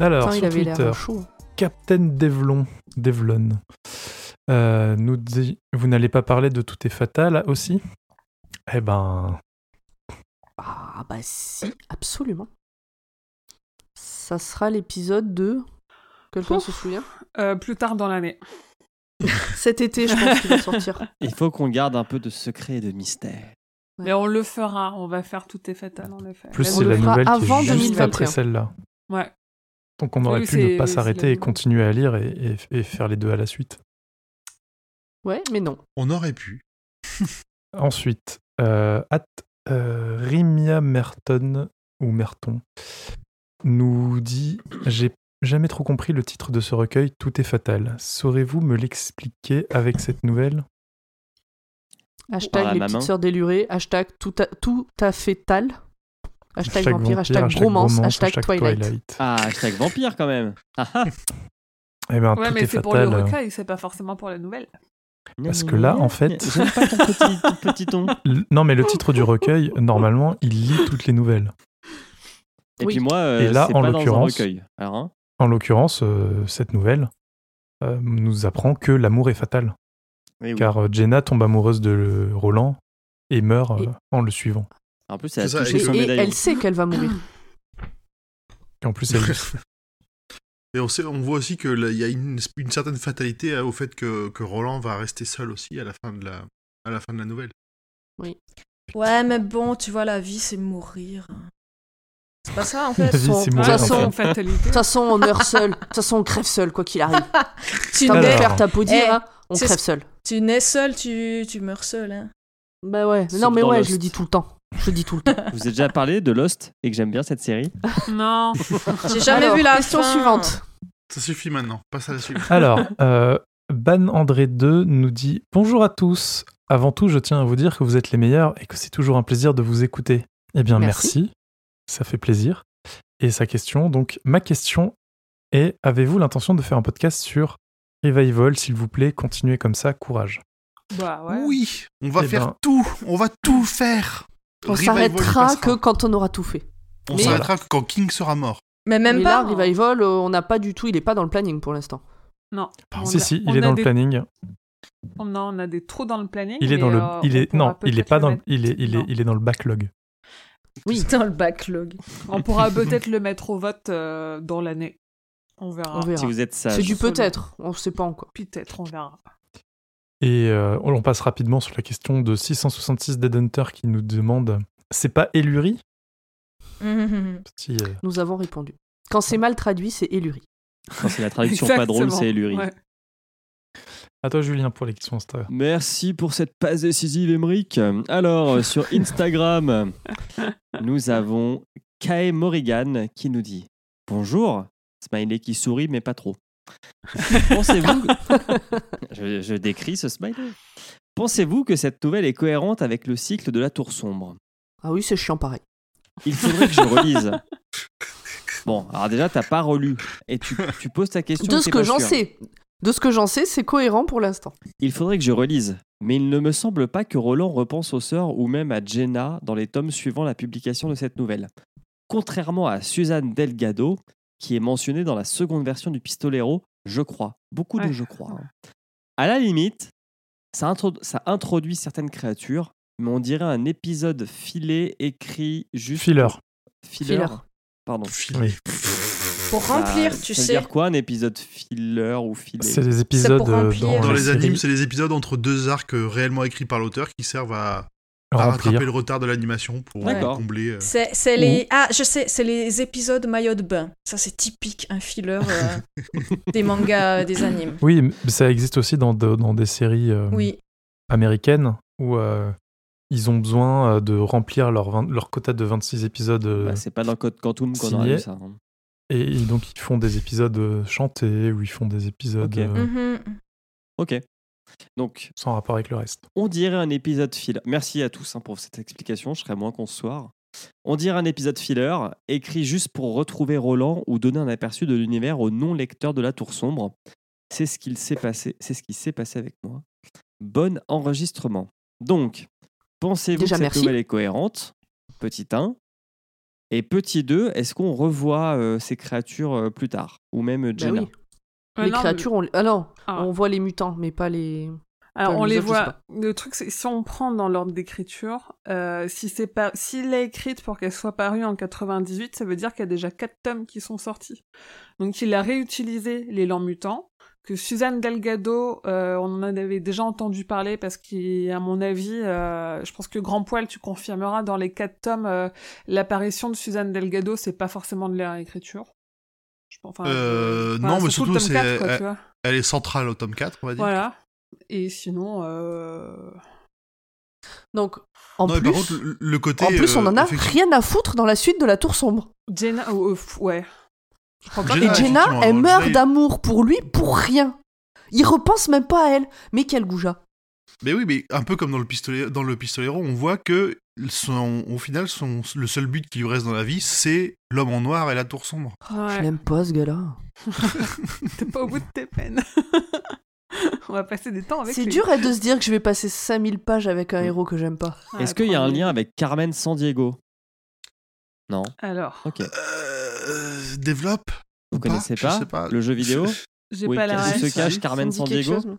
Alors,
Putain, il
sur
avait
Twitter,
l'air chaud.
Captain Devlon, Devlon euh, nous dit Vous n'allez pas parler de Tout est fatal aussi Eh ben,
Ah bah si, absolument. Ça sera l'épisode de... Quelqu'un
Ouf.
se souvient
Euh, plus tard dans l'année.
Cet été, je pense qu'il va sortir.
Il faut qu'on garde un peu de secret et de mystère.
Ouais.
Mais on le fera. On va faire tout est fatal, en effet.
plus
Mais
on
c'est
le
la
fera
nouvelle qui
avant
est juste
2021.
après celle-là.
Ouais.
Donc on aurait
Oui,
pu
c'est-
ne pas
oui, c'est
s'arrêter et
la nouvelle.
continuer à lire et, et- et faire les deux à la suite.
Ouais, mais non.
On aurait pu.
Ensuite, euh, at euh, Rimia Merton ou Merton nous dit J'ai jamais trop compris le titre de ce recueil, Tout est fatal. Saurez-vous me l'expliquer avec cette nouvelle
Hashtag
Par la
les
maman.
petites sœurs délurées, hashtag tout à, tout à fait tal, hashtag, vampire, hashtag,
romance,
bromance, hashtag, twilight.
Ah, hashtag vampire quand même. Ah, ah.
Eh ben,
Ouais,
tout
mais
est
c'est pour le
fatal. euh,
recueil, c'est pas forcément pour la nouvelle.
Parce que là, en fait-
J'aime pas ton petit, ton petit ton.
l- Non, mais le titre du recueil, normalement, il lit toutes les nouvelles.
Et
Oui.
puis moi, euh,
Et là,
c'est
en
pas dans un
l'occurrence-
recueil. Alors, hein,
En l'occurrence, euh, cette nouvelle euh, nous apprend que l'amour est fatal.
oui, oui.
car euh, Jenna tombe amoureuse de euh, Roland et meurt euh, en le suivant.
En plus, elle
C'est ça,
a touché
Et,
son
et
médaillon.
elle sait qu'elle va mourir.
Et en plus, elle
Et on, sait, on voit aussi qu'il y a une, une certaine fatalité euh, au fait que, que Roland va rester seul aussi à la fin de la, à la, fin de la nouvelle.
Ouais, mais bon, tu vois, la vie, c'est mourir. C'est pas ça, en
la
fait.
vie, c'est
De
mourir.
toute
Ouais,
façon,
en
c'est
fait.
une fatalité.
De toute façon, on meurt seul. De toute façon, on crève seul, quoi qu'il arrive.
tu,
Tant
Alors.
qu'à
nais,
faire ta peau dire,
Eh,
hein, on
c'est-
crève seul.
tu nais seul, tu, tu meurs seul. Hein.
Bah ouais.
Sauf
non, mais
dans
ouais,
Lost.
je le dis tout le temps. Je le dis tout le temps.
Je Vous avez déjà parlé de Lost et que j'aime bien cette série.
Non.
J'ai jamais
Alors,
vu la
question
fin.
suivante.
Ça suffit maintenant, passe à la suite.
Alors, euh, Ban André 2 nous dit Bonjour à tous. Avant tout, je tiens à vous dire que vous êtes les meilleurs et que c'est toujours un plaisir de vous écouter. Eh bien, merci.
Merci.
Ça fait plaisir. Et sa question, donc, ma question est avez-vous l'intention de faire un podcast sur Revival, s'il vous plaît Continuez comme ça, courage.
Bah ouais.
Oui, on va
Eh
faire
ben.
tout, on va tout faire.
On
Revival
s'arrêtera
passera.
que quand on aura tout fait.
On
Mais-
s'arrêtera que quand King sera mort.
Mais même
mais
pas. hein.
là, Revival, euh, on n'a pas du tout. Il est pas dans le planning pour l'instant.
Non.
Pardon.
On
Bah, si,
a-
si,
on
il est
a
dans le
des-
planning.
On a, on a des trous dans le planning.
Il est
mais,
dans le.
euh,
Il
on
est,
pourra
non, il est
peut-être
pas
le
dans.
mettre-
Il est, il, est,
Non.
il est dans le backlog.
Oui, dans le backlog.
On pourra peut-être le mettre au vote euh, dans l'année. On verra.
On
Si
verra.
vous êtes sage.
C'est du
Absolument.
peut-être. On sait pas encore.
Peut-être, on verra.
Et euh, on passe rapidement sur la question de 666 Dead Hunter qui nous demande c'est pas Eluri Petit, euh,
Nous avons répondu. Quand c'est mal traduit, c'est éluri.
Quand c'est la traduction pas drôle,
Exactement.
c'est Lurie.
Ouais.
À toi, Julien, pour les questions euh, Insta.
Merci pour cette passe décisive, Emeric. Alors, euh, sur Instagram, nous avons Kae Morrigan qui nous dit Bonjour. Smiley qui sourit, mais pas trop. Pensez-vous. je, je décris ce smiley. Pensez-vous que cette nouvelle est cohérente avec le cycle de la tour sombre
Ah oui, c'est chiant pareil.
Il faudrait que je relise. Bon, alors déjà, t'as pas relu. Et tu, tu poses ta question.
De
t'es
ce que
pas
j'en
sûr.
sais. De ce que j'en sais, c'est cohérent pour l'instant.
Il faudrait que je relise, mais il ne me semble pas que Roland repense aux sœurs ou même à Jenna dans les tomes suivant la publication de cette nouvelle. Contrairement à Suzanne Delgado, qui est mentionnée dans la seconde version du Pistolero, je crois. Beaucoup de
Ouais.
je crois. hein. À la limite, ça, intro- ça introduit certaines créatures, mais on dirait un épisode filé, écrit, juste.
Filler.
Filler.
Filler.
Pardon.
Oui.
Pour remplir,
Bah,
tu
ça veut
sais.
dire quoi un épisode filler ou filé
C'est des épisodes euh,
remplir.
dans,
Dans
la
les
série,
animes, c'est les épisodes entre deux arcs euh, réellement écrits par l'auteur qui servent à, à rattraper
remplir.
le retard de l'animation pour euh,
D'accord.
combler. euh,
C'est c'est les ah je sais c'est les épisodes maillot de bain ça c'est typique un filler euh, des mangas euh, des animes
Oui, mais ça existe aussi dans, de- dans des séries euh,
oui
américaines où euh, ils ont besoin euh, de remplir leur, 20 leur quota de 26 épisodes euh,
Bah, C'est pas dans Code Quantum qu'on aurait
signé.
vu ça. hein.
et ils- donc ils font des épisodes euh, chantés ou ils font des épisodes
Ok.
euh,
Mhm.
Ok. Donc,
sans rapport avec le reste.
on dirait un épisode filler. Merci à tous hein, pour cette explication, je serai moins con ce soir. On dirait un épisode filler, écrit juste pour retrouver Roland ou donner un aperçu de l'univers aux non-lecteurs de la Tour Sombre. C'est ce qu'il s'est passé, c'est ce qui s'est passé avec moi. Bon enregistrement. Donc, pensez-vous que
Déjà,
cette
merci.
nouvelle est cohérente Petit 1. Et petit 2, est-ce qu'on revoit euh, ces créatures euh, plus tard Ou même euh,
Ben
Bah
Jenna
oui. les créatures, on... Ah non,
Ah.
on voit les mutants, mais pas les...
Alors
Enfin,
on
les
les
autres, je sais
voit. Le truc, c'est si on prend dans l'ordre d'écriture, euh, si c'est pas, s'il l'a écrite pour qu'elle soit parue en 98, ça veut dire qu'il y a déjà quatre tomes qui sont sortis. Donc il a réutilisé les Lents mutants. Que Suzanne Delgado, euh, on en avait déjà entendu parler parce qu'à mon avis, euh, je pense que Grand Poil, tu confirmeras dans les quatre tomes, euh, l'apparition de Suzanne Delgado, c'est pas forcément de la réécriture. Je pense- enfin,
Euh,
enfin,
non, mais surtout,
le
c'est-
tome 4, quoi,
euh,
tu vois.
Elle est centrale au tome 4, on va dire.
Voilà. Et sinon, euh...
Donc, en
Non, mais
plus,
par contre, le- le côté.
en plus, on
euh,
en a
effectivement-
rien à foutre dans la suite de la Tour Sombre.
Jenna, ou- euh, f- ouais. Je crois pas
Jenna,
Et
Ah,
que-
Jenna,
effectivement,
elle
Jenna,
meurt
il-
d'amour pour lui pour rien. Il repense même pas à elle. Mais quel goujat.
Mais oui, mais un peu comme dans le pistolet, dans le pistolero, on voit que son, au final, son, le seul but qui lui reste dans la vie, c'est l'homme en noir et la tour sombre.
Je
Ouais,
l'aime pas, ce gars-là.
t'es pas au bout de tes peines. On va passer des temps avec
C'est
lui.
dur hein, de se dire que je vais passer 5000 pages avec un
Mm.
héros que j'aime pas.
Ah,
Est-ce qu'il y a un
attends,
lien avec Carmen San Diego Non.
Alors,
Ok.
Euh, développe
Vous
ou pas
connaissez
Je
pas,
sais pas.
le jeu vidéo
j'ai
Oui,
pas la
qu'est-ce que
ref.
se cache Carmen
Ça me dit quelque
Sandiego
chose,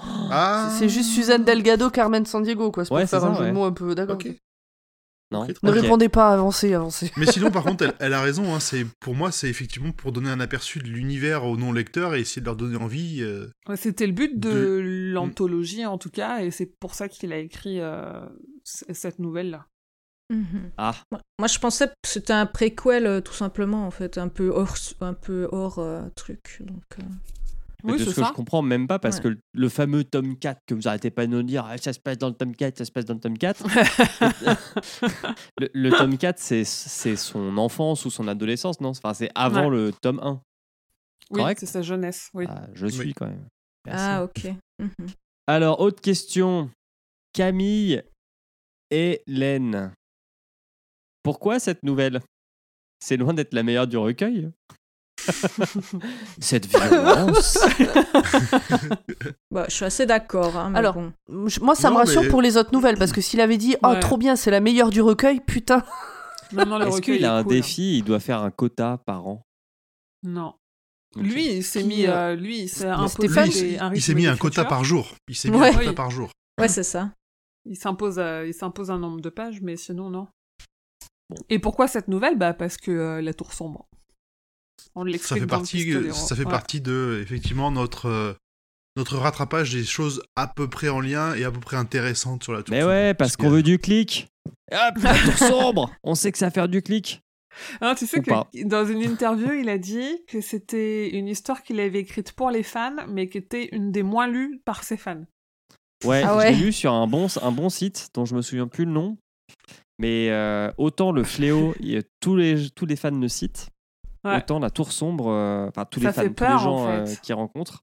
mais-
Ah
C'est juste Suzanne Delgado, Carmen Sandiego, quoi. C'est pour
Ouais,
faire
c'est
un
ça,
jeu
ouais.
de mots un peu. D'accord.
Ok.
ok.
Non.
Ok,
Ne
Ok.
répondez pas, avancez, avancez.
Mais sinon, par contre, elle, elle a raison. hein, c'est, pour moi, c'est effectivement pour donner un aperçu de l'univers aux non-lecteurs et essayer de leur donner envie. euh,
Ouais, C'était le but de,
De-
l'anthologie, en tout cas, et c'est pour ça qu'il a écrit euh, c- cette nouvelle-là.
Mhm.
Ah,
moi je pensais que c'était un préquel euh, tout simplement en fait un peu hors un peu hors euh, truc donc euh,
mais
Oui,
de
c'est
ce que
ça.
je comprends même pas parce
Ouais.
que le- le fameux tome 4 que vous arrêtez pas de nous dire ah, ça se passe dans le tome 4, ça se passe dans le tome 4. le, le tome 4 c'est c'est son enfance ou son adolescence, non Enfin c'est avant le tome 1.
Oui,
Correct.
c'est sa jeunesse. Oui.
Ah, je suis
Oui.
quand même. Merci.
ah ok Mhm.
Alors autre question. Camille et Hélène. Pourquoi cette nouvelle C'est loin d'être la meilleure du recueil. cette violence.
Bah, je suis assez d'accord hein, mais
Alors,
bon.
Je- Moi, ça
Non,
me rassure
mais-
pour les autres nouvelles, parce que s'il avait dit Oh,
Ouais.
trop bien, c'est la meilleure du recueil, putain.
Non, non, le
Est-ce
recueil
qu'il a
est
un
cool.
défi Il doit faire un quota par an.
Non.
Ok.
Lui, il s'est
Qui,
mis,
euh,
euh, lui, il s'est
Non,
imposé
Stéphane,
des-
lui, il-
un
il
rythme
s'est mis un
d'écriture.
quota par jour. Il s'est mis
Ouais.
un quota
Oui.
par jour.
ouais c'est ça
Il s'impose, euh, il s'impose un nombre de pages, mais sinon non.
Bon.
Et pourquoi cette nouvelle Bah parce que euh, la tour sombre. On
Ça
l'explique
fait
dans le
partie,
Pistolero.
ça fait
Ouais.
partie de effectivement notre euh, notre rattrapage des choses à peu près en lien et à peu près intéressantes sur la tour.
Mais
sombre.
ouais, parce
que-
qu'on veut du clic. Hop, la tour sombre. On sait que ça va faire du clic.
Ah, tu sais
Ou
que
pas.
dans une interview, il a dit que c'était une histoire qu'il avait écrite pour les fans, mais qui était une des moins lues par ses fans.
Ouais,
Ah ouais.
j'ai lu sur un bon, un bon site dont je me souviens plus le nom. Mais euh, autant le fléau, il y a- tous, les, tous les fans le citent.
Ouais.
Autant la tour sombre, euh, enfin tous
Ça
les fans,
fait
tous les
peur,
gens
en
euh,
fait.
qui rencontrent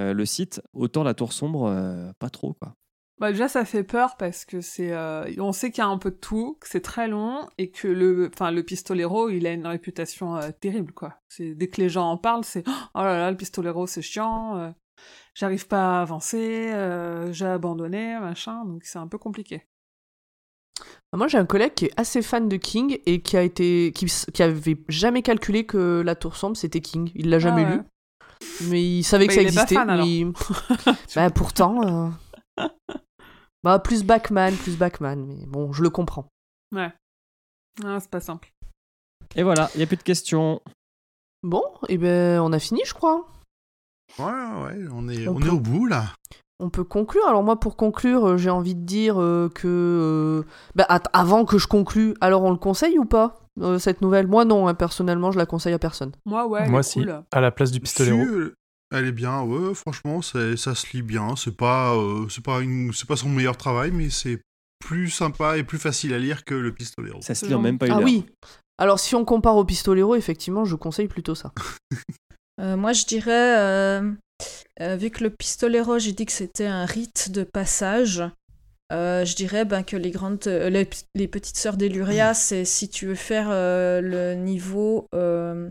euh, le site, autant la tour sombre, euh, pas trop quoi.
Bah déjà ça fait peur parce que c'est euh, on sait qu'il y a un peu de tout, que c'est très long et que le enfin le pistolero il a une réputation euh, terrible quoi. C'est dès que les gens en parlent c'est oh là là le pistolero c'est chiant, euh, j'arrive pas à avancer, euh, j'ai abandonné machin donc c'est un peu compliqué.
Moi, j'ai un collègue qui est assez fan de King et qui a été, qui, s- qui avait jamais calculé que La Tour sombre c'était King. Il l'a jamais
Ah ouais.
lu, mais il savait
Bah,
que ça
il est pas
existait.
fan, alors.
mais il- bah, pourtant, euh, bah plus Bachman, plus Bachman. Mais bon, je le comprends.
Ah, c'est pas simple.
Et voilà, il n'y a plus de questions.
Bon, et ben on a fini, je crois.
Ouais, ouais, on est,
On
on
peut-
est au bout là.
On peut conclure. Alors moi, pour conclure, euh, j'ai envie de dire euh, que... euh, bah, att- avant que je conclue, alors on le conseille ou pas, euh, cette nouvelle Moi non, hein, personnellement, je la conseille à personne.
Moi ouais,
Moi
il est
si,
cool.
à la place du pistolero.
Si, euh, elle est bien, ouais, franchement, c'est- ça se lit bien. C'est pas, euh, c'est pas, une- c'est pas son meilleur travail, mais c'est plus sympa et plus facile à lire que le pistolero.
Ça se lit en même pas une
ah
heure.
oui Alors si on compare au Pistolero, effectivement, je conseille plutôt ça.
Euh, moi, je dirais, euh, euh, vu que le pistolero, j'ai dit que c'était un rite de passage, euh, je dirais ben, que les, grandes, euh, les, p- les petites sœurs d'Eluria, c'est si tu veux faire euh, le niveau, euh,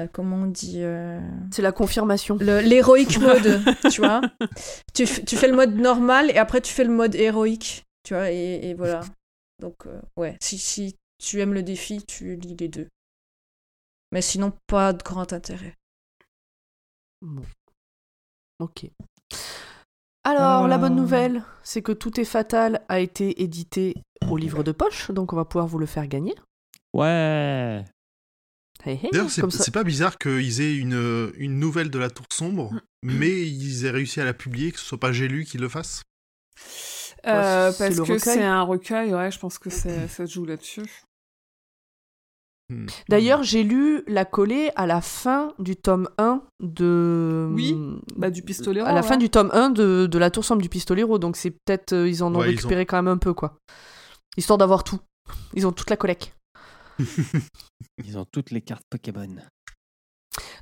euh, comment on dit, euh,
C'est la confirmation.
le- l'héroïque mode, tu vois. Tu, f- tu fais le mode normal et après tu fais le mode héroïque, tu vois, et, et voilà. Donc, euh, ouais, si, si tu aimes le défi, tu lis les deux. Mais sinon, pas de grand intérêt.
Ok. Alors,
Voilà.
la bonne nouvelle, c'est que Tout est fatal a été édité au livre de poche, donc on va pouvoir vous le faire gagner.
Ouais.
Hey, hey,
D'ailleurs, c'est
comme ça.
c'est pas bizarre qu'ils aient une, euh, une nouvelle de la Tour Sombre, mais ils aient réussi à la publier, que ce soit pas Gélu qui le fasse.
Euh,
c'est
parce
le
que
recueil.
c'est un recueil ouais, je pense que c'est- ça se joue là-dessus.
Hmm.
D'ailleurs, j'ai lu la collée à la fin du tome 1 de. hum,
Oui, bah, du Pistolero,
À la fin
ouais.
du tome 1 de, de la tour sombre du Pistolero, donc c'est peut-être. euh, ils en ont
Ouais, ils
récupéré quand même un peu, quoi. Histoire d'avoir tout. Ils ont toute la collecte.
Hmm.
Ils ont toutes les cartes Pokémon.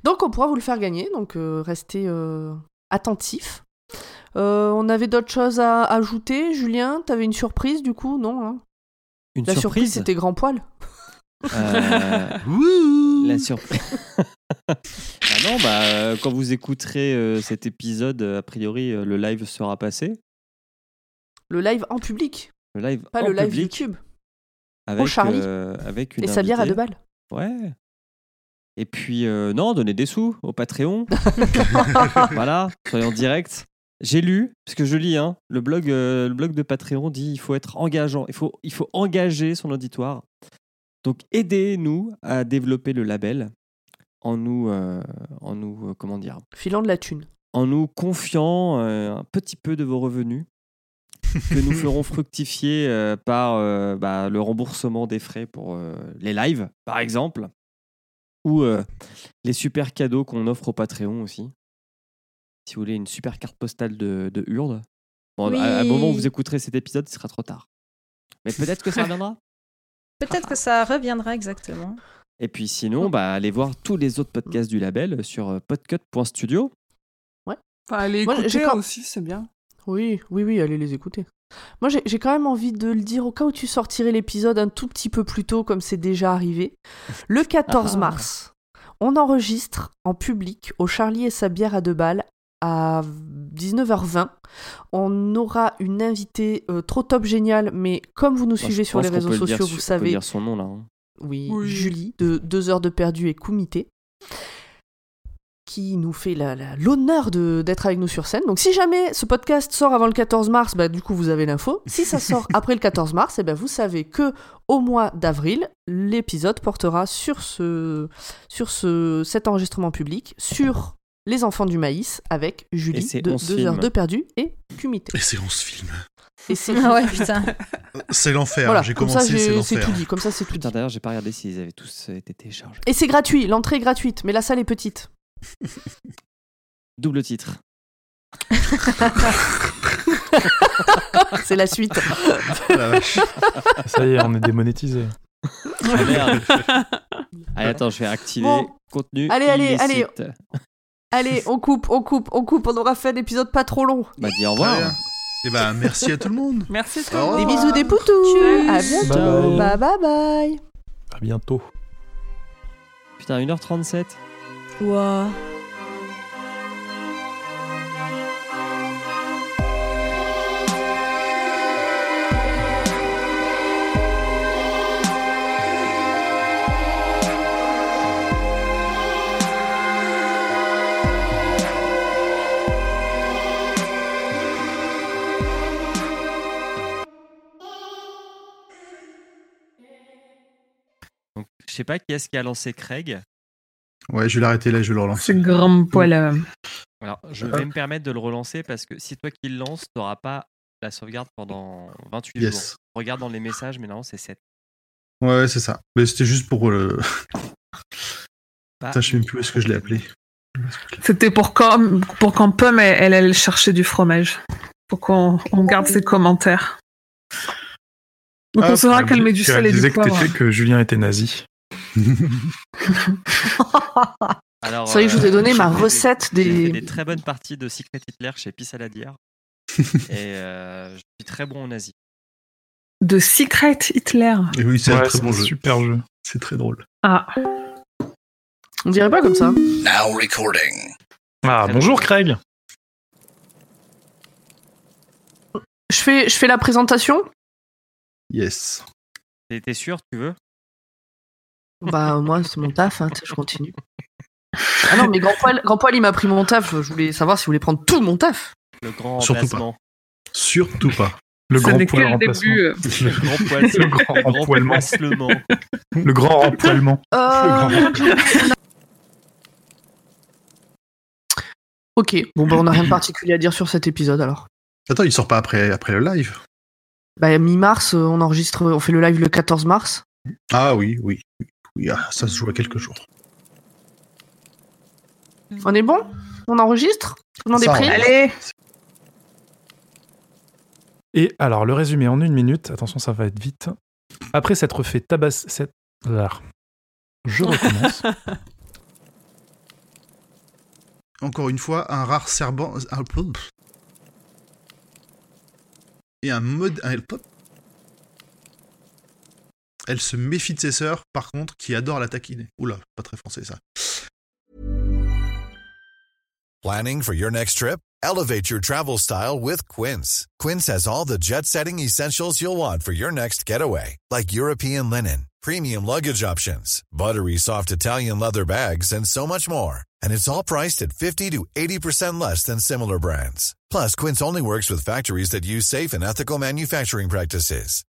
Donc on pourra vous le faire gagner, donc euh, restez euh, attentifs. Euh, on avait d'autres choses à ajouter. Julien, t'avais une surprise du coup, non hein
Une
La surprise,
surprise.
c'était Grand Poil.
Euh,
Wouh
La surprise. ah non, bah, euh, quand vous écouterez euh, cet épisode, euh, a priori, euh, le live sera passé.
Le live en public,
Le live
pas
en
le live
public
YouTube.
avec,
au Charlie.
euh, avec une
Et sa bière à
invitée.
deux balles.
Ouais. Et puis, euh, non, donnez des sous au Patreon. voilà, soyons direct. J'ai lu, parce que je lis, hein, le, blog, euh, le blog de Patreon dit il faut être engageant, il faut, il faut engager son auditoire. Donc aidez-nous à développer le label en nous, euh, en nous euh, comment dire,
Filant de la thune.
en nous confiant euh, un petit peu de vos revenus que nous ferons fructifier euh, par euh, bah, le remboursement des frais pour euh, les lives, par exemple, ou euh, les super cadeaux qu'on offre au Patreon aussi. Si vous voulez une super carte postale de, de Urde, bon,
Oui.
à, à un moment où vous écouterez cet épisode, ce sera trop tard. Mais peut-être que ça reviendra.
Peut-être que ça reviendra exactement.
Et puis sinon, bah, allez voir tous les autres podcasts du label sur euh, podcut.studio.
Enfin, allez
Moi, j'ai
écouter
quand-
aussi, c'est bien.
Oui, oui, oui, allez les écouter. Moi, j'ai j'ai quand même envie de le dire au cas où tu sortirais l'épisode un tout petit peu plus tôt, comme c'est déjà arrivé. Le 14
Ah.
mars, on enregistre en public au Charlie et sa bière à deux balles à 19h20. On aura une invitée euh, trop top géniale, mais comme vous nous
Moi,
suivez
je
sur les
pense qu'on
réseaux
peut le dire
sociaux,
su-
vous
on peut
savez,
dire son nom là. hein.
oui,
Oui.
Julie, de Deux heures de perdu et Kumité, qui nous fait la- la- l'honneur de- d'être avec nous sur scène. Donc si jamais ce podcast sort avant le 14 mars, bah, du coup vous avez l'info. Si ça sort après le 14 mars, eh ben, vous savez que au mois d'avril, l'épisode portera sur, ce, sur ce, cet enregistrement public, sur Les Enfants du Maïs, avec
Et
Julie
c'est
de
on se
Deux heures
filme.
de perdu et Kumité.
Et c'est on se filme.
Et c'est
Ah ouais, putain.
C'est l'enfer,
voilà,
j'ai
comme ça
commencé, c'est
j'ai- c'est
l'enfer.
tout dit, comme ça c'est tout dit.
Putain, d'ailleurs, j'ai pas regardé s'ils avaient tous euh, été téléchargés.
Et c'est gratuit, l'entrée est gratuite, mais la salle est petite.
Double titre.
C'est la suite.
Ah La vache.
Ça y est, on est démonétisé.
Ah, merde. allez, attends, je vais activer
Bon.
contenu.
Allez, allez,
illicite.
Allez, on coupe, on coupe, on coupe. On aura fait un épisode pas trop long.
Bah, dis au revoir.
Allez. Eh ben, merci à tout le monde.
Merci tout
Au
le monde.
Des bisous, des poutous.
Oh. Tchuss.
À bientôt. Bye
Bye.
bye bye.
À bientôt.
Putain, 1h37.
Ouah.
Donc, je sais pas qui est-ce qui a lancé Craig.
Ouais, je vais l'arrêter là, je vais le relancer.
Ce grand poil.
Alors, je
Hop.
vais me permettre de le relancer parce que si toi qui le lances, t'auras pas la sauvegarde pendant 28 jours.
Yes.
Regarde dans les messages, mais non, c'est 7.
Ouais, c'est ça. Mais c'était juste pour le.
Pas
Putain, je sais même plus où est-ce que je l'ai appelé.
C'était pour quand, pour quand Pomme, elle, elle allait chercher du fromage. Pour qu'on on garde ses commentaires. Donc on
Ah,
saura
Pomme,
qu'elle met du
Tu
sel et
disais
du
que,
poivre.
t'étais- que Julien était nazi.
Alors, euh,
C'est vrai que je vous ai donné
j'ai
ma
fait
recette
j'ai
des-
fait des très bonnes parties de Secret Hitler chez Pissaladière. et euh, je suis très bon en Asie.
De Secret Hitler.
Et oui, c'est un
Ouais,
très bon jeu.
super jeu.
C'est très drôle.
Ah,
On dirait pas comme ça.
Now recording.
Ah,
Très
bonjour
bon.
Craig.
Je fais, je fais la présentation.
Yes.
T'es t'es sûr, tu veux
Bah moi c'est mon taf, hein, tu sais, je continue. Ah non mais grand poil, grand poil il m'a pris mon taf. Je voulais savoir si vous voulez prendre tout mon taf.
Le grand
Surtout
remplacement.
Surtout pas.
Le
ce
grand
n'est que
poil
le
remplacement.
début. euh.
Le grand poil-
Le grand
le grand
rempoilement.
remplacement.
Le grand rempoilement.
Euh,
Le grand-
ok. Bon bah on n'a rien de particulier à dire sur cet épisode alors.
Attends, il sort pas après, après le live
Bah mi-mars, euh, on enregistre, on fait le live le 14 mars.
Ah oui, oui. Oui, ah, ça se joue à quelques jours.
On est bon On enregistre Tout le monde est
Ça,
prêt
on-
Mm. Allez,
Et alors, le résumé en une minute. Attention, ça va être vite. Après s'être fait tabasser. cette- Alors, Je recommence.
Encore une fois, un rare serpent. un- Et un mode. un- Elle se méfie de ses sœurs, par contre, qui adore la taquiner. Oula, pas très français ça.
Planning for your next trip? Elevate your travel style with Quince. Quince has all the jet setting essentials you'll want for your next getaway, like European linen, premium luggage options, buttery soft Italian leather bags, and so much more. And it's all priced at 50 to 80% less than similar brands. Plus, Quince only works with factories that use safe and ethical manufacturing practices.